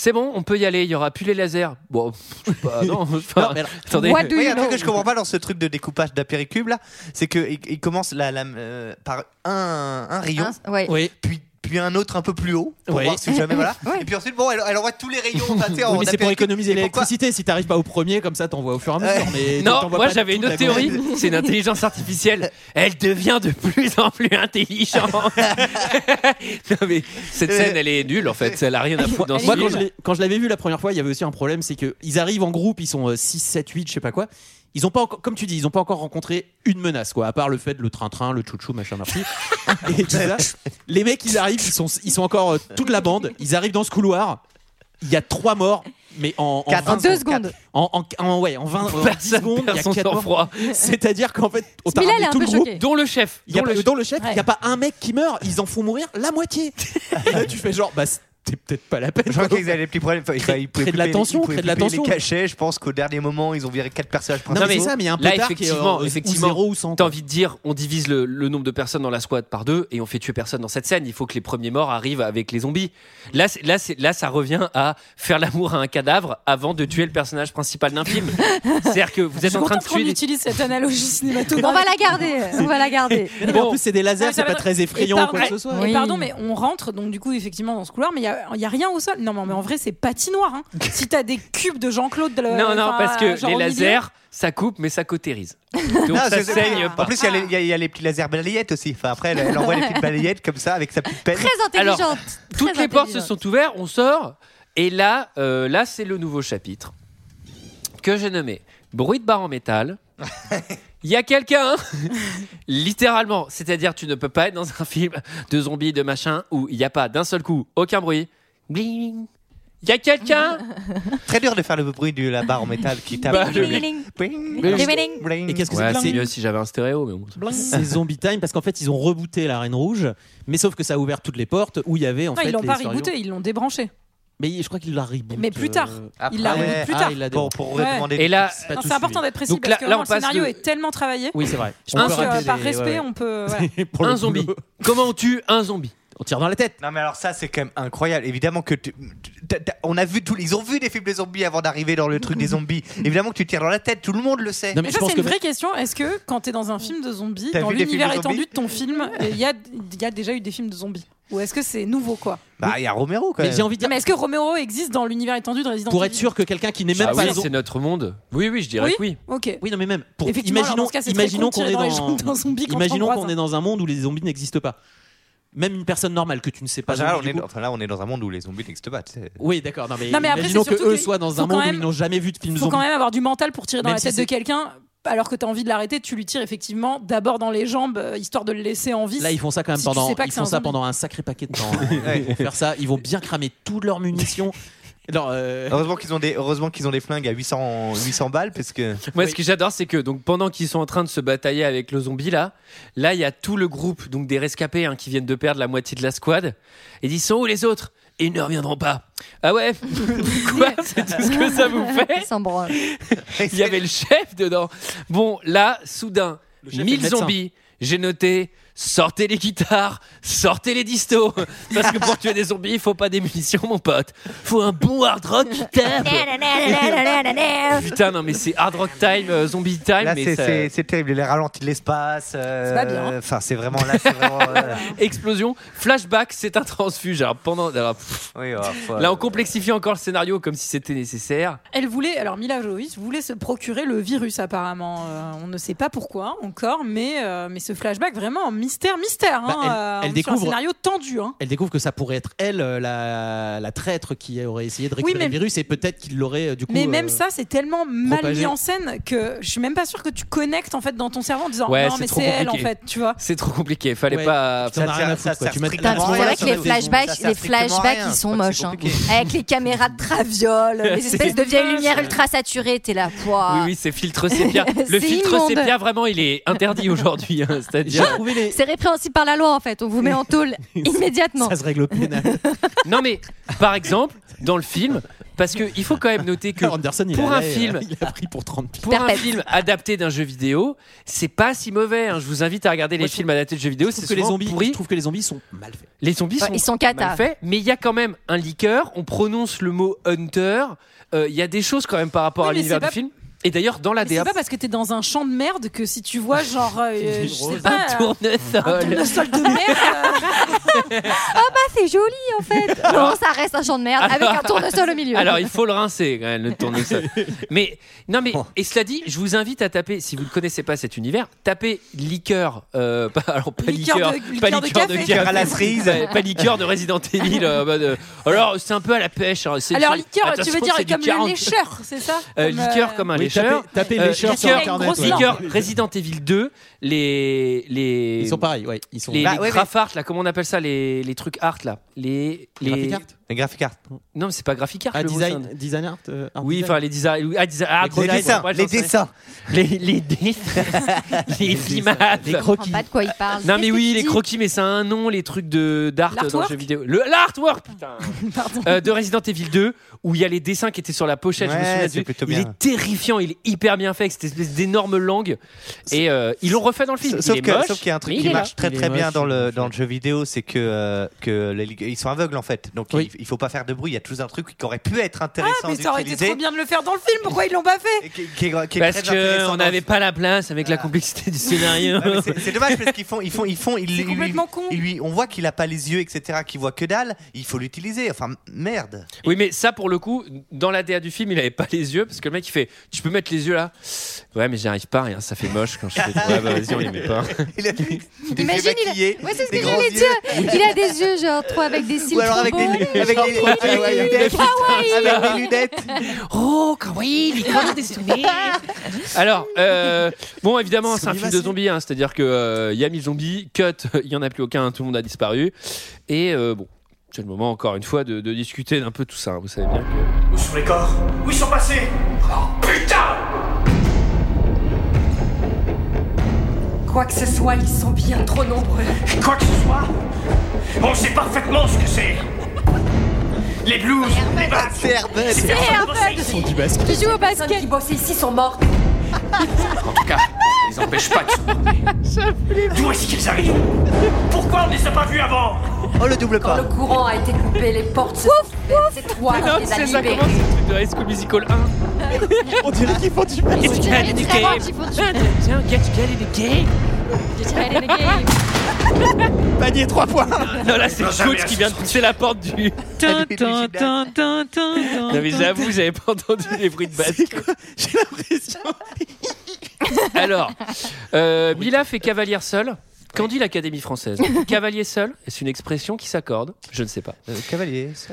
[SPEAKER 1] c'est bon, on peut y aller, il y aura plus les lasers. Bon, je sais pas, non, enfin,
[SPEAKER 12] Non, mais alors-
[SPEAKER 1] attendez.
[SPEAKER 12] Moi, il y a un truc que je comprends pas dans ce truc de découpage d'apéricube là, c'est que il, il commence la, la, euh, par un, un rayon,
[SPEAKER 7] Un- Hein? ouais.
[SPEAKER 3] Oui.
[SPEAKER 12] puis puis un autre un peu plus haut pour
[SPEAKER 3] Oui.
[SPEAKER 12] voir si jamais voilà.
[SPEAKER 7] Ouais.
[SPEAKER 12] Et puis ensuite bon, elle, elle envoie tous les rayons. enfin, tu
[SPEAKER 3] Oui,
[SPEAKER 12] sais, en
[SPEAKER 3] mais c'est pour
[SPEAKER 12] apéricube.
[SPEAKER 3] économiser
[SPEAKER 12] Mais pourquoi-
[SPEAKER 3] l'électricité. Si t'arrives pas au premier, comme ça, t'envoies au fur et à mesure. Mais
[SPEAKER 1] Non,
[SPEAKER 3] t'envoies
[SPEAKER 1] moi
[SPEAKER 3] pas
[SPEAKER 1] j'avais
[SPEAKER 3] toute
[SPEAKER 1] une autre
[SPEAKER 3] la
[SPEAKER 1] théorie,
[SPEAKER 3] grande-
[SPEAKER 1] c'est une intelligence artificielle. Elle devient de plus en plus intelligente. non mais cette scène elle est nulle en fait, elle a rien à foutre dans ce
[SPEAKER 3] Moi, quand
[SPEAKER 1] film.
[SPEAKER 3] je l'ai- quand je l'avais vu la première fois, il y avait aussi un problème, c'est que ils arrivent en groupe, ils sont euh, 6, 7, 8, je sais pas quoi. Ils ont pas encore, comme tu dis, ils ont pas encore rencontré une menace, quoi. À part le fait de le train-train, le chouchou, machin, merci. Et tout ça. Les mecs, ils arrivent, ils sont, ils sont encore euh, toute la bande. Ils arrivent dans ce couloir. Il y a trois morts, mais en, en,
[SPEAKER 12] Quatre.
[SPEAKER 3] 20
[SPEAKER 12] En deux
[SPEAKER 7] secondes.
[SPEAKER 3] En, en- en- ouais, en 20 en 10
[SPEAKER 1] Personne
[SPEAKER 3] secondes, il y a
[SPEAKER 1] perd son
[SPEAKER 3] quatre morts.
[SPEAKER 1] sang-froid.
[SPEAKER 3] C'est-à-dire qu'en fait, on t'a
[SPEAKER 7] Smilet,
[SPEAKER 3] ramené
[SPEAKER 7] elle
[SPEAKER 3] tout
[SPEAKER 7] est un
[SPEAKER 3] le
[SPEAKER 7] peu
[SPEAKER 3] groupe.
[SPEAKER 7] choquée.
[SPEAKER 1] Dont le chef.
[SPEAKER 3] Il y a
[SPEAKER 1] dont
[SPEAKER 3] pas-
[SPEAKER 1] le
[SPEAKER 3] dans le chef, il
[SPEAKER 11] Ouais.
[SPEAKER 3] n'y a pas un mec qui meurt, ils en font mourir la moitié. Et là, tu fais genre, bah, c'était peut-être pas la peine.
[SPEAKER 12] Je crois qu'ils avaient des petits problèmes. Enfin,
[SPEAKER 3] Crée-
[SPEAKER 12] ils pouvaient
[SPEAKER 3] crée de
[SPEAKER 12] plus payer-
[SPEAKER 3] la tension,
[SPEAKER 12] ils pouvaient
[SPEAKER 3] crée de
[SPEAKER 12] plus
[SPEAKER 3] la
[SPEAKER 12] payer
[SPEAKER 3] tension.
[SPEAKER 12] Les cachets, je pense qu'au dernier moment, ils ont viré quatre personnages
[SPEAKER 3] Non, mais,
[SPEAKER 1] mais
[SPEAKER 12] principaux.
[SPEAKER 3] ça, mais il y a un
[SPEAKER 1] Là,
[SPEAKER 3] potard
[SPEAKER 1] effectivement,
[SPEAKER 3] qui est, euh,
[SPEAKER 1] effectivement,
[SPEAKER 3] ou 0 ou
[SPEAKER 1] T'as
[SPEAKER 3] 100. quoi.
[SPEAKER 1] envie de dire, on divise le, le nombre de personnes dans la squad par deux et on fait tuer personne dans cette scène. Il faut que les premiers morts arrivent avec les zombies. Là, c'est- là, c'est- là ça revient à faire l'amour à un cadavre avant de tuer le personnage principal d'un film. C'est-à-dire que vous
[SPEAKER 11] Je
[SPEAKER 1] êtes
[SPEAKER 11] suis
[SPEAKER 1] en train de
[SPEAKER 11] contente qu'on
[SPEAKER 1] tuer. des-
[SPEAKER 11] utilise cette analogie cinématographique.
[SPEAKER 7] On va la garder, on va la garder.
[SPEAKER 3] Mais En plus, c'est des
[SPEAKER 11] Ah,
[SPEAKER 3] lasers,
[SPEAKER 11] mais ça
[SPEAKER 3] c'est
[SPEAKER 11] va
[SPEAKER 3] pas
[SPEAKER 11] dans-
[SPEAKER 3] très
[SPEAKER 11] Et
[SPEAKER 3] effrayant ou
[SPEAKER 11] pardon-
[SPEAKER 3] quoi que ce soit.
[SPEAKER 11] Et pardon, mais on rentre donc du coup effectivement dans ce couloir, mais il y a il y a rien au sol. Non, mais en vrai, c'est patinoire. Hein. si t'as des cubes de Jean-Claude. le-
[SPEAKER 1] Non, non,
[SPEAKER 11] euh, enfin,
[SPEAKER 1] parce que
[SPEAKER 11] genre
[SPEAKER 1] les
[SPEAKER 11] au milieu.
[SPEAKER 1] lasers, ça coupe, mais ça cautérise. Donc
[SPEAKER 12] Non,
[SPEAKER 1] ça
[SPEAKER 12] c'est- c'est-
[SPEAKER 1] saigne pas.
[SPEAKER 12] En plus, il y a les- il y, a- il y a les petits lasers balayettes aussi. Enfin, après, elle, elle envoie les petites balayettes comme ça avec sa petite pelle.
[SPEAKER 1] Alors, toutes les portes se sont ouvertes, on sort, et là, euh, là c'est le nouveau chapitre que j'ai nommé Bruit de barre en métal. Il y a quelqu'un, littéralement, c'est-à-dire tu ne peux pas être dans un film de zombies, de machin, où il n'y a pas d'un seul coup aucun bruit. Bling. Il y a quelqu'un
[SPEAKER 12] Très dur de faire le bruit de la barre en métal qui tape.
[SPEAKER 1] Bah, le-
[SPEAKER 3] Et qu'est-ce que
[SPEAKER 1] Ouais,
[SPEAKER 3] c'est
[SPEAKER 1] c'est
[SPEAKER 3] que
[SPEAKER 1] mieux si j'avais un stéréo, mais bon.
[SPEAKER 3] C'est Zombie Time parce qu'en fait ils ont rebooté la Reine Rouge, mais sauf que ça a ouvert toutes les portes où il y avait en
[SPEAKER 11] Non,
[SPEAKER 3] fait.
[SPEAKER 11] ils l'ont
[SPEAKER 3] les
[SPEAKER 11] pas
[SPEAKER 3] survivants.
[SPEAKER 11] rebooté, ils l'ont débranché.
[SPEAKER 3] Mais je crois qu'il l'a euh, rebooté.
[SPEAKER 11] Mais plus tard. Il l'a rebooté plus tard.
[SPEAKER 3] pour,
[SPEAKER 11] Ouais.
[SPEAKER 1] Et là,
[SPEAKER 11] Non, C'est important d'être précis parce que vraiment, le scénario est tellement travaillé.
[SPEAKER 3] Oui, c'est vrai.
[SPEAKER 11] Je
[SPEAKER 1] On
[SPEAKER 11] pense
[SPEAKER 1] peut
[SPEAKER 11] que
[SPEAKER 1] rappeler
[SPEAKER 11] par
[SPEAKER 1] les-
[SPEAKER 11] respect,
[SPEAKER 1] ouais, ouais.
[SPEAKER 11] on peut. voilà.
[SPEAKER 1] un zombie. Comment on tue un zombie
[SPEAKER 3] On tire dans la tête.
[SPEAKER 12] Non, mais alors ça, c'est quand même incroyable. Évidemment que tu- t'as- t'as- on a vu tous, ils ont vu des films de zombies avant d'arriver dans le truc des zombies. Évidemment que tu tires dans la tête, tout le monde le sait.
[SPEAKER 11] mais ça, c'est une vraie question. Est-ce que quand t'es dans un film de zombies,
[SPEAKER 12] T'as
[SPEAKER 11] dans
[SPEAKER 12] vu des films de
[SPEAKER 11] l'univers
[SPEAKER 12] zombies
[SPEAKER 11] étendu de ton film, il y a, il y a déjà eu des films de zombies Ou est-ce que c'est nouveau quoi
[SPEAKER 12] Bah, il y a Romero quand
[SPEAKER 3] Mais
[SPEAKER 12] même.
[SPEAKER 3] j'ai envie
[SPEAKER 11] Non, Mais est-ce que Romero existe dans l'univers étendu de Resident
[SPEAKER 3] Pour
[SPEAKER 11] Evil
[SPEAKER 3] être sûr que quelqu'un qui n'est
[SPEAKER 11] Bah
[SPEAKER 3] même
[SPEAKER 1] Ah
[SPEAKER 3] pas
[SPEAKER 1] oui,
[SPEAKER 3] zom-
[SPEAKER 1] c'est notre monde. Oui, oui, je dirais
[SPEAKER 11] Oui,
[SPEAKER 1] que oui.
[SPEAKER 11] Ok.
[SPEAKER 3] Oui, non, mais même. Pour,
[SPEAKER 11] Effectivement, alors,
[SPEAKER 3] imaginons
[SPEAKER 11] dans ce cas, c'est très
[SPEAKER 3] imaginons
[SPEAKER 11] con de
[SPEAKER 3] qu'on
[SPEAKER 11] tirer
[SPEAKER 3] est
[SPEAKER 11] dans les
[SPEAKER 3] dans,
[SPEAKER 11] jambes d'un zombie quand on
[SPEAKER 3] imaginons
[SPEAKER 11] croise
[SPEAKER 3] qu'on
[SPEAKER 11] un.
[SPEAKER 3] est dans un monde où les zombies n'existent pas. Même une personne normale que tu ne sais pas.
[SPEAKER 12] En général,
[SPEAKER 3] zombie,
[SPEAKER 12] on
[SPEAKER 3] du coup.
[SPEAKER 12] est, dans- enfin, là, on est dans un monde où les zombies n'existent pas. tu sais.
[SPEAKER 3] Oui, d'accord. Non, mais,
[SPEAKER 11] Non, mais après,
[SPEAKER 3] imaginons
[SPEAKER 11] c'est surtout
[SPEAKER 3] que eux
[SPEAKER 11] que-
[SPEAKER 3] soient dans un
[SPEAKER 11] faut quand
[SPEAKER 3] monde où
[SPEAKER 11] même-
[SPEAKER 3] ils n'ont jamais vu de film
[SPEAKER 11] Faut
[SPEAKER 3] zombie.
[SPEAKER 11] quand même avoir du mental pour tirer dans
[SPEAKER 3] Même
[SPEAKER 11] la
[SPEAKER 3] si
[SPEAKER 11] tête de
[SPEAKER 3] c'est-
[SPEAKER 11] quelqu'un. Alors que t'as envie de l'arrêter, tu lui tires effectivement d'abord dans les jambes, euh, histoire de le laisser en vie.
[SPEAKER 3] Là, ils font ça quand même
[SPEAKER 11] si tu
[SPEAKER 3] pendant,
[SPEAKER 11] sais pas que
[SPEAKER 3] ils
[SPEAKER 11] c'est
[SPEAKER 3] font
[SPEAKER 11] un
[SPEAKER 3] ça
[SPEAKER 11] zombie.
[SPEAKER 3] pendant un sacré paquet de temps. Ils vont faire ça, ils vont bien cramer toutes leurs munitions. Alors, euh,
[SPEAKER 12] Heureusement qu'ils ont des, heureusement qu'ils ont des flingues à 800, 800 balles parce que.
[SPEAKER 1] Moi, ce que j'adore, c'est que donc pendant qu'ils sont en train de se batailler avec le zombie là, là il y a tout le groupe donc des rescapés hein, qui viennent de perdre la moitié de la squad. Et ils sont où les autres Ils ne reviendront pas. Ah ouais Quoi C'est tout ce que ça vous fait Il y avait le chef dedans. Bon, là, soudain,
[SPEAKER 3] chef est le
[SPEAKER 1] 1000
[SPEAKER 3] médecin.
[SPEAKER 1] zombies. J'ai noté. Sortez les guitares, sortez les distos, parce que pour tuer des zombies, il faut pas des munitions, mon pote. Faut un bon hard rock qui tape. Putain, non, mais c'est hard rock time, euh, zombie time.
[SPEAKER 12] Là,
[SPEAKER 1] mais
[SPEAKER 12] c'est
[SPEAKER 1] ça-
[SPEAKER 12] c'est- c'est terrible. Les ralentis de l'espace. euh,
[SPEAKER 1] C'est pas bien.
[SPEAKER 12] Enfin, c'est vraiment là. c'est vraiment, euh,
[SPEAKER 1] Explosion, flashback, c'est un transfuge. Alors, pendant. alors, pff.
[SPEAKER 12] oh, euh,
[SPEAKER 1] Là, on complexifie encore le scénario comme si c'était nécessaire.
[SPEAKER 11] Elle voulait, alors Mila Jovovich voulait se procurer le virus apparemment. Euh, on ne sait pas pourquoi encore, mais, euh, mais ce flashback vraiment mystère, mystère. hein.
[SPEAKER 3] Bah, elle-
[SPEAKER 11] Euh, on
[SPEAKER 3] elle
[SPEAKER 11] est sur un
[SPEAKER 3] découvre-
[SPEAKER 11] scénario tendu. hein.
[SPEAKER 3] elle découvre que ça pourrait être elle, euh, la, la traître qui aurait essayé de
[SPEAKER 11] Oui,
[SPEAKER 3] récupérer
[SPEAKER 11] mais-
[SPEAKER 3] le virus et peut-être qu'il l'aurait euh, du coup.
[SPEAKER 11] Mais
[SPEAKER 3] euh,
[SPEAKER 11] même ça, c'est tellement mal
[SPEAKER 3] propagé.
[SPEAKER 11] mis en scène que je suis même pas sûre que tu connectes en fait dans ton cerveau en disant
[SPEAKER 1] Ouais,
[SPEAKER 11] non
[SPEAKER 1] c'est
[SPEAKER 11] mais
[SPEAKER 1] trop
[SPEAKER 11] c'est elle en
[SPEAKER 1] compliqué.
[SPEAKER 11] fait, tu vois.
[SPEAKER 1] C'est trop compliqué, fallait
[SPEAKER 3] Ouais,
[SPEAKER 1] pas.
[SPEAKER 3] putain, on a rien à foutre, quoi. Tu mets-
[SPEAKER 6] Putain,
[SPEAKER 3] Là, à ce
[SPEAKER 6] c'est
[SPEAKER 3] moment-là,
[SPEAKER 6] vrai
[SPEAKER 3] ça
[SPEAKER 6] que les
[SPEAKER 3] sert strictement à
[SPEAKER 6] flashbacks,
[SPEAKER 3] rien,
[SPEAKER 6] les
[SPEAKER 3] c'est compliqué.
[SPEAKER 6] flashbacks, ils sont moches. hein. Avec les caméras de traviole, les
[SPEAKER 1] C'est
[SPEAKER 6] espèces de vieilles
[SPEAKER 1] moche.
[SPEAKER 6] lumières ultra saturées, t'es là,
[SPEAKER 1] Oui,
[SPEAKER 11] Ah.
[SPEAKER 6] pouah.
[SPEAKER 1] oui, c'est filtre sépia.
[SPEAKER 6] C'est
[SPEAKER 1] Le filtre
[SPEAKER 6] immonde.
[SPEAKER 1] sépia, vraiment, il est interdit aujourd'hui. hein. C'est-à-dire.
[SPEAKER 6] C'est répréhensible par la loi en fait, on vous met en tôle immédiatement.
[SPEAKER 3] Ça se règle au pénal.
[SPEAKER 1] Non, mais par exemple, dans le film, parce qu'il faut quand même noter que
[SPEAKER 3] Anderson, il
[SPEAKER 1] pour
[SPEAKER 3] a,
[SPEAKER 1] un film.
[SPEAKER 3] il a pris pour 30 piges.
[SPEAKER 1] Pour un film adapté d'un jeu vidéo, c'est pas si mauvais. hein. Je vous invite à regarder les films adaptés de jeux vidéo.
[SPEAKER 3] Je
[SPEAKER 1] C'est
[SPEAKER 3] trouve que les
[SPEAKER 1] souvent
[SPEAKER 3] zombies,
[SPEAKER 1] pourri.
[SPEAKER 3] je trouve que les zombies sont mal faits.
[SPEAKER 1] Les zombies
[SPEAKER 11] Bah,
[SPEAKER 6] Ouais,
[SPEAKER 1] sont,
[SPEAKER 6] ils sont
[SPEAKER 1] mal
[SPEAKER 6] cata.
[SPEAKER 1] faits, mais il y a quand même un liqueur. On prononce le mot hunter. Euh, Il y a des choses quand même par rapport
[SPEAKER 11] Oui,
[SPEAKER 1] à
[SPEAKER 11] mais
[SPEAKER 1] l'univers
[SPEAKER 11] c'est
[SPEAKER 1] du
[SPEAKER 11] pas-
[SPEAKER 1] film. Et d'ailleurs,
[SPEAKER 3] Ah,
[SPEAKER 1] dans la
[SPEAKER 11] Mais C'est
[SPEAKER 1] DA,
[SPEAKER 11] pas parce que t'es dans un champ de merde que si tu vois genre euh, je sais pas,
[SPEAKER 1] un
[SPEAKER 11] euh, un
[SPEAKER 1] tournesol.
[SPEAKER 11] tournesol de merde.
[SPEAKER 6] Ah bah c'est joli en fait. Non, ça reste un champ de merde avec un tournesol au milieu.
[SPEAKER 1] Alors, il faut le rincer, quand même, le tournesol. mais, non, mais, et cela dit, je vous invite à taper, si vous ne connaissez pas cet univers, tapez liqueur, euh, pas, alors pas
[SPEAKER 11] Liqueur
[SPEAKER 1] liqueur,
[SPEAKER 11] de-
[SPEAKER 1] pas
[SPEAKER 11] liqueur de café.
[SPEAKER 12] Liqueur à la cerise.
[SPEAKER 1] Ouais, pas liqueur de Resident Evil. euh, en mode, euh, alors, c'est un peu à la pêche. hein, c'est-
[SPEAKER 11] Alors
[SPEAKER 1] c'est-
[SPEAKER 11] liqueur, tu
[SPEAKER 1] attention,
[SPEAKER 11] veux dire
[SPEAKER 1] c'est du
[SPEAKER 11] comme le
[SPEAKER 1] 40.
[SPEAKER 11] lécheur, c'est ça
[SPEAKER 1] Euh,
[SPEAKER 11] Comme, euh,
[SPEAKER 1] liqueur comme un
[SPEAKER 3] Oui,
[SPEAKER 1] lécheur. Euh,
[SPEAKER 3] tapez- tapez lécheur sur
[SPEAKER 1] liqueur,
[SPEAKER 3] Internet,
[SPEAKER 11] ouais.
[SPEAKER 1] liqueur, Resident Evil 2, les. les
[SPEAKER 3] Ils sont pareils, ouais. Ils sont
[SPEAKER 1] Les,
[SPEAKER 12] Bah,
[SPEAKER 1] les
[SPEAKER 12] ouais, mais-
[SPEAKER 1] grapharts, là, comment on appelle ça Les, les trucs art, là. Les. les...
[SPEAKER 3] Graphic art
[SPEAKER 12] Les graphic art.
[SPEAKER 1] Non, mais c'est pas graphic art.
[SPEAKER 3] Ah,
[SPEAKER 1] le mot,
[SPEAKER 3] design,
[SPEAKER 1] ça.
[SPEAKER 3] design art, euh, art
[SPEAKER 1] Oui,
[SPEAKER 3] design.
[SPEAKER 1] enfin, les designs. oui, ah, design- ah,
[SPEAKER 3] Les
[SPEAKER 1] design,
[SPEAKER 12] dessins,
[SPEAKER 1] ouais,
[SPEAKER 12] les
[SPEAKER 1] j'en sais.
[SPEAKER 12] dessins.
[SPEAKER 1] Les, les dessins. les images.
[SPEAKER 3] les
[SPEAKER 6] Je
[SPEAKER 3] croquis.
[SPEAKER 6] comprends pas de quoi il parle.
[SPEAKER 1] Non, mais
[SPEAKER 6] Qu'est-ce
[SPEAKER 1] oui,
[SPEAKER 6] qu'il
[SPEAKER 1] les
[SPEAKER 6] dit
[SPEAKER 1] croquis, mais ça a un nom, les trucs de d'art euh, dans le
[SPEAKER 11] L'artwork
[SPEAKER 1] jeu vidéo. Le l'artwork, putain.
[SPEAKER 11] Pardon.
[SPEAKER 1] Euh, de Resident Evil 2 où il y a les dessins qui étaient sur la pochette. je me
[SPEAKER 12] Ouais,
[SPEAKER 1] souviens
[SPEAKER 12] c'est
[SPEAKER 1] du-
[SPEAKER 12] plutôt
[SPEAKER 1] Il
[SPEAKER 12] bien.
[SPEAKER 1] est terrifiant, il est hyper bien fait avec cette espèce d'énorme langue. Et euh, ils l'ont refait dans le film.
[SPEAKER 12] Sauf
[SPEAKER 1] il est
[SPEAKER 12] que-
[SPEAKER 1] moche,
[SPEAKER 12] sauf qu'il y a un
[SPEAKER 1] mais
[SPEAKER 12] truc
[SPEAKER 1] il
[SPEAKER 12] qui
[SPEAKER 1] est là.
[SPEAKER 12] marche très
[SPEAKER 3] Il est
[SPEAKER 12] très bien
[SPEAKER 3] moche,
[SPEAKER 12] dans
[SPEAKER 3] il est
[SPEAKER 12] le,
[SPEAKER 3] moche,
[SPEAKER 12] dans le
[SPEAKER 3] ouais.
[SPEAKER 12] jeu vidéo, c'est que, euh, que les- ils sont aveugles en fait. Donc
[SPEAKER 3] Oui.
[SPEAKER 12] ils- il faut pas faire de bruit. Il y a toujours un truc qui aurait pu être
[SPEAKER 11] Ah,
[SPEAKER 12] intéressant
[SPEAKER 11] mais ça aurait été
[SPEAKER 12] d'utiliser,
[SPEAKER 11] trop bien de le faire dans le film, pourquoi ils l'ont pas fait
[SPEAKER 12] qui- qui est- qui est
[SPEAKER 1] Parce
[SPEAKER 12] très intéressant
[SPEAKER 1] qu'on
[SPEAKER 12] dans-
[SPEAKER 1] n'avait pas la place avec la complexité du scénario.
[SPEAKER 12] Ouais, mais c'est- c'est dommage parce qu'ils font, ils font, ils font, ils,
[SPEAKER 1] C'est
[SPEAKER 12] ils-
[SPEAKER 1] complètement
[SPEAKER 12] ils- ils lui, on voit qu'il a pas les yeux, etc., qu'il voit que dalle. Il faut l'utiliser. Enfin, merde.
[SPEAKER 1] Oui, mais ça, pour le coup, dans la DA du film, il avait pas les yeux, parce que le mec, il fait Tu peux mettre les yeux là Ouais, mais j'y arrive pas, hein, ça fait moche quand je fais. Ouais, bah vas-y, on les met pas.
[SPEAKER 6] Imagine, il a... Ouais, c'est ce que j'allais dire. Il a des yeux genre trop avec des cils
[SPEAKER 12] Ou alors
[SPEAKER 6] trop
[SPEAKER 12] avec
[SPEAKER 6] beaux.
[SPEAKER 12] des, avec des- avec des lunettes.
[SPEAKER 1] Ah
[SPEAKER 12] Avec des lunettes.
[SPEAKER 1] Oh, oui, il croit des souvenirs. Alors, euh, bon, évidemment, c'est un film de zombies, hein, c'est-à-dire que euh, il y a mille zombies, cut, il y en a plus aucun, tout le monde a disparu. Et euh, bon, c'est le moment, encore une fois, de, de discuter d'un peu tout ça. hein, vous savez bien que.
[SPEAKER 2] Où sont les corps Où ils sont passés Oh putain
[SPEAKER 9] Quoi que ce soit, ils sont bien trop nombreux. Quoi que ce soit
[SPEAKER 2] On sait parfaitement ce que c'est Les blues, les basques
[SPEAKER 12] C'est Herbert
[SPEAKER 2] C'est Herbert
[SPEAKER 9] Qui joue au basket Les qui bossent ici sont mortes.
[SPEAKER 2] En tout cas, ils empêchent pas de se D'où est-ce qu'ils arrivent Pourquoi on ne les a pas vus avant
[SPEAKER 12] Oh le double
[SPEAKER 9] Quand le courant a été coupé, les portes se sont ouvertes. C'est toi
[SPEAKER 1] Non,
[SPEAKER 9] qui les as
[SPEAKER 1] c'est ça,
[SPEAKER 9] libérées.
[SPEAKER 1] comment c'est le truc de High School Musical 1
[SPEAKER 3] On dirait qu'ils font du mal.
[SPEAKER 1] It's get in the game. Tiens, get, get in the game.
[SPEAKER 3] Panier trois fois.
[SPEAKER 1] Non, là, c'est Coach qui vient de pousser la porte du. Non, mais j'avoue, vous avez pas entendu les bruits de basse.
[SPEAKER 3] J'ai l'impression.
[SPEAKER 1] Alors, euh, Bilaf est cavalière seule. Qu'en dit l'Académie française Cavalier seul, c'est une expression qui s'accorde Je ne sais pas.
[SPEAKER 12] cavalier. ça.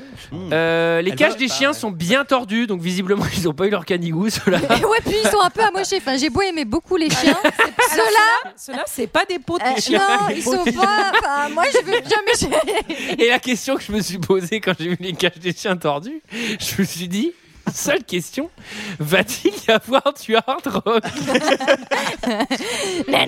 [SPEAKER 1] Euh, les
[SPEAKER 12] Elle
[SPEAKER 1] cages
[SPEAKER 12] va
[SPEAKER 1] des
[SPEAKER 12] pas,
[SPEAKER 1] chiens sont bien tordues, donc visiblement ils n'ont pas eu leur canigou, ceux-là.
[SPEAKER 6] Et ouais, puis ils sont un peu amochés. Enfin, j'ai beau aimer beaucoup les chiens. Ceux-là,
[SPEAKER 11] Ceux-là, c'est pas des potes.
[SPEAKER 6] euh,
[SPEAKER 11] les chiens.
[SPEAKER 6] non, ils sont pas. Enfin, moi, je veux bien, mais
[SPEAKER 1] Et la question que je me suis posée quand j'ai vu les cages des chiens tordues, je me suis dit, seule question, va-t-il y avoir du hard rock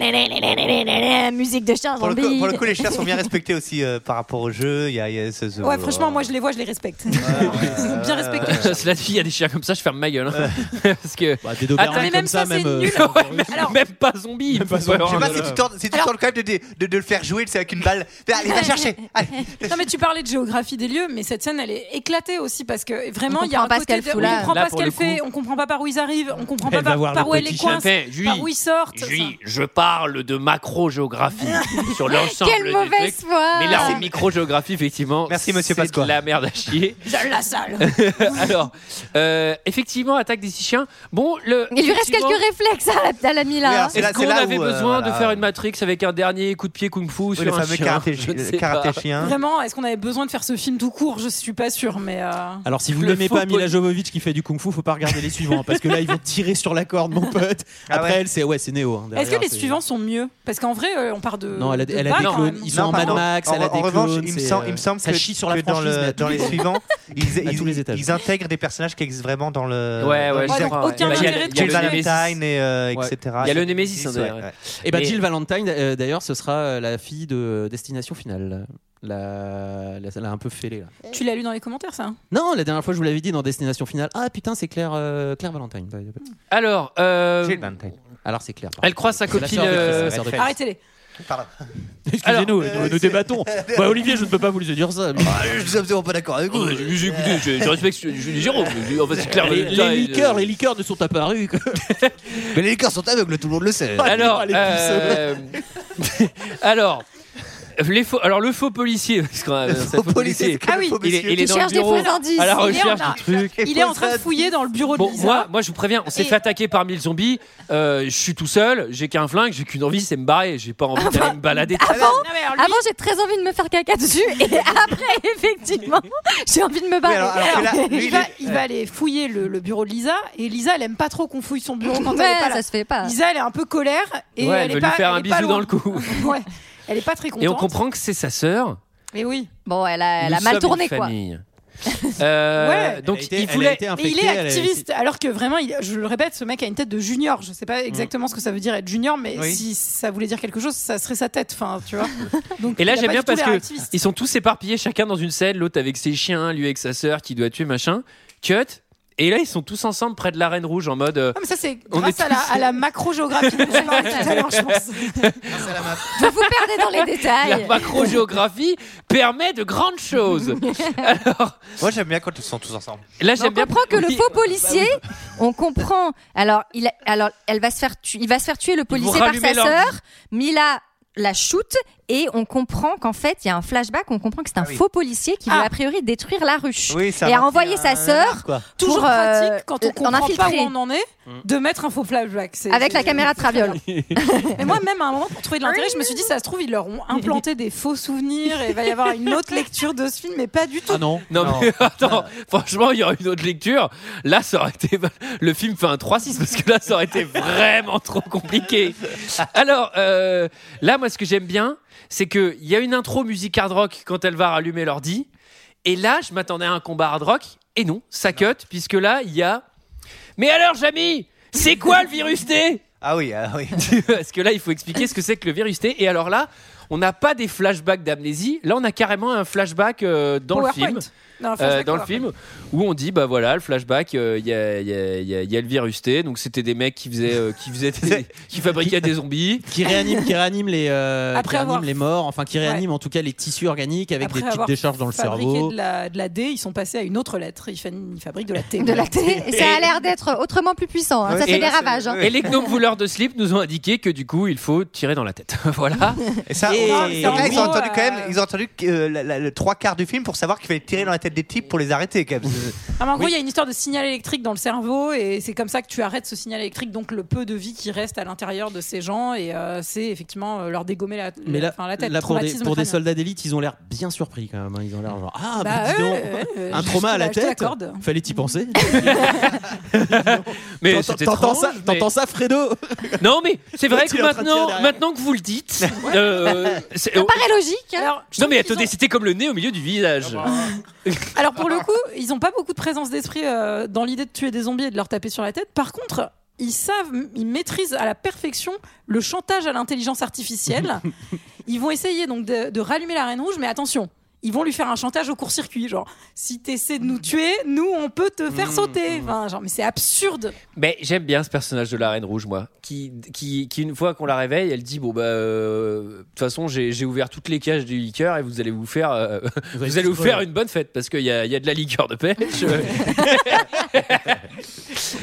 [SPEAKER 6] j'ai. Musique de chien,
[SPEAKER 12] Pour le, coup,
[SPEAKER 6] zombie.
[SPEAKER 12] pour le coup, les chiens sont bien respectés aussi euh, par rapport au jeu. Il y a, il y a ce- euh, ce-
[SPEAKER 11] Ouais, franchement, moi je les vois, je les respecte.
[SPEAKER 1] Euh.
[SPEAKER 11] bien respectés.
[SPEAKER 12] Euh,
[SPEAKER 1] Cela dit, il y a des chiens comme ça, je ferme ma gueule. hein. Parce que.
[SPEAKER 3] Bah, des Dobermans
[SPEAKER 1] Attends, mais
[SPEAKER 3] comme
[SPEAKER 1] même
[SPEAKER 3] ça,
[SPEAKER 1] ça,
[SPEAKER 3] même.
[SPEAKER 1] c'est
[SPEAKER 3] euh,
[SPEAKER 1] nul.
[SPEAKER 3] ça-
[SPEAKER 1] Ouais, même, même pas zombie.
[SPEAKER 3] pas
[SPEAKER 1] faut
[SPEAKER 3] zombie.
[SPEAKER 12] Je sais pas
[SPEAKER 1] avoir-
[SPEAKER 12] si tu tentes, si tu tentes quand même de, de- de le faire jouer, c'est avec une balle. Mais Allez, va chercher. Allez.
[SPEAKER 11] Non mais tu parlais de géographie des lieux, mais cette scène elle est éclatée aussi parce que vraiment
[SPEAKER 6] On
[SPEAKER 11] il y a un
[SPEAKER 6] comprend pas
[SPEAKER 11] côté
[SPEAKER 6] ce qu'elle
[SPEAKER 11] de-
[SPEAKER 6] fout
[SPEAKER 11] on
[SPEAKER 6] là.
[SPEAKER 11] comprend
[SPEAKER 1] Là,
[SPEAKER 11] pas ce
[SPEAKER 1] pour le
[SPEAKER 11] qu'elle fait,
[SPEAKER 1] coup.
[SPEAKER 11] on comprend pas par où ils arrivent, on comprend pas
[SPEAKER 3] Elle va
[SPEAKER 11] par,
[SPEAKER 3] voir
[SPEAKER 11] par
[SPEAKER 3] le
[SPEAKER 11] où elle
[SPEAKER 3] petit
[SPEAKER 11] les coince,
[SPEAKER 1] Chapin, Julie.
[SPEAKER 11] par où ils sortent.
[SPEAKER 1] Julie, je parle de macro-géographie sur l'ensemble
[SPEAKER 6] Quelle
[SPEAKER 1] du
[SPEAKER 6] mauvaise
[SPEAKER 1] truc.
[SPEAKER 6] foi.
[SPEAKER 1] Mais là, en micro-géographie, effectivement,
[SPEAKER 12] Merci, monsieur
[SPEAKER 1] c'est
[SPEAKER 12] Pasqua.
[SPEAKER 1] de la merde à chier.
[SPEAKER 11] Ça, Je la salle.
[SPEAKER 1] Alors, euh, effectivement, attaque des six chiens. Bon, le.
[SPEAKER 6] Il lui reste
[SPEAKER 1] effectivement,
[SPEAKER 6] quelques réflexes à la, à la Mila. hein.
[SPEAKER 12] Oui, alors, C'est
[SPEAKER 1] Est-ce
[SPEAKER 12] là- c'est
[SPEAKER 1] qu'on
[SPEAKER 12] là
[SPEAKER 1] avait
[SPEAKER 12] où, euh,
[SPEAKER 1] besoin de
[SPEAKER 12] voilà.
[SPEAKER 1] faire une Matrix avec un dernier coup de pied kung-fu
[SPEAKER 12] Oui,
[SPEAKER 1] sur
[SPEAKER 12] le
[SPEAKER 1] un
[SPEAKER 12] fameux
[SPEAKER 1] chien
[SPEAKER 12] karaté,
[SPEAKER 1] Je ne sais
[SPEAKER 12] karaté
[SPEAKER 1] pas.
[SPEAKER 12] chien.
[SPEAKER 11] Vraiment, est-ce qu'on avait besoin de faire ce film tout court Je suis pas sûre, mais euh,
[SPEAKER 3] Alors si vous
[SPEAKER 1] Le
[SPEAKER 3] n'aimez
[SPEAKER 1] faux
[SPEAKER 3] pas
[SPEAKER 1] poli-
[SPEAKER 3] Mila Jovovich qui fait du kung-fu, faut pas regarder les suivants parce que là ils vont tirer sur la corde, mon pote.
[SPEAKER 12] Ah
[SPEAKER 3] Après
[SPEAKER 12] ouais.
[SPEAKER 3] elle, c'est ouais, c'est Néo. hein,
[SPEAKER 11] est-ce
[SPEAKER 3] derrière,
[SPEAKER 11] que les
[SPEAKER 3] c'est-
[SPEAKER 11] suivants sont mieux Parce qu'en vrai, euh, on part de.
[SPEAKER 3] Non, elle a,
[SPEAKER 11] de
[SPEAKER 3] elle a
[SPEAKER 11] bas,
[SPEAKER 3] des
[SPEAKER 11] quand
[SPEAKER 3] clones.
[SPEAKER 11] même.
[SPEAKER 3] Ils sont
[SPEAKER 12] Non,
[SPEAKER 3] en Mad
[SPEAKER 12] pardon.
[SPEAKER 3] Max, elle
[SPEAKER 12] En-
[SPEAKER 3] a des
[SPEAKER 12] en
[SPEAKER 3] clones.
[SPEAKER 12] revanche, il me
[SPEAKER 3] c'est,
[SPEAKER 12] semble,
[SPEAKER 3] euh,
[SPEAKER 12] il me semble
[SPEAKER 3] ça
[SPEAKER 12] que,
[SPEAKER 3] chie sur
[SPEAKER 12] que
[SPEAKER 3] la
[SPEAKER 12] dans,
[SPEAKER 3] franchise, mais
[SPEAKER 12] le-
[SPEAKER 3] à tous
[SPEAKER 12] dans les
[SPEAKER 3] niveaux.
[SPEAKER 12] suivants, ils,
[SPEAKER 3] À tous
[SPEAKER 12] ils-
[SPEAKER 3] les étages.
[SPEAKER 12] ils intègrent des personnages qui existent vraiment dans le.
[SPEAKER 1] Ouais, ouais,
[SPEAKER 12] dans
[SPEAKER 1] je
[SPEAKER 12] le-
[SPEAKER 1] crois.
[SPEAKER 11] aucun
[SPEAKER 1] Bah, il y a-
[SPEAKER 11] intérêt de
[SPEAKER 1] il y a
[SPEAKER 12] Jill
[SPEAKER 1] le
[SPEAKER 11] jouer.
[SPEAKER 1] Nemesis.
[SPEAKER 12] euh, Valentine et euh,
[SPEAKER 3] Ouais.
[SPEAKER 12] etc.
[SPEAKER 1] Il y a le Némésis, hein,
[SPEAKER 12] Ouais,
[SPEAKER 1] d'ailleurs.
[SPEAKER 12] ouais.
[SPEAKER 3] Et ben
[SPEAKER 1] Mais-
[SPEAKER 3] Jill Valentine, euh, d'ailleurs, ce sera euh, la fille de Destination Finale. La... la- Elle a un peu fêlé là.
[SPEAKER 11] Tu l'as lu dans les commentaires, ça
[SPEAKER 3] Non, la dernière fois je vous l'avais dit dans Destination Finale. Ah putain, c'est Claire, euh, Claire Valentine.
[SPEAKER 1] Alors, euh,
[SPEAKER 12] Jill Valentine.
[SPEAKER 3] Alors c'est Claire. pardon.
[SPEAKER 1] elle croise sa
[SPEAKER 3] C'est la
[SPEAKER 1] copine.
[SPEAKER 3] sœur de Chris,
[SPEAKER 1] euh,
[SPEAKER 3] c'est la sœur de euh, Chris.
[SPEAKER 11] Arrêtez-les.
[SPEAKER 12] Pardon.
[SPEAKER 3] Excusez-nous, nous, nous débattons. Bah, Olivier, je ne peux pas vous dire ça. mais-
[SPEAKER 12] Je suis absolument pas d'accord avec vous.
[SPEAKER 1] Ouais, j'ai- j'ai- écoutez, je, je respecte Julie Giraud. mais En fait, c'est clair.
[SPEAKER 3] les,
[SPEAKER 1] le- là,
[SPEAKER 3] les
[SPEAKER 1] il-
[SPEAKER 3] liqueurs, les liqueurs ne sont apparus. quoi.
[SPEAKER 12] Mais les liqueurs sont aveugles, tout le monde le sait.
[SPEAKER 1] Alors,
[SPEAKER 3] les puceaux.
[SPEAKER 1] euh, alors, les faux, alors le faux policier, parce qu'on a- c'est un faux policier.
[SPEAKER 11] Ah oui,
[SPEAKER 1] Il est, il est
[SPEAKER 6] Qui
[SPEAKER 1] dans le
[SPEAKER 6] cherche des
[SPEAKER 1] bureau
[SPEAKER 6] faux indices.
[SPEAKER 1] à la
[SPEAKER 11] Il est en-
[SPEAKER 1] recherche du truc.
[SPEAKER 11] Il est en train de fouiller dans le bureau de
[SPEAKER 1] Bon,
[SPEAKER 11] Lisa.
[SPEAKER 3] hein.
[SPEAKER 1] moi, moi, je vous préviens, on s'est
[SPEAKER 11] Et-
[SPEAKER 1] fait attaquer par mille zombies. Euh, je suis tout seul, j'ai qu'un flingue, j'ai qu'une envie, c'est me barrer. J'ai pas envie
[SPEAKER 3] Ah bah,
[SPEAKER 1] d'aller me balader.
[SPEAKER 11] Non, mais alors, lui,
[SPEAKER 6] Avant, j'ai très envie de me faire caca dessus. Et après, effectivement, j'ai envie de me barrer.
[SPEAKER 12] alors- alors que là, lui,
[SPEAKER 11] il,
[SPEAKER 12] il
[SPEAKER 11] va,
[SPEAKER 12] est-
[SPEAKER 11] il va aller fouiller le, le bureau de Lisa et Lisa elle aime pas trop qu'on fouille son bureau quand
[SPEAKER 6] Ouais,
[SPEAKER 11] elle est pas là.
[SPEAKER 6] ça se fait pas.
[SPEAKER 11] Lisa elle est un peu colère et
[SPEAKER 1] Ouais, elle
[SPEAKER 11] elle,
[SPEAKER 1] veut
[SPEAKER 11] est pas,
[SPEAKER 1] lui faire un
[SPEAKER 11] elle est pas
[SPEAKER 1] bisou dans
[SPEAKER 11] loin.
[SPEAKER 1] le cou.
[SPEAKER 11] ouais, elle est pas très contente.
[SPEAKER 1] Et on comprend que c'est sa sœur.
[SPEAKER 11] Mais oui.
[SPEAKER 6] Bon, elle a, elle a
[SPEAKER 1] Nous
[SPEAKER 6] mal
[SPEAKER 1] sommes
[SPEAKER 6] tourné,
[SPEAKER 1] une
[SPEAKER 6] quoi.
[SPEAKER 1] famille. Euh,
[SPEAKER 11] Ouais.
[SPEAKER 1] Donc,
[SPEAKER 3] Elle a été-
[SPEAKER 1] il
[SPEAKER 3] elle a
[SPEAKER 1] voulait.
[SPEAKER 3] été
[SPEAKER 11] Mais
[SPEAKER 3] infectée,
[SPEAKER 11] il est
[SPEAKER 3] elle a-
[SPEAKER 11] activiste, alors que vraiment, il- je le répète, ce mec a une tête de junior. Je sais pas exactement
[SPEAKER 1] Mm.
[SPEAKER 11] ce que ça veut dire être junior, mais
[SPEAKER 12] Oui.
[SPEAKER 11] si ça voulait dire quelque chose, ça serait sa tête. Enfin, tu vois.
[SPEAKER 1] Et là,
[SPEAKER 11] il a
[SPEAKER 1] j'aime
[SPEAKER 11] pas
[SPEAKER 1] bien
[SPEAKER 11] du tout
[SPEAKER 1] parce
[SPEAKER 11] l'air
[SPEAKER 1] que
[SPEAKER 11] activiste.
[SPEAKER 1] ils sont tous éparpillés, chacun dans une scène, l'autre avec ses chiens, lui avec sa sœur qui doit tuer machin. Cut. Et là, ils sont tous ensemble près de l'arène rouge en mode. euh,
[SPEAKER 11] Ah, mais ça, c'est
[SPEAKER 1] On
[SPEAKER 11] grâce
[SPEAKER 1] est
[SPEAKER 11] à la,
[SPEAKER 1] tous-
[SPEAKER 11] à la macro-géographie dont on parlait tout à l'heure, je pense.
[SPEAKER 7] Vous vous perdez dans les
[SPEAKER 1] la
[SPEAKER 7] détails.
[SPEAKER 1] macro-géographie permet de grandes choses.
[SPEAKER 12] Moi, j'aime bien quand ils sont tous ensemble.
[SPEAKER 1] Là,
[SPEAKER 7] On
[SPEAKER 1] j'aime bien.
[SPEAKER 7] comprend que le
[SPEAKER 1] Oui.
[SPEAKER 7] faux policier, on comprend. Alors, il a- alors elle va se faire tu- il va se faire tuer le policier par sa
[SPEAKER 1] rallumer leur-
[SPEAKER 7] sœur. Mila la shoot et on comprend qu'en fait, il y a un flashback, on comprend que c'est un
[SPEAKER 11] Ah oui.
[SPEAKER 7] faux policier qui veut a priori détruire la ruche
[SPEAKER 11] Oui, ça
[SPEAKER 7] et a
[SPEAKER 11] m'a
[SPEAKER 7] renvoyé
[SPEAKER 11] fait un-
[SPEAKER 7] sa sœur
[SPEAKER 11] quoi.
[SPEAKER 7] pour,
[SPEAKER 11] Toujours
[SPEAKER 7] euh,
[SPEAKER 11] pratique quand on
[SPEAKER 7] en
[SPEAKER 11] comprend pas où
[SPEAKER 7] infiltrer.
[SPEAKER 11] on en est
[SPEAKER 1] Mm.
[SPEAKER 11] de mettre un faux flashback. C'est-
[SPEAKER 7] avec la
[SPEAKER 11] c'est-
[SPEAKER 7] caméra de traviole.
[SPEAKER 11] Mais moi, même à un moment, pour trouver de l'intérêt, je me suis dit, ça se trouve, ils leur ont implanté des faux souvenirs et il va y avoir une autre lecture de ce film, mais pas du tout.
[SPEAKER 3] Ah non.
[SPEAKER 1] Non, mais attends, franchement, il y aurait une autre lecture. Là, ça aurait été. Le film fait un 3-6 parce que là, ça aurait été vraiment trop compliqué. Alors, euh, là, moi, ce que j'aime bien, c'est qu'il y a une intro musique hard rock quand elle va rallumer l'ordi. Et là, je m'attendais à un combat hard rock. Et non, ça cut, puisque là, il y a. Mais alors, Jamy, c'est quoi le virus T
[SPEAKER 12] Ah oui, ah oui.
[SPEAKER 1] Parce que là, il faut expliquer ce que c'est que le virus T. Et alors là, on n'a pas des flashbacks d'amnésie. Là, on a carrément un flashback euh, dans le film.
[SPEAKER 11] PowerPoint. Non, un
[SPEAKER 1] Euh,
[SPEAKER 11] flashback
[SPEAKER 1] dans le
[SPEAKER 11] PowerPoint.
[SPEAKER 1] film où on dit bah voilà le flashback euh, il y, a, il y a- il y a- il y a le virus T donc c'était des mecs qui faisaient euh, qui faisaient des- qui fabriquaient des zombies
[SPEAKER 3] qui réanime, qui réanime les, euh,
[SPEAKER 11] Après
[SPEAKER 3] qui réanime
[SPEAKER 11] avoir-
[SPEAKER 3] les morts, enfin qui réanime en tout cas les tissus organiques avec
[SPEAKER 11] Après
[SPEAKER 3] des petites
[SPEAKER 11] avoir
[SPEAKER 3] décharges dans le
[SPEAKER 11] fabriqué
[SPEAKER 3] cerveau.
[SPEAKER 11] De la, de la D, ils sont passés à une autre lettre. Ils, fa- ils fabriquent de la T.
[SPEAKER 7] De la télé, et ça a l'air d'être autrement plus puissant. hein. Ça
[SPEAKER 1] Et-
[SPEAKER 7] fait des ravages. hein.
[SPEAKER 1] et les gnomes voleurs de slip nous ont indiqué que du coup il faut tirer dans la tête voilà
[SPEAKER 12] Et ça,
[SPEAKER 1] Et-
[SPEAKER 12] on-
[SPEAKER 1] Et-
[SPEAKER 12] donc là, ils ont
[SPEAKER 1] en gros,
[SPEAKER 12] entendu quand même, ils ont entendu que, euh, la- la- le trois quarts du film pour savoir qu'il fallait tirer dans la tête des types pour les arrêter. Quand même.
[SPEAKER 11] Ah, mais en gros, il y a une histoire de signal électrique dans le cerveau et c'est comme ça que tu arrêtes ce signal électrique, donc le peu de vie qui reste à l'intérieur de ces gens et euh, c'est effectivement euh, leur dégommer la,
[SPEAKER 3] Mais là,
[SPEAKER 11] enfin, la tête.
[SPEAKER 3] là, pour, des,
[SPEAKER 11] traumatisme
[SPEAKER 3] pour des
[SPEAKER 11] crânien.
[SPEAKER 3] soldats d'élite, ils ont l'air bien surpris quand même. hein. Ils ont l'air genre ah
[SPEAKER 11] Bah,
[SPEAKER 3] bah, dis
[SPEAKER 11] ouais,
[SPEAKER 3] donc,
[SPEAKER 11] ouais, ouais,
[SPEAKER 3] un
[SPEAKER 11] je-
[SPEAKER 3] trauma
[SPEAKER 11] je
[SPEAKER 3] à la
[SPEAKER 11] te- je te
[SPEAKER 3] tête.
[SPEAKER 11] l'accorde.
[SPEAKER 3] Fallait y penser.
[SPEAKER 1] mais
[SPEAKER 3] T'entends-
[SPEAKER 1] c'était
[SPEAKER 3] T'entends
[SPEAKER 1] étrange,
[SPEAKER 3] ça,
[SPEAKER 1] mais-
[SPEAKER 3] t'entends ça, Fredo
[SPEAKER 1] non mais c'est vrai
[SPEAKER 3] Tu
[SPEAKER 1] que
[SPEAKER 3] es en train de tirer
[SPEAKER 1] maintenant
[SPEAKER 3] derrière.
[SPEAKER 1] maintenant que vous le dites euh, c'est-
[SPEAKER 7] Ça paraît logique. hein.
[SPEAKER 11] Alors,
[SPEAKER 1] non mais attendez c'était comme le nez au milieu du
[SPEAKER 3] Ah
[SPEAKER 1] visage
[SPEAKER 11] Alors pour le coup, ils n'ont pas beaucoup de présence d'esprit euh, dans l'idée de tuer des zombies et de leur taper sur la tête. Par contre, ils savent, ils maîtrisent à la perfection le chantage à l'intelligence artificielle. ils vont essayer donc de, de rallumer la reine rouge, mais attention. Ils vont lui faire un chantage au court-circuit, genre si t'essaies de
[SPEAKER 1] Mm.
[SPEAKER 11] nous tuer, nous on peut te faire sauter. Enfin, genre, mais c'est absurde.
[SPEAKER 1] Mais j'aime bien ce personnage de la Reine Rouge, moi, qui, qui, qui une fois qu'on la réveille, elle dit bon bah euh, de toute façon j'ai j'ai ouvert toutes les cages du liqueur et vous allez vous faire euh, vous,
[SPEAKER 3] allez
[SPEAKER 1] allez vous
[SPEAKER 3] tous
[SPEAKER 1] faire
[SPEAKER 3] crever.
[SPEAKER 1] une bonne fête parce qu'il y a, il y a de la liqueur de pêche.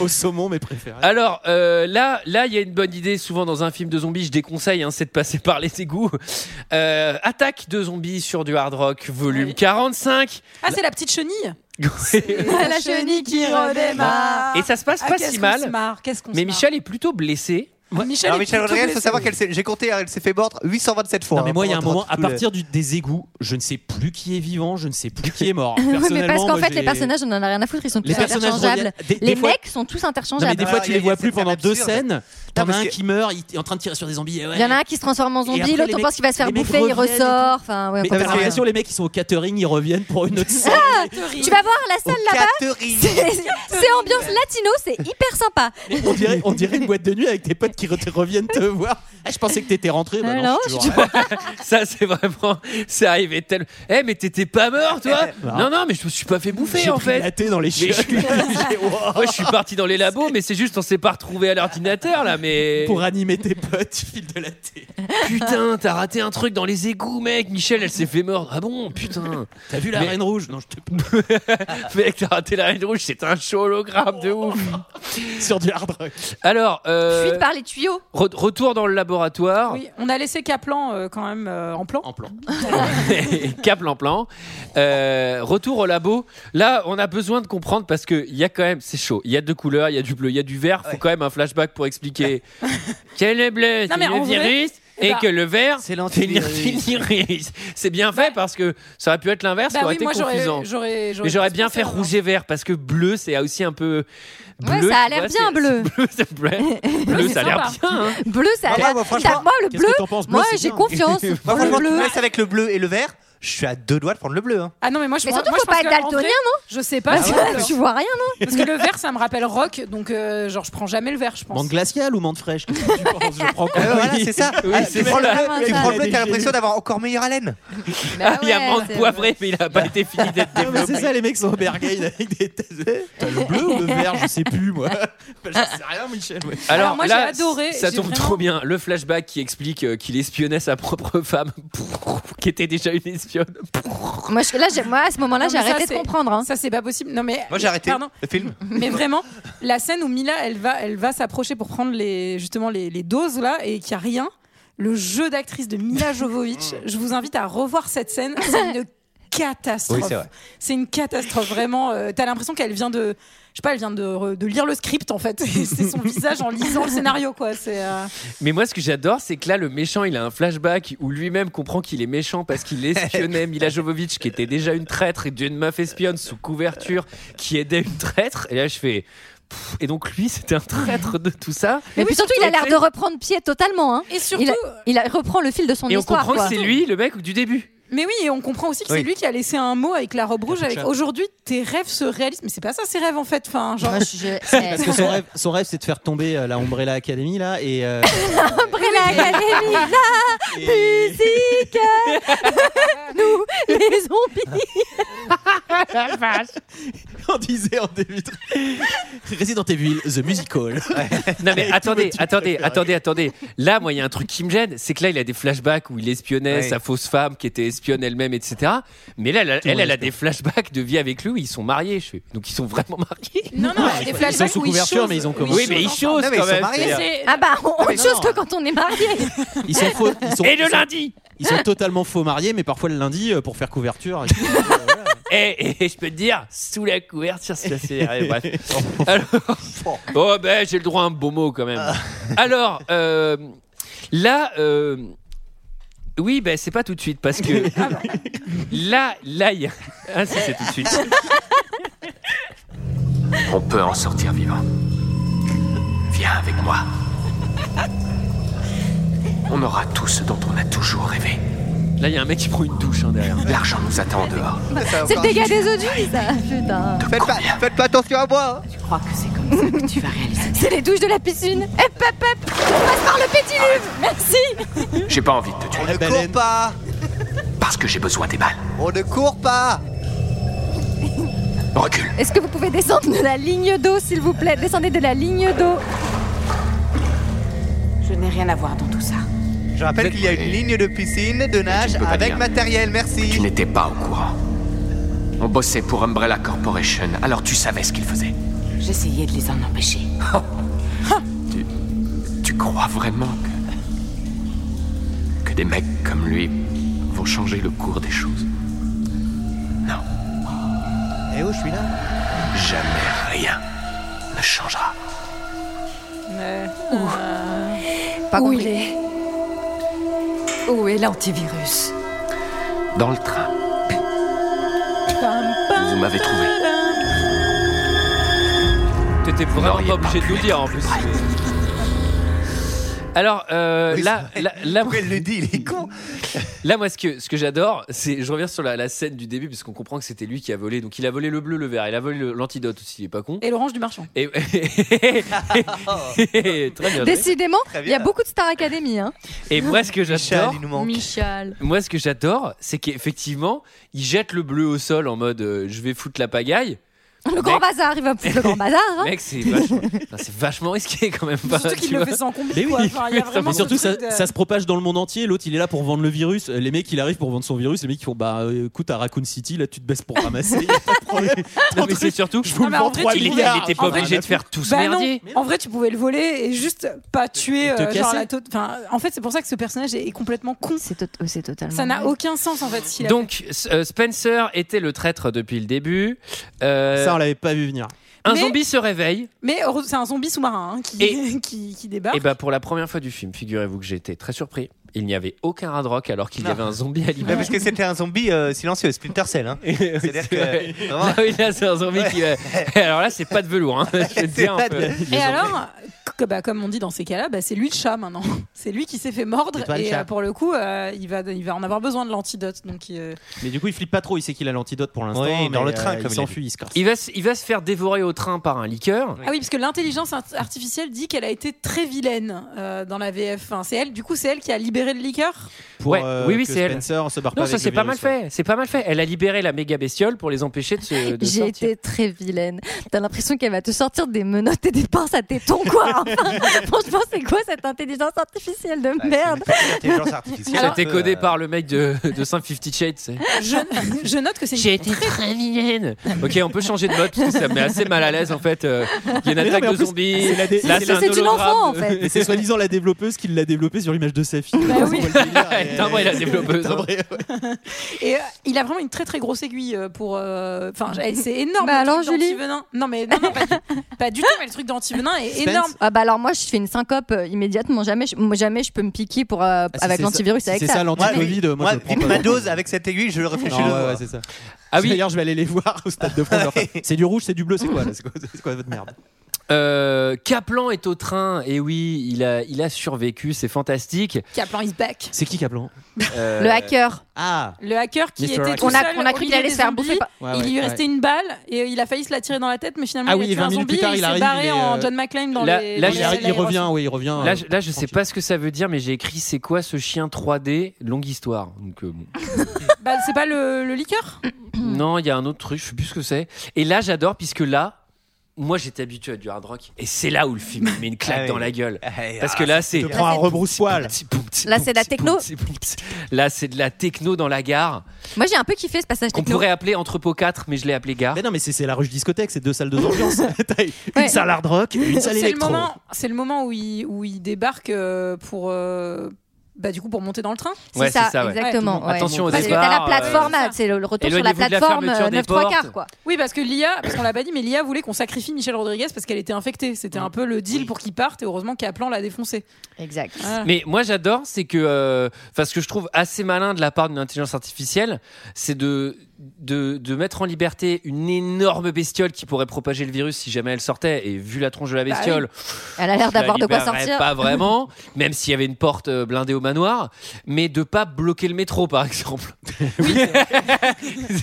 [SPEAKER 3] Au saumon, mes préférés.
[SPEAKER 1] Alors euh, là là il y a une bonne idée souvent dans un film de zombies, je déconseille, hein, c'est de passer par les égouts. Euh, attaque de zombies sur du hard rock volume 45.
[SPEAKER 11] Ah, c'est la petite chenille.
[SPEAKER 1] et
[SPEAKER 11] la chenille qui redémarre.
[SPEAKER 1] ça se passe
[SPEAKER 11] Ah,
[SPEAKER 1] pas
[SPEAKER 11] qu'est-ce
[SPEAKER 1] si
[SPEAKER 11] qu'on se
[SPEAKER 1] mal.
[SPEAKER 11] marre, qu'est-ce qu'on
[SPEAKER 1] Mais
[SPEAKER 11] se marre.
[SPEAKER 1] Michel est plutôt blessé.
[SPEAKER 11] Michel
[SPEAKER 12] Alors
[SPEAKER 11] est
[SPEAKER 12] Michel
[SPEAKER 11] plutôt
[SPEAKER 12] Rodriguez, faut
[SPEAKER 11] blessé.
[SPEAKER 12] savoir qu'elle s'est- j'ai compté, hein, elle s'est fait mordre 827 fois.
[SPEAKER 3] Non mais
[SPEAKER 12] hein,
[SPEAKER 3] moi il y a un
[SPEAKER 12] pendant
[SPEAKER 3] moment à
[SPEAKER 12] tout le-
[SPEAKER 3] partir du, des égouts, je ne sais plus qui est vivant, je ne sais plus qui est mort.
[SPEAKER 7] Oui, mais parce
[SPEAKER 3] Personnellement, moi,
[SPEAKER 7] qu'en fait,
[SPEAKER 3] j'ai-
[SPEAKER 7] les personnages, on en a rien à foutre, ils sont
[SPEAKER 3] Les
[SPEAKER 7] tous
[SPEAKER 3] personnages
[SPEAKER 7] interchangeables.
[SPEAKER 3] reviennent- des- des
[SPEAKER 7] les
[SPEAKER 3] fois-
[SPEAKER 7] mecs sont tous
[SPEAKER 3] Non,
[SPEAKER 7] interchangeables.
[SPEAKER 3] mais des fois tu les vois plus pendant deux
[SPEAKER 12] absurde.
[SPEAKER 3] scènes. T'en as
[SPEAKER 12] parce
[SPEAKER 3] un
[SPEAKER 12] que-
[SPEAKER 3] qui meurt, il est en train de tirer sur des zombies. et ouais.
[SPEAKER 7] Il y en a un qui se transforme en
[SPEAKER 3] Et après,
[SPEAKER 7] zombie, l'autre
[SPEAKER 3] les
[SPEAKER 7] on
[SPEAKER 3] mecs-
[SPEAKER 7] pense qu'il va se faire
[SPEAKER 3] les mecs
[SPEAKER 7] bouffer, il
[SPEAKER 3] reviennent et
[SPEAKER 7] ressort. Enfin, ouais, on
[SPEAKER 3] Mais
[SPEAKER 7] peut
[SPEAKER 3] t'as
[SPEAKER 7] pas savoir.
[SPEAKER 3] l'impression les mecs ils sont au catering, ils reviennent pour une autre scène.
[SPEAKER 7] tu vas voir la salle là-bas, c'est c'est ambiance latino, c'est hyper sympa.
[SPEAKER 3] on, dirait, on dirait une boîte de nuit avec tes potes qui re- te reviennent te voir. Ah, je pensais que t'étais rentré. Bah non,
[SPEAKER 7] Ah non,
[SPEAKER 3] je suis
[SPEAKER 7] je
[SPEAKER 3] toujours là.
[SPEAKER 1] Ça, c'est vraiment. C'est arrivé tellement. Eh, mais t'étais pas mort, toi
[SPEAKER 3] Non.
[SPEAKER 1] Non, non, mais je me suis pas fait bouffer,
[SPEAKER 3] J'ai
[SPEAKER 1] en
[SPEAKER 3] pris de
[SPEAKER 1] fait.
[SPEAKER 3] la thé dans les
[SPEAKER 1] Mais je
[SPEAKER 3] chiottes
[SPEAKER 1] suis- Ouais, je suis parti dans les labos, mais c'est juste, on s'est pas retrouvé à l'ordinateur, là, mais.
[SPEAKER 3] pour animer tes potes. Tu files de la thé.
[SPEAKER 1] Putain, t'as raté un truc dans les égouts, mec. Michel, elle s'est fait mordre. Ah bon, putain.
[SPEAKER 3] T'as vu la
[SPEAKER 1] Mais-
[SPEAKER 3] reine rouge Non, je te
[SPEAKER 1] Mec, t'as raté la reine rouge, c'est un show hologramme de ouf.
[SPEAKER 3] sur du hard rock.
[SPEAKER 1] Alors, euh,
[SPEAKER 7] Fuite par les tuyaux.
[SPEAKER 1] re- retour dans le laboratoire.
[SPEAKER 11] Oui, on a laissé Kaplan euh, quand même euh, en plan.
[SPEAKER 3] En plan.
[SPEAKER 1] Cap en plan. Euh, retour au labo. Là, on a besoin de comprendre parce que il y a quand même, c'est chaud. Il y a deux couleurs, il y a du bleu, il y a du vert. Faut quand même un flashback pour expliquer quel est le bleu,
[SPEAKER 11] Non,
[SPEAKER 1] c'est
[SPEAKER 11] mais en
[SPEAKER 1] le
[SPEAKER 11] vrai,
[SPEAKER 1] virus, et
[SPEAKER 11] bah,
[SPEAKER 1] que le vert,
[SPEAKER 3] C'est
[SPEAKER 1] c'est
[SPEAKER 3] l'antivirus.
[SPEAKER 1] l'antivirus. C'est bien fait parce que ça aurait pu être l'inverse,
[SPEAKER 11] Bah
[SPEAKER 1] ça aurait
[SPEAKER 11] oui,
[SPEAKER 1] été
[SPEAKER 11] moi j'aurais,
[SPEAKER 1] confusant.
[SPEAKER 11] j'aurais,
[SPEAKER 1] Mais j'aurais bien
[SPEAKER 11] pensé
[SPEAKER 1] fait
[SPEAKER 11] à ça.
[SPEAKER 1] rouge et vert parce que bleu, c'est aussi un peu bleu.
[SPEAKER 7] Ouais, ça a
[SPEAKER 1] tu
[SPEAKER 7] l'air
[SPEAKER 1] vois,
[SPEAKER 7] bien,
[SPEAKER 1] c'est-
[SPEAKER 7] bleu.
[SPEAKER 1] c'est bleu. Bleu,
[SPEAKER 11] c'est
[SPEAKER 1] ça a l'air
[SPEAKER 11] sympa.
[SPEAKER 1] bien. hein.
[SPEAKER 7] Bleu, ça a
[SPEAKER 12] Ah ouais,
[SPEAKER 7] l'air.
[SPEAKER 12] bah, franchement,
[SPEAKER 7] T'as- moi, le
[SPEAKER 3] Qu'est-ce
[SPEAKER 7] bleu,
[SPEAKER 3] que t'en penses Bleu,
[SPEAKER 7] moi
[SPEAKER 3] c'est
[SPEAKER 7] j'ai
[SPEAKER 3] bien.
[SPEAKER 7] confiance.
[SPEAKER 12] Moi,
[SPEAKER 7] Le
[SPEAKER 12] franchement, tu
[SPEAKER 7] bleu.
[SPEAKER 12] me laisses avec le bleu et le vert. je suis à deux doigts de prendre le bleu. hein.
[SPEAKER 11] Ah non, mais moi je
[SPEAKER 7] Mais
[SPEAKER 11] pense-
[SPEAKER 7] surtout,
[SPEAKER 11] moi, je
[SPEAKER 7] faut
[SPEAKER 11] pense
[SPEAKER 7] pas être
[SPEAKER 11] que, en
[SPEAKER 7] daltonien,
[SPEAKER 11] vrai,
[SPEAKER 7] non
[SPEAKER 11] Je sais pas.
[SPEAKER 12] Bah,
[SPEAKER 11] je
[SPEAKER 12] ouais,
[SPEAKER 11] pense.
[SPEAKER 12] tu
[SPEAKER 7] vois rien,
[SPEAKER 11] non Parce que le vert, ça me rappelle rock, donc euh, genre je prends jamais le vert, je pense.
[SPEAKER 3] Mante glaciale ou mante fraîche Qu'est-ce que tu penses Je prends quoi
[SPEAKER 12] Ah, voilà, c'est ça.
[SPEAKER 3] Oui,
[SPEAKER 12] Ah,
[SPEAKER 3] c'est
[SPEAKER 12] tu prends le
[SPEAKER 3] ça. Ah,
[SPEAKER 12] bleu, tu prends le bleu, t'as l'impression d'avoir encore meilleure haleine.
[SPEAKER 11] Bah
[SPEAKER 7] Bah
[SPEAKER 1] Ah, il y a Brand Poivré, mais il a pas été fini d'être
[SPEAKER 3] Non, Ah, mais
[SPEAKER 1] développé.
[SPEAKER 3] c'est ça, les mecs sont au Berghain avec des têtes. T'as le bleu ou le vert Je sais plus, moi. Bah, J'en sais rien, Michel. ouais.
[SPEAKER 1] Alors,
[SPEAKER 11] moi,
[SPEAKER 1] là,
[SPEAKER 11] j'ai adoré,
[SPEAKER 1] Ça
[SPEAKER 11] j'ai
[SPEAKER 1] tombe
[SPEAKER 11] vraiment-
[SPEAKER 1] trop bien. Le flashback qui explique euh, qu'il espionnait sa propre femme, qui était déjà une espionne.
[SPEAKER 7] Moi, je- là, j'ai- moi, à ce moment-là,
[SPEAKER 11] Non,
[SPEAKER 7] j'ai
[SPEAKER 11] mais ça,
[SPEAKER 7] arrêté de
[SPEAKER 11] c'est-
[SPEAKER 7] comprendre. hein.
[SPEAKER 11] Ça, c'est pas possible. Non, mais.
[SPEAKER 12] Moi j'ai arrêté
[SPEAKER 11] Pardon.
[SPEAKER 12] le film.
[SPEAKER 11] Mais vraiment, la scène où Mila, elle va, elle va s'approcher pour prendre les, justement les, les doses là et qu'il n'y a rien. Le jeu d'actrice de Mila
[SPEAKER 3] Mm.
[SPEAKER 11] Jovovich, je vous invite à revoir cette scène. C'est une catastrophe.
[SPEAKER 12] Oui, c'est vrai.
[SPEAKER 11] C'est une catastrophe vraiment. euh, T'as l'impression qu'elle vient de, je sais pas, elle vient de, de lire le script en fait. C'est son visage en lisant le scénario quoi. C'est. euh,
[SPEAKER 1] Mais moi, ce que j'adore, c'est que là, le méchant, il a un flashback où lui-même comprend qu'il est méchant parce qu'il espionnait Mila Jovovich, qui était déjà une traître, et d'une meuf espionne sous couverture qui aidait une traître. Et là, je fais. Pff, Et donc, lui, c'était un traître de tout ça.
[SPEAKER 7] Mais puis surtout, il a l'air de reprendre pied totalement. hein.
[SPEAKER 11] Et surtout-
[SPEAKER 7] il, a- il a- reprend le fil de son
[SPEAKER 1] Et on
[SPEAKER 7] histoire.
[SPEAKER 1] comprend
[SPEAKER 7] quoi.
[SPEAKER 1] que c'est lui, le mec du début.
[SPEAKER 11] Mais oui, et on comprend aussi que
[SPEAKER 1] Oui.
[SPEAKER 11] c'est lui qui a laissé un mot avec la robe rouge. Avec
[SPEAKER 3] chat.
[SPEAKER 11] aujourd'hui, tes rêves se réalisent. Mais c'est pas ça, ses rêves en fait. Enfin, genre.
[SPEAKER 3] Parce que son rêve, son rêve, c'est de faire tomber euh, la Umbrella Academy là et euh,
[SPEAKER 7] Umbrella Academy, la musique, euh, nous les zombies. La vache.
[SPEAKER 3] on disait en début de... Resident Evil The Musical.
[SPEAKER 1] Non mais attendez, attendez, attendez, attendez. Là, moi, il y a un truc qui me gêne, c'est que là, il a des flashbacks où il espionnait
[SPEAKER 3] Ouais.
[SPEAKER 1] sa fausse femme qui était espionne elle-même, etc. Mais là, elle, a-
[SPEAKER 3] le
[SPEAKER 1] elle,
[SPEAKER 3] monde
[SPEAKER 1] elle a des flashbacks de vie avec lui où ils sont mariés. Je fais. Donc ils sont vraiment mariés.
[SPEAKER 11] Non, non, il y a des flashbacks
[SPEAKER 3] sous
[SPEAKER 11] où il
[SPEAKER 3] couverture,
[SPEAKER 11] chose-
[SPEAKER 3] mais ils ont
[SPEAKER 11] où
[SPEAKER 3] commencé.
[SPEAKER 1] Oui, mais ils
[SPEAKER 11] chose
[SPEAKER 1] chose
[SPEAKER 11] ensemble.
[SPEAKER 1] quand même.
[SPEAKER 11] Mais
[SPEAKER 1] c'est-à-dire-
[SPEAKER 11] c'est-
[SPEAKER 7] Ah bah, on-
[SPEAKER 11] mais
[SPEAKER 7] autre chose
[SPEAKER 11] non.
[SPEAKER 7] que quand on est marié.
[SPEAKER 3] Ils sont faux. Ils sont,
[SPEAKER 1] Et le
[SPEAKER 3] ils sont-
[SPEAKER 1] lundi
[SPEAKER 3] Ils sont totalement faux mariés, mais parfois le lundi euh, pour faire couverture.
[SPEAKER 1] Et, et je peux te dire, sous la couverture, c'est assez. ouais, bref. Alors, oh ben j'ai le droit à un beau mot quand même. Alors euh, là, euh, oui ben c'est pas tout de suite parce que là là il y a ah si c'est tout de suite.
[SPEAKER 2] On peut en sortir vivant. Viens avec moi. On aura tout ce dont on a toujours rêvé.
[SPEAKER 1] Là il y a un mec qui prend une douche hein, derrière.
[SPEAKER 2] L'argent nous attend dehors.
[SPEAKER 7] C'est le dégât des eaux d'huile, ça. Putain.
[SPEAKER 12] Faites pas, faites pas attention à moi. hein.
[SPEAKER 13] Je crois que c'est comme ça que tu vas réaliser.
[SPEAKER 7] C'est les douches de la piscine. Hop, hop, hop. On passe par le pétiluve. Merci.
[SPEAKER 2] J'ai pas envie de te tuer.
[SPEAKER 12] On ne court pas.
[SPEAKER 2] Parce que j'ai besoin des balles.
[SPEAKER 12] On ne court pas.
[SPEAKER 2] Recule.
[SPEAKER 7] Est-ce que vous pouvez descendre de la ligne d'eau, s'il vous plaît Descendez de la ligne d'eau.
[SPEAKER 13] Je n'ai rien à voir dans tout ça.
[SPEAKER 12] Je rappelle qu'il y a une ligne de piscine de nage
[SPEAKER 2] peux pas
[SPEAKER 12] avec
[SPEAKER 2] dire.
[SPEAKER 12] matériel. Merci.
[SPEAKER 2] Tu n'étais pas au courant. On bossait pour Umbrella Corporation, alors tu savais ce qu'ils faisaient.
[SPEAKER 13] J'essayais de les en empêcher.
[SPEAKER 2] Oh. Tu crois vraiment que. que des mecs comme lui vont changer le cours des choses Non.
[SPEAKER 12] Eh oh, je suis là.
[SPEAKER 2] Jamais rien ne changera.
[SPEAKER 11] Pas
[SPEAKER 9] Où
[SPEAKER 11] compris.
[SPEAKER 9] il est
[SPEAKER 7] Oh,
[SPEAKER 9] Où est l'antivirus
[SPEAKER 2] Dans le train, vous m'avez trouvé.
[SPEAKER 1] T'étais vraiment pas obligé de nous dire en plus. Alors euh, là, là, là,
[SPEAKER 12] elle le dit, il est con.
[SPEAKER 1] Là, moi, ce que, ce que j'adore, c'est. Je reviens sur la, la scène du début, parce qu'on comprend que c'était lui qui a volé. Donc, il a volé le bleu, le vert, il a volé le- l'antidote aussi, il est pas con.
[SPEAKER 11] Et l'orange du marchand.
[SPEAKER 1] Et. Très bien.
[SPEAKER 7] Décidément,
[SPEAKER 1] Très
[SPEAKER 7] il
[SPEAKER 1] bien.
[SPEAKER 7] y a beaucoup de Star Academy. Hein.
[SPEAKER 1] Et moi, ce que j'adore.
[SPEAKER 7] Michel.
[SPEAKER 1] Moi, ce que j'adore, c'est qu'effectivement, il jette le bleu au sol en mode euh, je vais foutre la pagaille.
[SPEAKER 7] Le grand bazar, il va foutre le grand bazar. hein.
[SPEAKER 1] Mec, c'est vachement, enfin, c'est vachement risqué quand même. Pas,
[SPEAKER 11] Surtout qu'il
[SPEAKER 1] tu
[SPEAKER 11] le
[SPEAKER 1] vois.
[SPEAKER 11] fait sans combi.
[SPEAKER 3] Bah, Mais
[SPEAKER 11] quoi.
[SPEAKER 3] oui.
[SPEAKER 11] Enfin, il y a vraiment
[SPEAKER 3] Mais
[SPEAKER 11] ce
[SPEAKER 3] surtout, ça,
[SPEAKER 11] truc de-
[SPEAKER 3] ça se propage dans le monde entier. L'autre, il est là pour vendre le virus. Euh, Les mecs, il arrive pour vendre son virus. Les mecs, ils font Bah euh, écoute, à Raccoon City, là, tu te baisses pour ramasser.
[SPEAKER 1] Non, mais c'est surtout.
[SPEAKER 3] Je vous le vends 3
[SPEAKER 1] il, était- il
[SPEAKER 3] milliards.
[SPEAKER 1] était pas
[SPEAKER 3] En vrai,
[SPEAKER 1] obligé de faire tout ce
[SPEAKER 11] Bah non.
[SPEAKER 1] merdier.
[SPEAKER 11] En vrai, tu pouvais le voler et juste pas tuer.
[SPEAKER 1] te
[SPEAKER 11] euh, genre
[SPEAKER 1] casser.
[SPEAKER 11] la taupe- enfin, en fait, c'est pour ça que ce personnage est, est complètement con.
[SPEAKER 7] C'est totalement.
[SPEAKER 11] Ça n'a aucun sens en fait. s'il a
[SPEAKER 1] Donc, S- euh, Spencer était le traître depuis le début. Euh,
[SPEAKER 3] Ça, on l'avait pas vu venir.
[SPEAKER 1] Un
[SPEAKER 11] Mais-
[SPEAKER 1] zombie se réveille.
[SPEAKER 11] fait. Mais heureusement, c'est un zombie sous-marin hein, qui,
[SPEAKER 1] Et-
[SPEAKER 3] Eh
[SPEAKER 11] qui, qui débarque.
[SPEAKER 1] Et bah pour la première fois du film, figurez-vous que j'étais très surpris. Il n'y avait aucun hard rock alors qu'il y avait un zombie
[SPEAKER 12] Non,
[SPEAKER 1] animé.
[SPEAKER 12] parce que c'était un zombie euh, silencieux, Splinter Cell. hein. C'est-à-dire que. vraiment, bah,
[SPEAKER 1] Là, oui, là, c'est un zombie qui. euh, Alors là, c'est pas de velours. hein. Je vais te dire un peu.
[SPEAKER 3] ben,
[SPEAKER 11] Et alors, que- bah, comme on dit dans ces cas-là, bah, c'est lui le chat maintenant. C'est lui qui s'est fait mordre
[SPEAKER 3] C'est toi le
[SPEAKER 11] et
[SPEAKER 3] chat.
[SPEAKER 11] euh, pour le coup, euh, il, va, il va en avoir besoin de l'antidote. Donc, euh,
[SPEAKER 3] Mais du coup, il flippe pas trop. Il sait qu'il a l'antidote pour l'instant.
[SPEAKER 12] Oui, dans
[SPEAKER 3] mais,
[SPEAKER 12] le train,
[SPEAKER 3] euh,
[SPEAKER 12] comme il a
[SPEAKER 3] il s'enfuit, il se corse.
[SPEAKER 1] Il va, se- il va se faire dévorer au train par un liqueur.
[SPEAKER 11] Ah oui, parce que l'intelligence art- artificielle dit qu'elle a été très vilaine euh, dans la VF1. C'est elle, du coup, c'est elle qui a libéré le liqueur.
[SPEAKER 3] Pour,
[SPEAKER 1] Ouais,
[SPEAKER 3] euh,
[SPEAKER 1] oui, oui,
[SPEAKER 3] que
[SPEAKER 1] c'est elle.
[SPEAKER 3] Spencer se barre
[SPEAKER 1] Non,
[SPEAKER 3] pas
[SPEAKER 1] ça
[SPEAKER 3] avec
[SPEAKER 1] c'est
[SPEAKER 3] le
[SPEAKER 1] pas mal
[SPEAKER 3] virus,
[SPEAKER 1] fait. C'est pas mal fait. Elle a libéré la méga bestiole pour les empêcher de se. De
[SPEAKER 7] J'ai
[SPEAKER 1] sortir.
[SPEAKER 7] été très vilaine. T'as l'impression qu'elle va te sortir des menottes et des pinces à tétons, quoi. Enfin, franchement, c'est quoi cette intelligence artificielle
[SPEAKER 1] Bah,
[SPEAKER 7] de merde
[SPEAKER 12] Intelligence artificielle.
[SPEAKER 1] Ça a
[SPEAKER 12] un
[SPEAKER 1] été
[SPEAKER 12] peu,
[SPEAKER 3] Euh.
[SPEAKER 1] codé par le mec de, de 550 Shades. c'est-
[SPEAKER 11] Je, je note que c'est
[SPEAKER 1] J'ai été très vilaine. Ok, on peut changer de mode parce que ça me met assez mal à l'aise en fait. euh, Il y a une
[SPEAKER 3] Mais non,
[SPEAKER 1] attaque
[SPEAKER 3] mais en
[SPEAKER 1] de
[SPEAKER 3] plus,
[SPEAKER 1] zombies.
[SPEAKER 3] c'est la dé-
[SPEAKER 1] Là,
[SPEAKER 3] c'est
[SPEAKER 1] c'est
[SPEAKER 3] la-
[SPEAKER 1] un
[SPEAKER 3] c'est une
[SPEAKER 1] hologramme.
[SPEAKER 7] enfant, en fait.
[SPEAKER 3] Et c'est soi-disant la développeuse qui l'a développé sur l'image de sa fille.
[SPEAKER 1] Timbre, il a développé ça.
[SPEAKER 3] hein.
[SPEAKER 11] Et euh, il a vraiment une très très grosse aiguille euh, pour. euh, Enfin, elle- c'est énorme.
[SPEAKER 7] Bah
[SPEAKER 11] le truc
[SPEAKER 7] alors, Julie
[SPEAKER 11] d'antivenin. Non, mais non, non, pas, du, pas du tout, mais le truc d'antivenin est énorme.
[SPEAKER 7] Ah bah alors moi je fais une syncope euh, immédiatement jamais je, moi, jamais je peux me piquer pour
[SPEAKER 1] Ah,
[SPEAKER 7] euh,
[SPEAKER 3] Ah,
[SPEAKER 12] si,
[SPEAKER 7] avec
[SPEAKER 12] c'est
[SPEAKER 7] l'antivirus
[SPEAKER 12] ça.
[SPEAKER 7] avec
[SPEAKER 12] C'est
[SPEAKER 7] ça.
[SPEAKER 12] ça, l'anti-
[SPEAKER 3] Moi,
[SPEAKER 12] Ouais,
[SPEAKER 3] Covid, moi, je
[SPEAKER 12] Moi,
[SPEAKER 3] le prends
[SPEAKER 12] une-
[SPEAKER 3] pas.
[SPEAKER 12] ma dose avec cette aiguille, je le réfléchis
[SPEAKER 3] Non,
[SPEAKER 12] le
[SPEAKER 3] ouais,
[SPEAKER 12] doigt.
[SPEAKER 3] ouais, c'est ça.
[SPEAKER 1] Ah oui.
[SPEAKER 3] D'ailleurs, je vais aller les voir au stade de France. leur faire, c'est du rouge, c'est du bleu, c'est quoi là C'est quoi, c'est quoi votre merde
[SPEAKER 1] Euh, Kaplan est au train. Et oui, il a, il a survécu. C'est fantastique.
[SPEAKER 11] Kaplan is back.
[SPEAKER 3] C'est qui Kaplan
[SPEAKER 1] Euh,
[SPEAKER 7] le hacker
[SPEAKER 3] Ah
[SPEAKER 11] Le hacker qui
[SPEAKER 1] Mr.
[SPEAKER 11] était
[SPEAKER 1] Hacker.
[SPEAKER 11] tout
[SPEAKER 1] On
[SPEAKER 7] a-
[SPEAKER 11] seul
[SPEAKER 7] on a cru
[SPEAKER 11] au
[SPEAKER 7] qu'il
[SPEAKER 11] milieu
[SPEAKER 7] allait
[SPEAKER 11] des
[SPEAKER 7] se faire
[SPEAKER 11] zombies.
[SPEAKER 7] bouffer par-
[SPEAKER 3] Ouais,
[SPEAKER 11] il lui
[SPEAKER 3] ouais,
[SPEAKER 11] restait une balle et il a failli se la tirer dans la tête, mais finalement
[SPEAKER 3] Ah
[SPEAKER 11] il
[SPEAKER 3] oui,
[SPEAKER 11] a tué
[SPEAKER 3] 20
[SPEAKER 11] un
[SPEAKER 3] minutes
[SPEAKER 11] zombie
[SPEAKER 3] plus tard,
[SPEAKER 11] et
[SPEAKER 3] il
[SPEAKER 11] il s'est
[SPEAKER 3] arrive,
[SPEAKER 11] barré
[SPEAKER 3] il est,
[SPEAKER 11] en
[SPEAKER 3] euh,
[SPEAKER 11] John McClane dans
[SPEAKER 1] là-
[SPEAKER 11] les.
[SPEAKER 1] là,
[SPEAKER 11] dans
[SPEAKER 1] j'ai-
[SPEAKER 11] les-
[SPEAKER 1] il
[SPEAKER 11] les-
[SPEAKER 3] revient, oui, il revient. euh,
[SPEAKER 12] Ah,
[SPEAKER 1] Là, je- là, je sais pas ce que ça veut dire, mais j'ai écrit c'est quoi ce chien 3D Longue histoire. Donc, euh, bon.
[SPEAKER 11] Bah, c'est pas le, le liqueur
[SPEAKER 1] Non, il y a un autre truc, je sais plus ce que c'est. Et là, j'adore puisque là, moi j'étais habitué à du hard rock et c'est là où le film me met une claque
[SPEAKER 12] Ah oui.
[SPEAKER 1] dans la gueule.
[SPEAKER 12] Ah,
[SPEAKER 1] Parce que là,
[SPEAKER 12] ça
[SPEAKER 1] c'est
[SPEAKER 12] te prend un
[SPEAKER 3] rebrousse-poil.
[SPEAKER 7] Là, c'est de la techno.
[SPEAKER 1] Là, c'est de la techno dans la gare
[SPEAKER 7] moi j'ai un peu kiffé ce passage
[SPEAKER 1] qu'on
[SPEAKER 7] techno
[SPEAKER 1] pourrait appeler entrepôt 4, mais je l'ai appelé gare.
[SPEAKER 3] Mais non, mais c'est c'est la ruche discothèque, c'est deux salles de ambiance. T'as une
[SPEAKER 7] Ouais.
[SPEAKER 3] salle hard rock, une salle
[SPEAKER 11] C'est le
[SPEAKER 3] électro.
[SPEAKER 11] moment, c'est le moment où il, où il débarque euh, pour. euh, bah, du coup, pour monter dans le train.
[SPEAKER 7] c'est
[SPEAKER 1] Ouais,
[SPEAKER 7] ça,
[SPEAKER 1] c'est ça, ouais.
[SPEAKER 7] exactement ouais.
[SPEAKER 1] Attention au
[SPEAKER 7] parce
[SPEAKER 1] départ,
[SPEAKER 7] que t'as
[SPEAKER 1] euh,
[SPEAKER 7] la plateforme ah, c'est le, le retour sur la
[SPEAKER 1] éloignez-vous de la
[SPEAKER 7] plateforme
[SPEAKER 1] fermeture
[SPEAKER 7] euh,
[SPEAKER 1] des
[SPEAKER 7] 9 3
[SPEAKER 1] portes.
[SPEAKER 7] quarts quoi
[SPEAKER 11] Oui, parce que l'IA, parce qu'on l'a pas dit, mais l'IA voulait qu'on sacrifie Michel Rodriguez parce qu'elle était infectée. C'était un peu le deal pour qu'il parte et heureusement qu'Aplan l'a défoncé.
[SPEAKER 7] exact
[SPEAKER 11] Voilà.
[SPEAKER 1] Mais moi j'adore, c'est que, euh, enfin ce que je trouve assez malin de la part d'une intelligence artificielle, c'est de, de de mettre en liberté une énorme bestiole qui pourrait propager le virus si jamais elle sortait. Et vu la tronche
[SPEAKER 7] Bah
[SPEAKER 1] de la
[SPEAKER 11] oui.
[SPEAKER 1] bestiole,
[SPEAKER 7] elle a l'air
[SPEAKER 1] Je la
[SPEAKER 7] d'avoir de quoi
[SPEAKER 1] libérerais
[SPEAKER 7] sortir
[SPEAKER 1] Pas vraiment, même s'il y avait une porte euh, blindée au manoir, mais de pas bloquer le métro par exemple.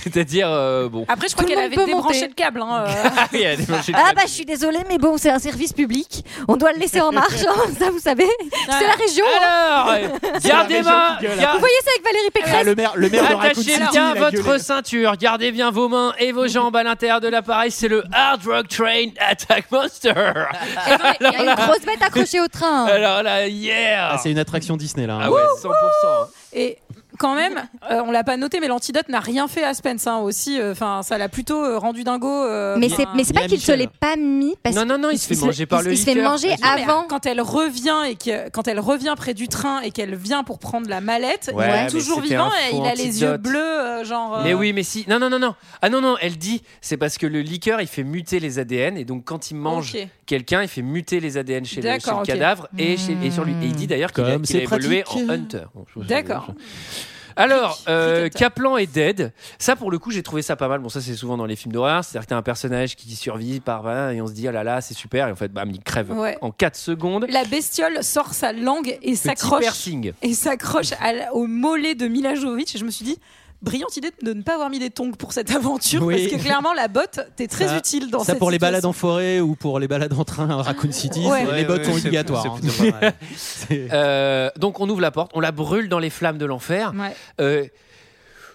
[SPEAKER 1] C'est-à-dire euh, bon.
[SPEAKER 11] Après, je crois
[SPEAKER 7] Tout le
[SPEAKER 11] qu'elle
[SPEAKER 7] monde
[SPEAKER 11] avait
[SPEAKER 7] peut
[SPEAKER 11] débranché
[SPEAKER 7] monter.
[SPEAKER 11] le câble. hein, euh.
[SPEAKER 1] Il y a des machines-
[SPEAKER 7] ah bah je suis désolée mais bon c'est un service public on doit le laisser en marche hein, ça vous savez c'est la région hein.
[SPEAKER 1] Alors, euh, gardez ma,
[SPEAKER 3] qui gueule,
[SPEAKER 1] gar-
[SPEAKER 7] vous voyez ça avec Valérie
[SPEAKER 3] Ah,
[SPEAKER 7] Pécresse
[SPEAKER 3] le maire, le maire de Raccoon
[SPEAKER 1] Attachez
[SPEAKER 3] City,
[SPEAKER 1] bien
[SPEAKER 3] il a
[SPEAKER 1] votre
[SPEAKER 3] gueulé.
[SPEAKER 1] ceinture, gardez bien vos mains et vos jambes à l'intérieur de l'appareil. C'est le Hard Rock Train Attack Monster.
[SPEAKER 7] Ah. il y a une grosse bête accrochée au train hein.
[SPEAKER 1] Alors là, yeah.
[SPEAKER 3] Ah, c'est une attraction Disney là. hein.
[SPEAKER 1] Ah ouais, 100%.
[SPEAKER 11] Et quand même, euh, on l'a pas noté, mais l'antidote n'a rien fait à Spence hein, aussi. Enfin, ça l'a plutôt euh, rendu dingo. euh,
[SPEAKER 7] mais
[SPEAKER 11] enfin,
[SPEAKER 7] c'est mais c'est pas
[SPEAKER 3] Mia
[SPEAKER 7] qu'il se
[SPEAKER 3] Michel.
[SPEAKER 7] l'est pas mis parce
[SPEAKER 1] Non, non, non, il se fait manger par
[SPEAKER 7] il-
[SPEAKER 1] le
[SPEAKER 7] il se fait
[SPEAKER 1] liqueur.
[SPEAKER 7] manger
[SPEAKER 1] Vas-y.
[SPEAKER 11] non, mais
[SPEAKER 7] avant
[SPEAKER 11] Quand elle revient et que quand elle revient près du train et qu'elle vient pour prendre la mallette,
[SPEAKER 1] Ouais,
[SPEAKER 11] il
[SPEAKER 1] mais
[SPEAKER 11] est toujours
[SPEAKER 1] c'était
[SPEAKER 11] vivant.
[SPEAKER 1] un
[SPEAKER 11] Et
[SPEAKER 1] faux
[SPEAKER 11] il a les yeux
[SPEAKER 1] antidote.
[SPEAKER 11] bleus, euh, genre. euh,
[SPEAKER 1] Ah. Mais oui, mais si. Non, non, non, non. Ah non, non, elle dit, c'est parce que le liqueur, il fait muter les ADN. Et donc, quand il mange
[SPEAKER 11] Ok.
[SPEAKER 1] quelqu'un, il fait muter les ADN chez le,
[SPEAKER 11] D'accord,
[SPEAKER 1] chez le
[SPEAKER 11] ok. Hmm.
[SPEAKER 1] cadavre et, chez- et sur lui. Et il dit d'ailleurs qu'il a,
[SPEAKER 3] Comme
[SPEAKER 1] qu'il a
[SPEAKER 3] c'est
[SPEAKER 1] évolué
[SPEAKER 3] pratique.
[SPEAKER 1] en Hunter. Bon, je trouve ça-
[SPEAKER 11] D'accord.
[SPEAKER 1] Alors,
[SPEAKER 11] Fric-
[SPEAKER 1] euh,
[SPEAKER 11] fricateur.
[SPEAKER 1] Kaplan est dead. Ça, pour le coup, j'ai trouvé ça pas mal. Bon, ça, c'est souvent dans les films d'horreur. C'est-à-dire que t'as un personnage qui survit par voilà, et on se dit, oh là là, c'est super. Et en fait, bam, il crève
[SPEAKER 11] Ouais.
[SPEAKER 1] en 4 secondes.
[SPEAKER 11] La bestiole sort sa langue et
[SPEAKER 1] Petit
[SPEAKER 11] s'accroche
[SPEAKER 1] piercing.
[SPEAKER 11] et s'accroche à la- au mollet de Mila Jovovich. Et je me suis dit, brillante idée de ne pas avoir mis des tongs pour cette aventure,
[SPEAKER 3] Oui.
[SPEAKER 11] parce que clairement la botte, t'es très
[SPEAKER 3] Ça-
[SPEAKER 11] utile dans
[SPEAKER 3] ça
[SPEAKER 11] cette
[SPEAKER 3] pour les balades
[SPEAKER 11] situation.
[SPEAKER 3] en forêt ou pour les balades en train à Raccoon City,
[SPEAKER 11] Ouais.
[SPEAKER 3] c'est-
[SPEAKER 12] Ouais,
[SPEAKER 3] les bottes
[SPEAKER 12] ouais,
[SPEAKER 3] sont
[SPEAKER 12] c'est-
[SPEAKER 3] obligatoires. hein.
[SPEAKER 12] c'est plutôt pas mal.
[SPEAKER 1] Euh, donc, on ouvre la porte, on la brûle dans les flammes de l'enfer.
[SPEAKER 11] Ouais.
[SPEAKER 1] Euh,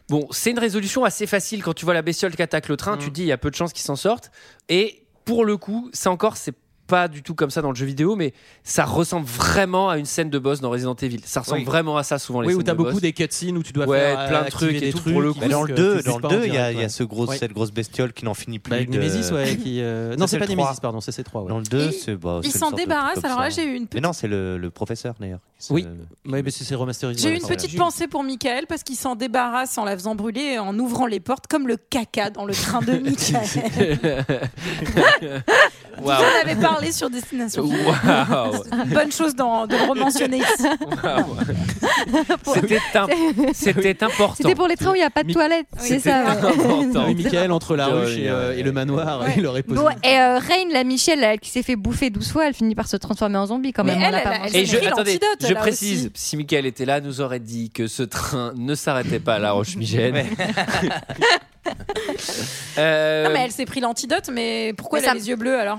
[SPEAKER 1] bon, c'est une résolution assez facile quand tu vois la bestiole qui attaque le
[SPEAKER 3] Mm.
[SPEAKER 1] train. Tu te dis, il y a peu de chances qu'ils s'en sortent. Et pour le coup, ça encore, c'est pas du tout comme ça dans le jeu vidéo, mais ça ressemble vraiment à une scène de boss dans Resident Evil. Ça ressemble
[SPEAKER 12] Oui.
[SPEAKER 1] vraiment à ça souvent les
[SPEAKER 3] Oui,
[SPEAKER 1] scènes
[SPEAKER 3] où t'as
[SPEAKER 1] de
[SPEAKER 3] beaucoup
[SPEAKER 1] boss.
[SPEAKER 3] des cutscenes où tu dois
[SPEAKER 1] Ouais,
[SPEAKER 3] faire euh,
[SPEAKER 1] plein de
[SPEAKER 3] activer
[SPEAKER 1] trucs et
[SPEAKER 3] des
[SPEAKER 1] tout,
[SPEAKER 3] trucs.
[SPEAKER 1] pour le
[SPEAKER 3] qui
[SPEAKER 1] coup.
[SPEAKER 12] Mais
[SPEAKER 1] Parce
[SPEAKER 12] dans
[SPEAKER 3] font
[SPEAKER 12] le
[SPEAKER 3] que
[SPEAKER 12] 2,
[SPEAKER 3] tu
[SPEAKER 12] dans le
[SPEAKER 3] sais pas en
[SPEAKER 12] 2, il y a,
[SPEAKER 3] direct,
[SPEAKER 12] il y a
[SPEAKER 3] ouais.
[SPEAKER 12] ce gros,
[SPEAKER 3] Ouais.
[SPEAKER 12] cette grosse bestiole qui n'en finit plus.
[SPEAKER 3] Bah, avec
[SPEAKER 12] de-
[SPEAKER 3] Nemesis, ouais, qui, euh, Non,
[SPEAKER 12] Ça,
[SPEAKER 3] c'est
[SPEAKER 12] c'est
[SPEAKER 3] pas
[SPEAKER 12] le
[SPEAKER 3] Nemesis,
[SPEAKER 12] trois.
[SPEAKER 3] pardon, ça c'est 3.
[SPEAKER 12] Dans le
[SPEAKER 11] Et
[SPEAKER 12] 2, c'est. bah,
[SPEAKER 11] il
[SPEAKER 12] c'est une
[SPEAKER 11] s'en
[SPEAKER 12] sorte de truc
[SPEAKER 11] débarrasse,
[SPEAKER 12] comme
[SPEAKER 11] alors
[SPEAKER 12] ça. hein.
[SPEAKER 11] là, j'ai eu une
[SPEAKER 12] Mais
[SPEAKER 11] petite-
[SPEAKER 12] non, c'est le, le professeur d'ailleurs. qui se-
[SPEAKER 3] Oui. Oui, mais c'est c'est remasterisé.
[SPEAKER 11] J'ai eu
[SPEAKER 3] ouais,
[SPEAKER 11] une
[SPEAKER 3] voilà.
[SPEAKER 11] petite pensée pour Michael parce qu'il s'en débarrasse en la faisant brûler et en ouvrant les portes comme le caca dans le train de Michael.
[SPEAKER 1] Waouh.
[SPEAKER 11] On n'avait pas parler sur Destination.
[SPEAKER 1] Waouh.
[SPEAKER 11] C'est une Bonne chose d'en- de le rementionner
[SPEAKER 3] Euh,
[SPEAKER 11] ici.
[SPEAKER 1] Waouh. C'était im- c'était important.
[SPEAKER 7] C'était pour les trains où il n'y a pas de toilette, c'est ça. ouais.
[SPEAKER 3] Ah Oui, Michael, entre la ruche et, euh, et le manoir, il aurait posé.
[SPEAKER 7] Bon, et euh, Rain, la Michelle, elle qui s'est fait bouffer 12 fois, elle finit par se transformer en zombie quand
[SPEAKER 11] Mais
[SPEAKER 7] même.
[SPEAKER 11] elle,
[SPEAKER 7] on l'a
[SPEAKER 11] elle
[SPEAKER 7] pas
[SPEAKER 11] a-
[SPEAKER 7] mentionné.
[SPEAKER 11] elle
[SPEAKER 1] Et je,
[SPEAKER 11] écrit
[SPEAKER 1] attendez,
[SPEAKER 11] l'antidote,
[SPEAKER 1] je
[SPEAKER 11] là
[SPEAKER 1] précise,
[SPEAKER 11] aussi.
[SPEAKER 1] si Michael était là, nous aurait dit que ce train ne s'arrêtait pas à La Roche-Migène. Euh,
[SPEAKER 11] Non, mais elle s'est pris l'antidote, mais pourquoi
[SPEAKER 7] Mais
[SPEAKER 11] elle a
[SPEAKER 7] ça-
[SPEAKER 11] les yeux bleus alors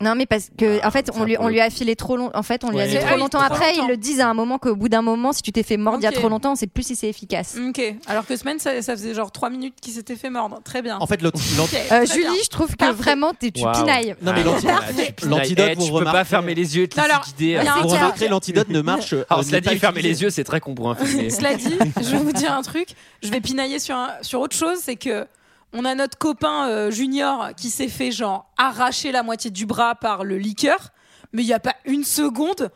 [SPEAKER 7] Non, mais parce que en fait, on lui, on lui a filé trop long. En fait, on lui a
[SPEAKER 11] Ouais.
[SPEAKER 7] dit
[SPEAKER 11] Ah
[SPEAKER 7] trop
[SPEAKER 11] oui,
[SPEAKER 7] longtemps
[SPEAKER 11] trop
[SPEAKER 7] après.
[SPEAKER 11] longtemps.
[SPEAKER 7] Ils le disent à un moment qu'au bout d'un moment, si tu t'es fait mordre il y a
[SPEAKER 11] Ok.
[SPEAKER 7] trop longtemps, on sait plus si c'est efficace.
[SPEAKER 11] Ok, alors que semaine, ça, ça faisait genre 3 minutes qu'il s'était fait mordre. Très bien.
[SPEAKER 3] En fait, l'autre. l'autre-
[SPEAKER 11] Ok,
[SPEAKER 7] Euh,
[SPEAKER 11] très bien.
[SPEAKER 7] Julie, je trouve que
[SPEAKER 11] Parfait.
[SPEAKER 7] vraiment, t'es- tu
[SPEAKER 1] Waouh.
[SPEAKER 7] pinailles.
[SPEAKER 3] Non,
[SPEAKER 1] Ah,
[SPEAKER 3] mais l'anti-
[SPEAKER 1] Parfait.
[SPEAKER 3] l'antidote,
[SPEAKER 1] Eh,
[SPEAKER 3] vous
[SPEAKER 1] tu peux pas
[SPEAKER 3] remarquez-
[SPEAKER 1] fermer les yeux et te hein. laisser
[SPEAKER 11] Alors,
[SPEAKER 1] guider.
[SPEAKER 11] il y a un
[SPEAKER 3] Vous
[SPEAKER 11] Tiens.
[SPEAKER 3] remarquerez, l'antidote ne marche. euh,
[SPEAKER 1] Alors,
[SPEAKER 3] n'est
[SPEAKER 1] cela
[SPEAKER 3] pas
[SPEAKER 1] dit, fermer
[SPEAKER 3] utilisée.
[SPEAKER 1] les yeux, c'est très compréhensible.
[SPEAKER 11] Cela dit, je vais vous dire un truc. Je vais pinailler sur, un- sur autre chose, c'est que on a notre copain euh, junior qui s'est fait genre arracher la moitié du bras par le liqueur, mais il n'y a pas une seconde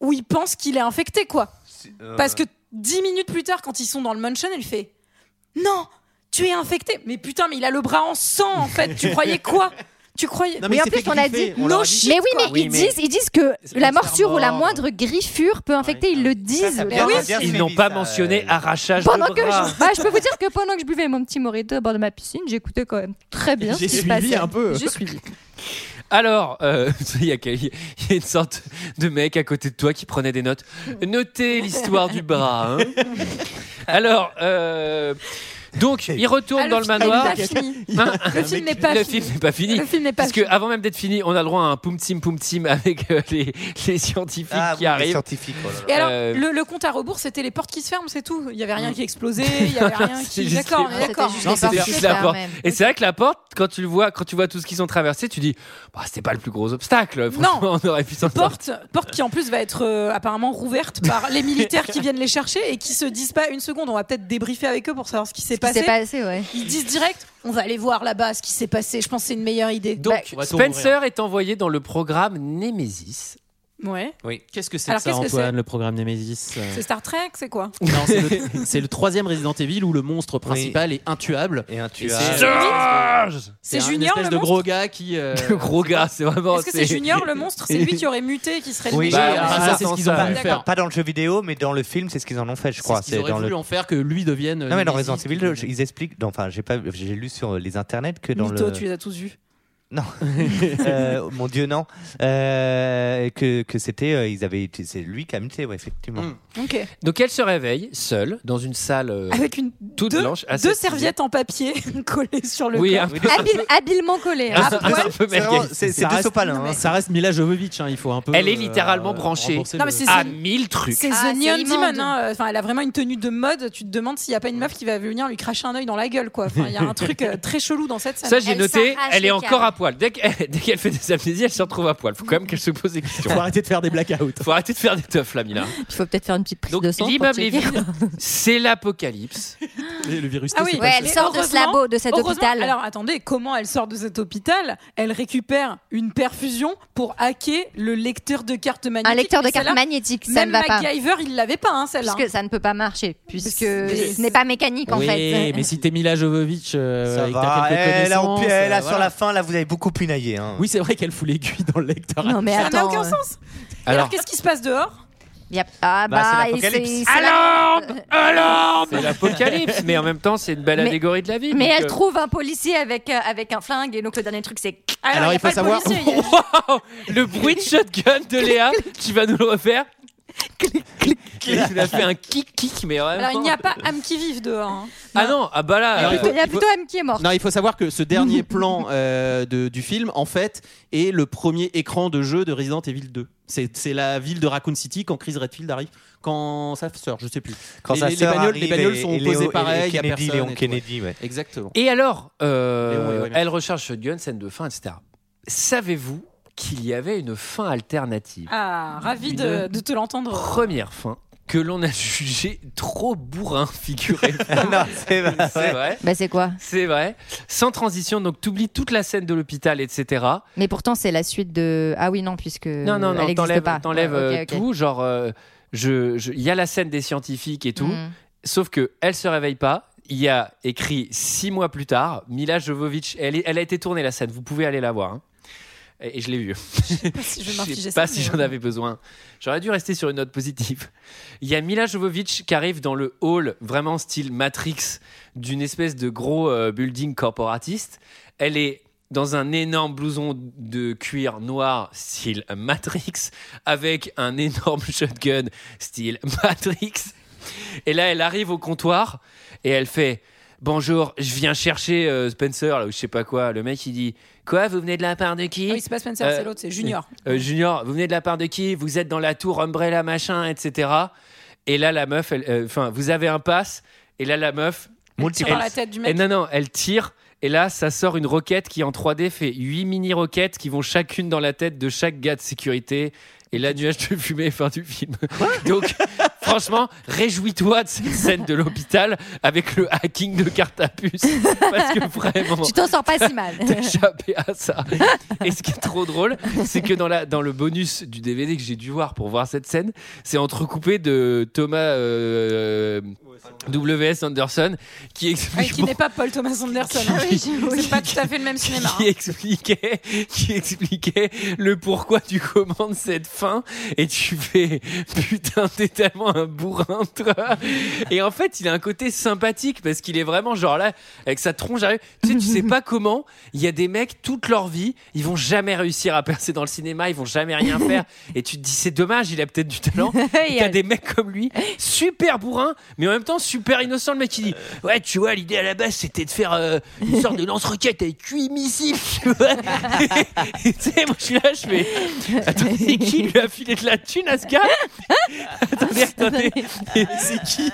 [SPEAKER 11] où il pense qu'il est infecté quoi.
[SPEAKER 3] Ah
[SPEAKER 11] Parce que dix minutes plus tard, quand ils sont dans le mansion, elle fait non, tu es infecté. Mais putain, mais il a le bras en sang en fait. Tu croyais quoi Tu croyais
[SPEAKER 3] Non, mais
[SPEAKER 7] Mais
[SPEAKER 3] il
[SPEAKER 7] en
[SPEAKER 3] s'est
[SPEAKER 7] plus,
[SPEAKER 3] fait Oh
[SPEAKER 7] on a dit
[SPEAKER 3] griffer, on leur
[SPEAKER 11] no
[SPEAKER 3] a dit.
[SPEAKER 11] shit.
[SPEAKER 7] Mais oui, mais
[SPEAKER 11] quoi.
[SPEAKER 7] ils disent, ils disent que la morsure ou la moindre griffure peut infecter. Ils le disent.
[SPEAKER 3] ça
[SPEAKER 11] Mais oui,
[SPEAKER 12] bien
[SPEAKER 1] Ils
[SPEAKER 12] suivi,
[SPEAKER 1] n'ont pas
[SPEAKER 12] ça,
[SPEAKER 1] mentionné arrachage
[SPEAKER 7] Pendant
[SPEAKER 1] de
[SPEAKER 7] que
[SPEAKER 1] bras.
[SPEAKER 7] je, bah, je peux vous dire que pendant que je buvais mon petit morito au bord de ma piscine, j'écoutais quand même très bien
[SPEAKER 3] J'ai
[SPEAKER 7] ce qui se
[SPEAKER 3] suivi
[SPEAKER 7] passait.
[SPEAKER 3] un peu.
[SPEAKER 7] J'ai suivi.
[SPEAKER 1] Alors, euh, il y, a quel- il y a une sorte de mec à côté de toi qui prenait des notes. Notez l'histoire du bras. hein. Alors, euh, donc, il retourne
[SPEAKER 11] Ah,
[SPEAKER 1] dans le
[SPEAKER 11] film n'est
[SPEAKER 1] manoir.
[SPEAKER 11] pas fini.
[SPEAKER 1] Hein
[SPEAKER 11] Le film n'est pas
[SPEAKER 1] le
[SPEAKER 11] fini.
[SPEAKER 1] film n'est pas fini.
[SPEAKER 11] Le film n'est pas
[SPEAKER 1] Parce que
[SPEAKER 11] fini.
[SPEAKER 1] avant même d'être fini, on a le droit à un poum tim poum tim avec euh, les, les scientifiques
[SPEAKER 12] Ah,
[SPEAKER 1] qui
[SPEAKER 12] oui, les
[SPEAKER 1] arrivent.
[SPEAKER 12] scientifiques. oh là là.
[SPEAKER 11] Et alors,
[SPEAKER 1] Euh,
[SPEAKER 11] le, le compte à rebours, c'était les portes qui se ferment, c'est tout. Il y avait rien qui explosait, il y avait rien
[SPEAKER 1] C'est
[SPEAKER 11] qui.
[SPEAKER 1] juste
[SPEAKER 11] D'accord,
[SPEAKER 1] les
[SPEAKER 11] on est d'accord.
[SPEAKER 7] portes.
[SPEAKER 1] Non,
[SPEAKER 7] les
[SPEAKER 1] c'était
[SPEAKER 7] portes
[SPEAKER 1] juste
[SPEAKER 7] qui
[SPEAKER 1] la
[SPEAKER 7] ferment.
[SPEAKER 1] porte. Et c'est vrai que la porte, quand tu le vois, quand tu vois tout ce qu'ils ont traversé, tu dis, bah, c'était pas le plus gros obstacle. Franchement, on aurait pu s'en sortir.
[SPEAKER 11] Porte, porte qui en plus va être euh, apparemment rouverte par les militaires qui viennent les chercher et qui se disent pas une seconde. On va peut-être débriefer avec eux pour savoir ce qui s'est
[SPEAKER 7] C'est
[SPEAKER 11] passé.
[SPEAKER 7] passé, ouais.
[SPEAKER 11] Ils disent direct, on va aller voir là-bas ce qui s'est passé. Je pense que c'est une meilleure idée.
[SPEAKER 1] Donc,
[SPEAKER 3] va tout
[SPEAKER 1] Spencer est envoyé dans le programme Nemesis.
[SPEAKER 11] Bah, ouais.
[SPEAKER 1] Oui.
[SPEAKER 3] Qu'est-ce que c'est
[SPEAKER 11] Alors,
[SPEAKER 3] que ça,
[SPEAKER 11] qu'est-ce que
[SPEAKER 3] Antoine,
[SPEAKER 11] c'est
[SPEAKER 3] le programme Nemesis euh,
[SPEAKER 11] C'est Star Trek, c'est quoi
[SPEAKER 3] Non, c'est le- c'est le troisième Resident Evil où le monstre principal est intuable.
[SPEAKER 12] Et un tu
[SPEAKER 3] Et
[SPEAKER 12] as-
[SPEAKER 3] c'est- euh,
[SPEAKER 11] C'est
[SPEAKER 3] un
[SPEAKER 11] Junior,
[SPEAKER 3] espèce
[SPEAKER 11] le
[SPEAKER 3] de
[SPEAKER 11] monstre
[SPEAKER 3] gros gars qui. euh,
[SPEAKER 1] Le gros gars, c'est vraiment.
[SPEAKER 11] Est-ce que c'est Junior le monstre C'est lui qui aurait muté et qui serait le
[SPEAKER 12] Oui,
[SPEAKER 11] meilleur
[SPEAKER 12] bah,
[SPEAKER 3] Ah, ça, c'est ce qu'ils ont
[SPEAKER 1] D'accord.
[SPEAKER 3] voulu faire.
[SPEAKER 12] Pas dans le jeu vidéo, mais dans le film, c'est ce qu'ils en ont fait, je crois.
[SPEAKER 3] Ils auraient
[SPEAKER 12] dans le...
[SPEAKER 3] voulu en faire que lui devienne. euh,
[SPEAKER 12] Non, mais dans
[SPEAKER 3] Nemesis,
[SPEAKER 12] Resident Evil,
[SPEAKER 3] qui-
[SPEAKER 12] je- ils expliquent. non, Enfin, j'ai pas, j'ai lu sur les internets que dans
[SPEAKER 11] Mytho,
[SPEAKER 12] le.
[SPEAKER 11] tu les as tous vus.
[SPEAKER 12] Non, Euh, mon Dieu, non. Euh, que que c'était, euh, ils avaient, c'est lui qui a muté, ouais, effectivement.
[SPEAKER 3] Mm.
[SPEAKER 11] Ok.
[SPEAKER 1] Donc elle se réveille seule dans une salle euh,
[SPEAKER 11] Avec une
[SPEAKER 1] toute
[SPEAKER 11] deux,
[SPEAKER 1] blanche. assez
[SPEAKER 11] deux
[SPEAKER 1] stylée.
[SPEAKER 11] serviettes en papier collées sur le
[SPEAKER 1] Oui, hein,
[SPEAKER 11] corps.
[SPEAKER 1] un peu,
[SPEAKER 7] Habile- habilement collé. hein.
[SPEAKER 1] un
[SPEAKER 12] Ah,
[SPEAKER 1] peu- un peu
[SPEAKER 12] C'est
[SPEAKER 1] Mel
[SPEAKER 12] vraiment-
[SPEAKER 1] Gates.
[SPEAKER 12] C'est c'est
[SPEAKER 3] Ça
[SPEAKER 12] deux
[SPEAKER 3] reste-
[SPEAKER 12] sopalins. hein.
[SPEAKER 3] Ça reste Mila Jovovich, hein, il faut un peu.
[SPEAKER 1] Elle est
[SPEAKER 3] euh,
[SPEAKER 1] littéralement
[SPEAKER 3] euh,
[SPEAKER 1] branchée.
[SPEAKER 3] rembourser
[SPEAKER 11] Non,
[SPEAKER 3] le-
[SPEAKER 11] mais c'est-
[SPEAKER 1] à mille trucs.
[SPEAKER 11] C'est
[SPEAKER 7] Ah, c'est
[SPEAKER 11] The Neon
[SPEAKER 7] immonde.
[SPEAKER 11] Demon. hein. Enfin, elle a vraiment une tenue de mode. Tu te demandes s'il n'y a pas une meuf qui va venir lui cracher un œil dans la gueule, quoi. Enfin, il y a un truc euh, très chelou dans cette scène.
[SPEAKER 1] Ça, j'ai
[SPEAKER 7] Elle
[SPEAKER 1] noté,
[SPEAKER 7] s'arrache
[SPEAKER 1] elle
[SPEAKER 7] les
[SPEAKER 1] est encore
[SPEAKER 7] câbles.
[SPEAKER 1] à poil. Dès qu'elle dès qu'elle fait des amnésies, elle se retrouve à poil. Faut quand même qu'elle se pose des questions.
[SPEAKER 3] Faut arrêter de faire des blackouts.
[SPEAKER 1] Faut arrêter de faire des teufs, là, Mila.
[SPEAKER 7] Il faut peut-être faire une petite prise
[SPEAKER 1] Donc,
[SPEAKER 7] de sang. pour
[SPEAKER 1] l'immeuble est
[SPEAKER 7] checker.
[SPEAKER 1] vide. C'est l'apocalypse.
[SPEAKER 3] Le le virus.
[SPEAKER 11] Ah
[SPEAKER 3] T,
[SPEAKER 11] oui,
[SPEAKER 3] c'est
[SPEAKER 7] Ouais,
[SPEAKER 3] comme
[SPEAKER 7] elle
[SPEAKER 11] mais
[SPEAKER 3] ça.
[SPEAKER 7] sort de ce
[SPEAKER 11] heureusement-
[SPEAKER 7] labo, de cet
[SPEAKER 11] heureusement-
[SPEAKER 7] hôpital.
[SPEAKER 11] Alors attendez, comment elle sort de cet hôpital Elle récupère une perfusion pour hacker le lecteur de cartes magnétiques.
[SPEAKER 7] Un lecteur de
[SPEAKER 11] Mais
[SPEAKER 7] cartes
[SPEAKER 11] celle-là,
[SPEAKER 7] magnétiques, ça ne va
[SPEAKER 11] Même
[SPEAKER 7] pas.
[SPEAKER 11] MacGyver, il l'avait pas, hein, celle-là.
[SPEAKER 7] Puisque ça ne peut pas marcher, puisque
[SPEAKER 11] Mais-
[SPEAKER 7] ce n'est pas mécanique en
[SPEAKER 3] oui,
[SPEAKER 7] fait.
[SPEAKER 3] mais si t'es Mila Jovovich euh,
[SPEAKER 12] Ça
[SPEAKER 3] et que
[SPEAKER 12] va.
[SPEAKER 3] t'as quelques
[SPEAKER 12] Eh, là, on-
[SPEAKER 3] connaissances,
[SPEAKER 12] eh,
[SPEAKER 3] euh,
[SPEAKER 12] là, sur
[SPEAKER 3] voilà.
[SPEAKER 12] la fin, là, vous avez beaucoup pinaillé. Hein.
[SPEAKER 3] Oui, c'est vrai qu'elle fout l'aiguille dans le lecteur.
[SPEAKER 7] Non mais
[SPEAKER 11] Ça n'a
[SPEAKER 7] attends.
[SPEAKER 11] aucun
[SPEAKER 7] euh,
[SPEAKER 11] sens. Alors,
[SPEAKER 1] Alors,
[SPEAKER 11] qu'est-ce qui se passe dehors
[SPEAKER 7] y a- Ah
[SPEAKER 12] Bah, c'est
[SPEAKER 7] bah, et
[SPEAKER 12] l'apocalypse.
[SPEAKER 7] c'est- c'est la-
[SPEAKER 1] alarme Alarme C'est l'apocalypse, mais en même temps, c'est une belle
[SPEAKER 7] Mais-
[SPEAKER 1] allégorie de la vie.
[SPEAKER 7] Mais
[SPEAKER 1] donc,
[SPEAKER 7] elle
[SPEAKER 1] euh,
[SPEAKER 7] trouve un policier avec, euh, avec un flingue et donc le dernier truc c'est
[SPEAKER 3] Alors,
[SPEAKER 11] y a
[SPEAKER 3] il faut
[SPEAKER 11] pas le
[SPEAKER 3] savoir-
[SPEAKER 11] policier, il y a-
[SPEAKER 1] Wow le bruit de shotgun de Léa, tu vas nous le refaire Tu as fait un kick kick, mais vraiment.
[SPEAKER 11] Alors il n'y a pas âme qui vive dehors. hein.
[SPEAKER 1] Ah non, ah bah là.
[SPEAKER 3] Alors,
[SPEAKER 1] euh,
[SPEAKER 3] il faut-
[SPEAKER 7] il y a plutôt Am qui est morte.
[SPEAKER 3] Non, il faut savoir que ce dernier plan euh, de- du film, en fait, est le premier écran de jeu de Resident Evil 2. C'est c'est la ville de Raccoon City quand Chris Redfield arrive, quand sa sœur, je sais plus.
[SPEAKER 12] Quand
[SPEAKER 3] les,
[SPEAKER 12] sa
[SPEAKER 3] les
[SPEAKER 12] sœur
[SPEAKER 3] bagnoles, les
[SPEAKER 12] arrive
[SPEAKER 3] bagnoles
[SPEAKER 12] et-
[SPEAKER 3] sont
[SPEAKER 12] et Léo-
[SPEAKER 3] posées
[SPEAKER 12] et
[SPEAKER 3] pareil, il y a
[SPEAKER 12] Kennedy,
[SPEAKER 3] personne
[SPEAKER 12] Léon
[SPEAKER 3] et tout,
[SPEAKER 12] Kennedy, ouais.
[SPEAKER 3] ouais. Exactement.
[SPEAKER 1] Et alors, euh,
[SPEAKER 3] Léon, oui, oui, merci.
[SPEAKER 1] elle recherche shotgun, scène de fin, etc. Savez-vous qu'il y avait une fin alternative
[SPEAKER 11] Ah, ravi de, de te l'entendre.
[SPEAKER 1] Première fin que l'on a jugée trop bourrin, figurez-vous.
[SPEAKER 12] non, c'est vrai.
[SPEAKER 1] C'est vrai.
[SPEAKER 7] Bah c'est quoi
[SPEAKER 1] C'est vrai. Sans transition, donc t'oublies toute la scène de l'hôpital, etc.
[SPEAKER 7] Mais pourtant c'est la suite de ah oui non puisque
[SPEAKER 1] non, non, non,
[SPEAKER 7] elle n'existe
[SPEAKER 1] t'enlèves
[SPEAKER 7] pas.
[SPEAKER 1] t'enlèves,
[SPEAKER 7] Ouais,
[SPEAKER 1] euh,
[SPEAKER 7] ok, ok.
[SPEAKER 1] tout. Genre, euh, je, je- il y a la scène des scientifiques et tout.
[SPEAKER 7] Mm.
[SPEAKER 1] Sauf que elle se réveille pas. Il y a écrit six mois plus tard, Mila Jovovich. Elle, est- elle a été tournée la scène. Vous pouvez aller la voir. hein. Et, et je l'ai eu.
[SPEAKER 11] si je vais m'infliger
[SPEAKER 1] sais
[SPEAKER 11] ça,
[SPEAKER 1] pas si
[SPEAKER 11] mais
[SPEAKER 1] j'en
[SPEAKER 11] ouais.
[SPEAKER 1] avais besoin. J'aurais dû rester sur une note positive. Il y a Mila Jovovich qui arrive dans le hall, vraiment style Matrix, d'une espèce de gros euh, building corporatiste. Elle est dans un énorme blouson de cuir noir style Matrix, avec un énorme shotgun style Matrix. Et là, elle arrive au comptoir et elle fait Bonjour, je viens chercher euh, Spencer, là, ou je sais pas quoi. Le mec, il dit Quoi, vous venez de la part de qui
[SPEAKER 11] Ah oui, c'est pas Spencer, c'est l'autre, c'est Junior.
[SPEAKER 1] euh, Junior, vous venez de la part de qui Vous êtes dans la tour Umbrella, machin, etc. Et là, la meuf, elle, euh, enfin, vous avez un pass, et là, la meuf.
[SPEAKER 11] Elle tire par la tête du mec.
[SPEAKER 1] Et non, non, elle tire. Et là, ça sort une roquette qui en 3D fait 8 mini-roquettes qui vont chacune dans la tête de chaque gars de sécurité. Et là, nuage de fumée, fin du film. Donc, franchement, réjouis-toi de cette scène de l'hôpital avec le hacking de carte à puce. Parce que vraiment.
[SPEAKER 6] Tu t'en sors pas si mal.
[SPEAKER 1] T'as échappé à ça. Et ce qui est trop drôle, c'est que dans, la, dans le bonus du DVD que j'ai dû voir pour voir cette scène, c'est entrecoupé de Thomas euh, W.S. Anderson qui
[SPEAKER 11] Ouais,
[SPEAKER 1] explique
[SPEAKER 11] Ah, qui n'est pas Paul Thomas Anderson. hein. c'est pas tout à fait le même cinéma. hein.
[SPEAKER 1] qui expliquait, qui expliquait le pourquoi du comment de cette fin. Et tu fais, putain, t'es tellement un bourrin, toi. Et en fait, il a un côté sympathique parce qu'il est vraiment genre là, avec sa tronche arrière. Tu sais, tu sais pas comment. Il y a des mecs, toute leur vie, ils vont jamais réussir à percer dans le cinéma, ils vont jamais rien faire. Et tu te dis, c'est dommage, il a peut-être du talent. Et t'as des mecs comme lui, super bourrin, mais en même temps super innocent. Le mec, il dit, ouais, tu vois, l'idée à la base, c'était de faire euh, une sorte de lance-roquette avec 8 missiles, tu vois. Et tu sais, moi, je suis là, je fais, attendez, qui lui a filé de la thune à ce gars Attendez, attendez, c'est qui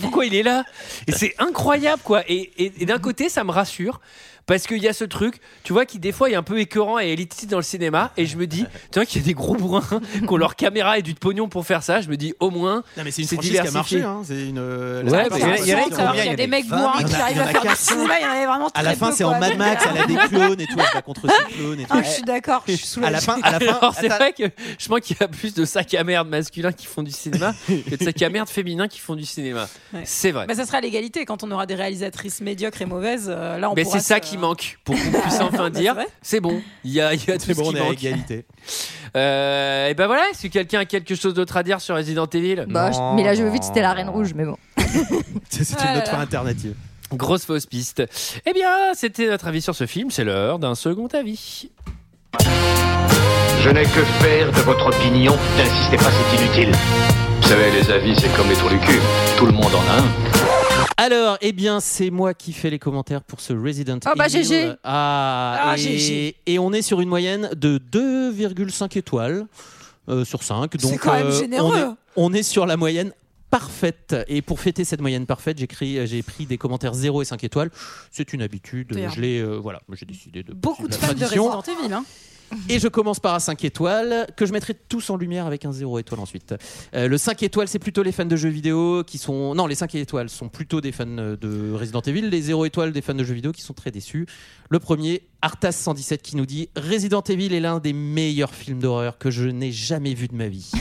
[SPEAKER 1] Pourquoi il est là Et c'est incroyable, quoi. Et, et- et d'un côté, ça me rassure. Parce qu'il y a ce truc, tu vois, qui des fois est un peu écœurant et élitiste dans le cinéma. Et je me dis, tu vois, qu'il y a des gros bourrins qui ont leur caméra et du pognon pour faire ça. Je me dis, au moins,
[SPEAKER 3] Non, mais c'est une franchise qui a marché, hein. C'est une. euh, la
[SPEAKER 1] Ouais,
[SPEAKER 3] Spencer,
[SPEAKER 1] mais il y en a- il y en a
[SPEAKER 3] Spencer,
[SPEAKER 1] combien
[SPEAKER 11] Il y a des mecs bourrins qui
[SPEAKER 3] Il y en a- il
[SPEAKER 11] arrivent
[SPEAKER 3] y en
[SPEAKER 11] à
[SPEAKER 3] a
[SPEAKER 11] faire du
[SPEAKER 3] 400.
[SPEAKER 11] cinéma, il y en avait vraiment
[SPEAKER 3] À la
[SPEAKER 11] très
[SPEAKER 3] fin,
[SPEAKER 11] peu,
[SPEAKER 3] c'est en
[SPEAKER 11] quoi.
[SPEAKER 3] Mad Max, elle a des clones et tout, elle va contre ses clones et tout.
[SPEAKER 11] Ah, je suis d'accord, je suis
[SPEAKER 3] À
[SPEAKER 11] soulagée.
[SPEAKER 3] la fin, à la fin,
[SPEAKER 1] Alors, c'est
[SPEAKER 3] attends,
[SPEAKER 1] vrai que je pense qu'il y a plus de sacs à merde masculins qui font du cinéma que de sacs à merde féminins qui font du cinéma.
[SPEAKER 11] Ouais.
[SPEAKER 1] C'est vrai.
[SPEAKER 11] Bah, ça sera à l'égalité quand on aura des réalisatrices médiocres et mauvaises. euh, là, on
[SPEAKER 1] Mais
[SPEAKER 11] pourra
[SPEAKER 1] c'est ça
[SPEAKER 11] se- Ah, Bah,
[SPEAKER 1] qui manque pour qu'on puisse enfin dire c'est bon, il y a, il y a tout
[SPEAKER 3] C'est
[SPEAKER 1] ce
[SPEAKER 3] bon,
[SPEAKER 1] qui
[SPEAKER 3] on est à
[SPEAKER 1] manque.
[SPEAKER 3] égalité.
[SPEAKER 1] Euh, et ben voilà, est-ce que quelqu'un a quelque chose d'autre à dire sur Resident Evil
[SPEAKER 6] Bah, je- mais là, je veux vite, c'était la Reine Rouge, mais bon.
[SPEAKER 3] C'est
[SPEAKER 1] Ah
[SPEAKER 3] une
[SPEAKER 1] là
[SPEAKER 3] autre
[SPEAKER 1] là.
[SPEAKER 3] fin alternative.
[SPEAKER 1] Grosse fausse piste. Eh bien, c'était notre avis sur ce film, c'est l'heure d'un second avis.
[SPEAKER 14] Je n'ai que faire de votre opinion. N'insistez pas, c'est inutile.
[SPEAKER 5] Vous savez, les avis, c'est comme les trous du cul. Tout le monde en a un.
[SPEAKER 3] Alors, eh bien, c'est moi qui fais les commentaires pour ce Resident
[SPEAKER 11] Oh,
[SPEAKER 3] Evil.
[SPEAKER 6] Ah bah, GG.
[SPEAKER 3] Ah,
[SPEAKER 6] Ah,
[SPEAKER 3] et,
[SPEAKER 6] GG.
[SPEAKER 3] et on est sur une moyenne de 2,5 étoiles euh, sur 5.
[SPEAKER 11] C'est
[SPEAKER 3] Donc, euh,
[SPEAKER 11] quand même
[SPEAKER 3] on
[SPEAKER 11] généreux.
[SPEAKER 3] est- On est, sur la moyenne parfaite. Et pour fêter cette moyenne parfaite, j'ai écrit- j'ai pris des commentaires 0 et 5 étoiles. C'est une habitude.
[SPEAKER 11] D'ailleurs.
[SPEAKER 3] Je l'ai, euh, voilà, j'ai décidé de.
[SPEAKER 11] Beaucoup de
[SPEAKER 3] la
[SPEAKER 11] fans de
[SPEAKER 3] tradition.
[SPEAKER 11] Resident Evil. hein.
[SPEAKER 3] Et je commence par un 5 étoiles, que je mettrai tous en lumière avec un 0 étoile ensuite. Euh, le 5 étoiles, c'est plutôt les fans de jeux vidéo qui sont. Non, les 5 étoiles sont plutôt des fans de Resident Evil. Les 0 étoiles, des fans de jeux vidéo qui sont très déçus. Le premier, Artas117, qui nous dit Resident Evil est l'un des meilleurs films d'horreur que je n'ai jamais vu de ma vie.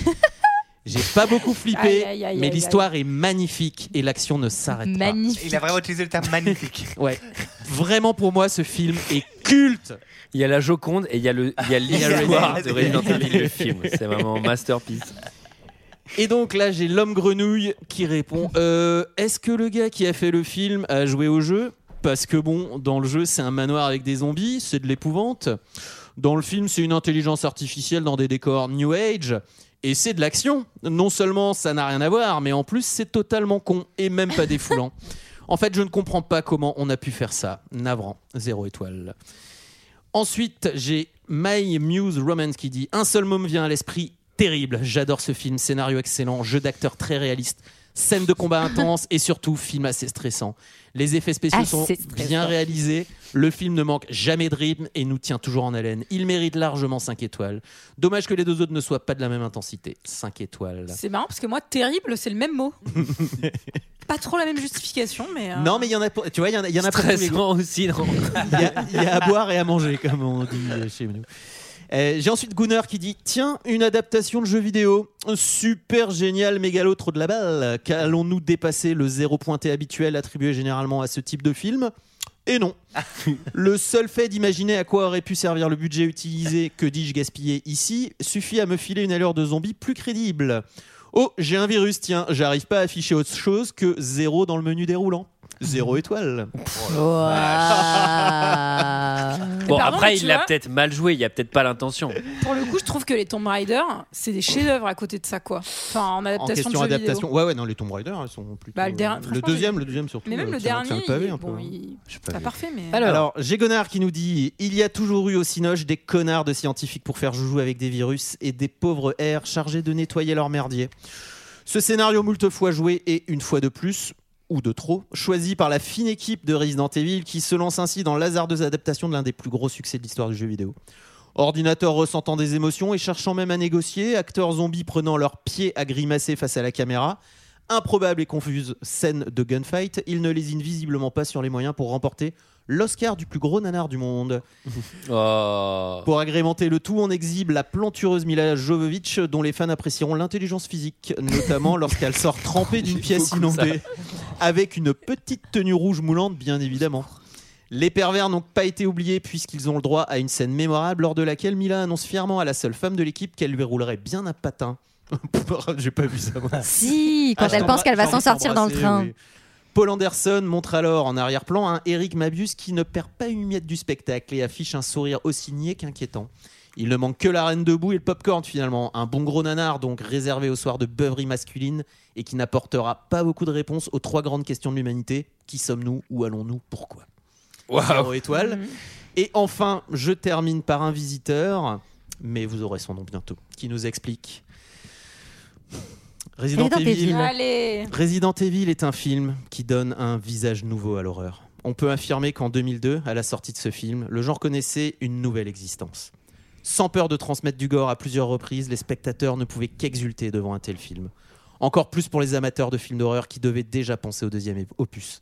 [SPEAKER 3] J'ai pas beaucoup
[SPEAKER 11] Aïe,
[SPEAKER 3] flippé,
[SPEAKER 11] aïe, aïe,
[SPEAKER 3] mais
[SPEAKER 11] aïe,
[SPEAKER 3] l'histoire est magnifique et l'action ne s'arrête pas.
[SPEAKER 6] Magnifique.
[SPEAKER 12] Il a vraiment utilisé le terme magnifique.
[SPEAKER 3] Ouais. Vraiment, pour moi, ce film est culte.
[SPEAKER 1] Il y a la Joconde et il y a le- Ah, il y a l'histoire de Resident Evil, le film. C'est vraiment un masterpiece.
[SPEAKER 3] Et donc là, j'ai l'homme grenouille qui répond euh, Est-ce que le gars qui a fait le film a joué au jeu Parce que bon, dans le jeu, c'est un manoir avec des zombies, c'est de l'épouvante. Dans le film, c'est une intelligence artificielle dans des décors New Age. Et c'est de l'action. Non seulement ça n'a rien à voir, mais en plus, c'est totalement con et même pas défoulant. En fait, je ne comprends pas comment on a pu faire ça. Navrant, zéro étoile. Ensuite, j'ai My Muse Romance qui dit Un seul mot me vient à l'esprit, terrible. J'adore ce film, scénario excellent, jeu d'acteur très réaliste, scène de combat intense et surtout film assez stressant. Les effets spéciaux
[SPEAKER 6] Assez
[SPEAKER 3] sont
[SPEAKER 6] stressant.
[SPEAKER 3] bien réalisés, le film ne manque jamais de rythme et nous tient toujours en haleine. Il mérite largement 5 étoiles. Dommage que les deux autres ne soient pas de la même intensité. 5 étoiles.
[SPEAKER 11] C'est marrant parce que moi, terrible, c'est le même mot. pas trop la même justification, mais. euh,
[SPEAKER 3] Non, mais il y en a pour, tu vois, il y en a, il y en a pour tous les goûts.
[SPEAKER 1] Stressant aussi, non
[SPEAKER 3] Il y a- il y, a à boire et à manger, comme on dit euh, chez nous. Euh, J'ai ensuite Gunnar qui dit Tiens, une adaptation de jeu vidéo. Super génial, mégalo, trop de la balle. Qu'allons-nous dépasser le zéro pointé habituel attribué généralement à ce type de film Et non. le seul fait d'imaginer à quoi aurait pu servir le budget utilisé, que dis-je gaspillé ici, suffit à me filer une allure de zombie plus crédible. Oh, j'ai un virus, tiens, j'arrive pas à afficher autre chose que zéro dans le menu déroulant. Zéro étoile.
[SPEAKER 1] Bon,
[SPEAKER 11] Pardon, mais
[SPEAKER 1] après,
[SPEAKER 11] tu
[SPEAKER 1] il l'a
[SPEAKER 11] vois-
[SPEAKER 1] peut-être mal joué, il n'y a peut-être pas l'intention.
[SPEAKER 11] Pour le coup, je trouve que les Tomb Raider, c'est des chefs-d'œuvre à côté de ça, quoi. Enfin, en
[SPEAKER 3] En
[SPEAKER 11] adaptation
[SPEAKER 3] question
[SPEAKER 11] de jeux
[SPEAKER 3] adaptation.
[SPEAKER 11] vidéo.
[SPEAKER 3] Ouais, ouais, non, les Tomb Raider, elles sont plutôt.
[SPEAKER 11] Bah, le dernier-
[SPEAKER 3] euh,
[SPEAKER 11] franchement,
[SPEAKER 3] deuxième, le deuxième surtout.
[SPEAKER 11] Mais même
[SPEAKER 3] euh,
[SPEAKER 11] le
[SPEAKER 3] tient- tient
[SPEAKER 11] dernier,
[SPEAKER 3] pavé
[SPEAKER 11] il-
[SPEAKER 3] un peu,
[SPEAKER 11] bon,
[SPEAKER 3] hein.
[SPEAKER 11] il-
[SPEAKER 3] Je sais
[SPEAKER 11] c'est pas parfait, mais.
[SPEAKER 3] Alors, Gégonard qui nous dit Il y a toujours eu au Cinoche des connards de scientifiques pour faire joujou avec des virus et des pauvres R chargés de nettoyer leur merdier. Ce scénario moult fois joué et une fois de plus, ou de trop, choisi par la fine équipe de Resident Evil qui se lance ainsi dans l'hasardeuse adaptation de l'un des plus gros succès de l'histoire du jeu vidéo. Ordinateur ressentant des émotions et cherchant même à négocier, acteurs zombies prenant leurs pieds à grimacer face à la caméra, improbable et confuse scène de gunfight, il ne lésine visiblement pas sur les moyens pour remporter l'Oscar du plus gros nanar du monde.
[SPEAKER 1] Oh.
[SPEAKER 3] Pour agrémenter le tout, on exhibe la plantureuse Mila Jovovich, dont les fans apprécieront l'intelligence physique, notamment lorsqu'elle sort trempée d'une pièce
[SPEAKER 1] beaucoup ça.
[SPEAKER 3] inondée, avec une petite tenue rouge moulante, bien évidemment. Les pervers n'ont pas été oubliés puisqu'ils ont le droit à une scène mémorable lors de laquelle Mila annonce fièrement à la seule femme de l'équipe qu'elle lui roulerait bien un patin. J'ai pas vu ça. moi.
[SPEAKER 7] Si, quand
[SPEAKER 3] Ah,
[SPEAKER 7] elle
[SPEAKER 3] je
[SPEAKER 7] pense qu'elle va
[SPEAKER 3] t'embrasse, j'ai
[SPEAKER 7] s'en
[SPEAKER 3] envie de
[SPEAKER 7] sortir dans le
[SPEAKER 3] t'embrasser,
[SPEAKER 7] train.
[SPEAKER 3] oui. Paul Anderson montre alors en arrière-plan un Eric Mabius qui ne perd pas une miette du spectacle et affiche un sourire aussi niais qu'inquiétant. Il ne manque que la reine debout et le popcorn finalement. Un bon gros nanar donc réservé au soir de beuverie masculine et qui n'apportera pas beaucoup de réponses aux trois grandes questions de l'humanité. Qui sommes-nous Où allons-nous Pourquoi Zéro étoile.
[SPEAKER 11] Mm.
[SPEAKER 3] Et enfin, je termine par un visiteur, mais vous aurez son nom bientôt, qui nous explique. Resident,
[SPEAKER 11] Resident
[SPEAKER 3] Evil.
[SPEAKER 11] Evil. Allez.
[SPEAKER 3] Resident Evil est un film qui donne un visage nouveau à l'horreur. On peut affirmer qu'en 2002, à la sortie de ce film, le genre connaissait une nouvelle existence. Sans peur de transmettre du gore à plusieurs reprises, les spectateurs ne pouvaient qu'exulter devant un tel film. Encore plus pour les amateurs de films d'horreur qui devaient déjà penser au deuxième opus.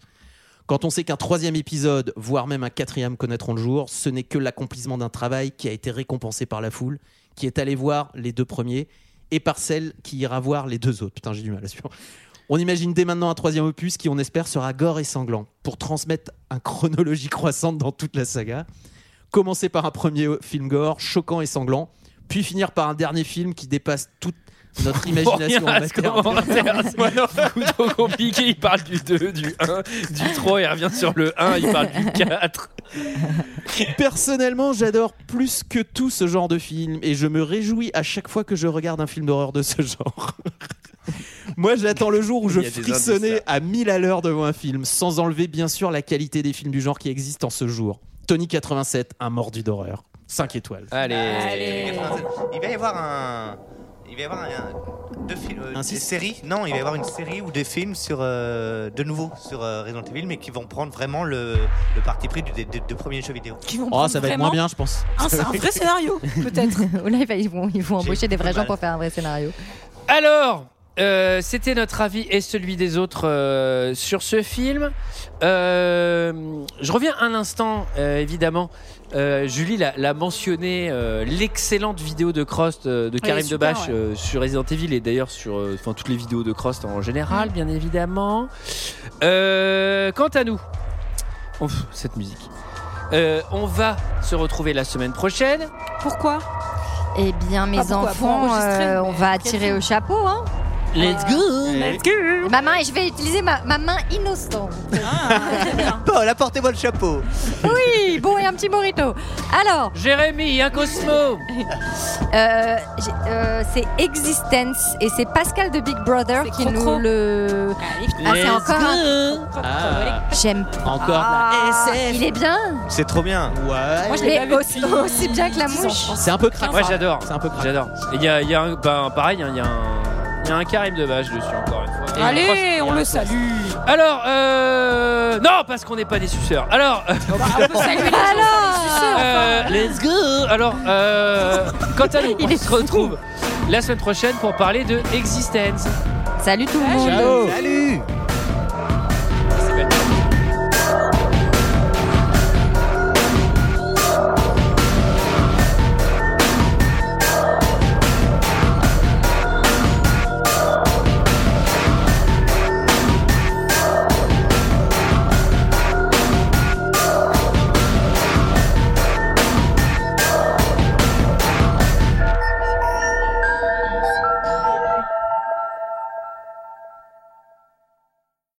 [SPEAKER 3] Quand on sait qu'un troisième épisode, voire même un quatrième connaîtront le jour, ce n'est que l'accomplissement d'un travail qui a été récompensé par la foule, qui est allée voir les deux premiers et par celle qui ira voir les deux autres. Putain, j'ai du mal à suivre. On imagine dès maintenant un troisième opus qui, on espère, sera gore et sanglant pour transmettre un chronologie croissante dans toute la saga. Commencer par un premier film gore, choquant et sanglant, puis finir par un dernier film qui dépasse toute notre imagination en
[SPEAKER 1] Rien à ce
[SPEAKER 3] matière de-
[SPEAKER 1] commentaire. C'est beaucoup trop compliqué. Il parle du 2, du 1, du 3, il revient sur le 1, il parle du 4.
[SPEAKER 3] Personnellement, j'adore plus que tout ce genre de film et je me réjouis à chaque fois que je regarde un film d'horreur de ce genre. Moi, j'attends le jour où je
[SPEAKER 1] Il y a des
[SPEAKER 3] frissonnais à 1000 à l'heure devant un film, sans enlever bien sûr la qualité des films du genre qui existent en ce jour. Tony 87, un mordu d'horreur. 5 étoiles.
[SPEAKER 1] Allez.
[SPEAKER 12] Il va y avoir un. Il va y avoir un- deux films, euh, des séries. Non, il va y avoir une série ou des films sur, euh, de nouveau sur euh, Resident Evil, mais qui vont prendre vraiment le, le parti pris du- des des deux premiers jeux vidéo.
[SPEAKER 11] Qui vont
[SPEAKER 3] Oh, ça va être moins bien, je pense.
[SPEAKER 11] Ah, c'est un vrai scénario, peut-être.
[SPEAKER 7] Là, ils vont, ils vont embaucher des vrais gens
[SPEAKER 1] mal.
[SPEAKER 7] pour faire un vrai scénario.
[SPEAKER 1] Alors, euh, c'était notre avis et celui des autres euh, sur ce film. Euh, je reviens un instant, euh, évidemment. Euh, Julie l'a l'a mentionné, euh, l'excellente vidéo de Crost euh, de
[SPEAKER 11] Elle est
[SPEAKER 1] Karim
[SPEAKER 11] super,
[SPEAKER 1] Debache
[SPEAKER 11] ouais.
[SPEAKER 1] euh, sur Resident Evil et d'ailleurs sur euh, enfin, toutes les vidéos de Crost en général, bien évidemment. Euh, quant à nous, Ouf, cette musique. Euh, on va se retrouver la semaine prochaine.
[SPEAKER 11] Pourquoi
[SPEAKER 7] Eh bien, mes
[SPEAKER 11] Ah, pourquoi Pour
[SPEAKER 7] enfants,
[SPEAKER 11] enregistrer,
[SPEAKER 7] euh, on
[SPEAKER 11] mais
[SPEAKER 7] va
[SPEAKER 11] quel
[SPEAKER 7] tirer
[SPEAKER 11] film
[SPEAKER 7] au chapeau. Hein.
[SPEAKER 1] Let's go. Let's
[SPEAKER 7] Et Ma main, et je vais utiliser ma, ma main innocente.
[SPEAKER 12] Paul, apportez-moi le chapeau.
[SPEAKER 7] Oui, bon, et un petit morito. Alors,
[SPEAKER 1] Jérémy, un Cosmo.
[SPEAKER 7] euh, j'ai- euh, c'est Existence et c'est Pascal de Big Brother qui nous le. Ah, c'est
[SPEAKER 12] Let's
[SPEAKER 7] encore un.
[SPEAKER 3] Ah,
[SPEAKER 7] J'aime
[SPEAKER 12] Encore
[SPEAKER 7] Ah, Il est bien.
[SPEAKER 12] C'est trop bien.
[SPEAKER 3] Ouais.
[SPEAKER 7] Mais aussi, aussi bien que la mouche.
[SPEAKER 3] C'est un peu crack.
[SPEAKER 1] Moi j'adore.
[SPEAKER 3] C'est un peu crack.
[SPEAKER 1] J'adore. Il y a, il y a un, ben, pareil, hein, il y a un, il y a un Karim de base dessus encore une fois. Et
[SPEAKER 7] Oh,
[SPEAKER 1] un proche-
[SPEAKER 11] Allez,
[SPEAKER 1] il y a
[SPEAKER 11] on
[SPEAKER 1] un
[SPEAKER 11] le
[SPEAKER 1] proche.
[SPEAKER 11] salue.
[SPEAKER 1] Alors, euh, non, parce qu'on n'est pas des suceurs. Alors,
[SPEAKER 11] Bah, On peut saluer les gens,
[SPEAKER 7] Alors
[SPEAKER 11] c'est sûr,
[SPEAKER 1] euh,
[SPEAKER 11] Ah, enfin.
[SPEAKER 1] let's go. Alors, euh, quant à nous, on se retrouve la semaine prochaine pour parler de Existence.
[SPEAKER 7] Salut tout le monde.
[SPEAKER 1] Ciao.
[SPEAKER 12] Salut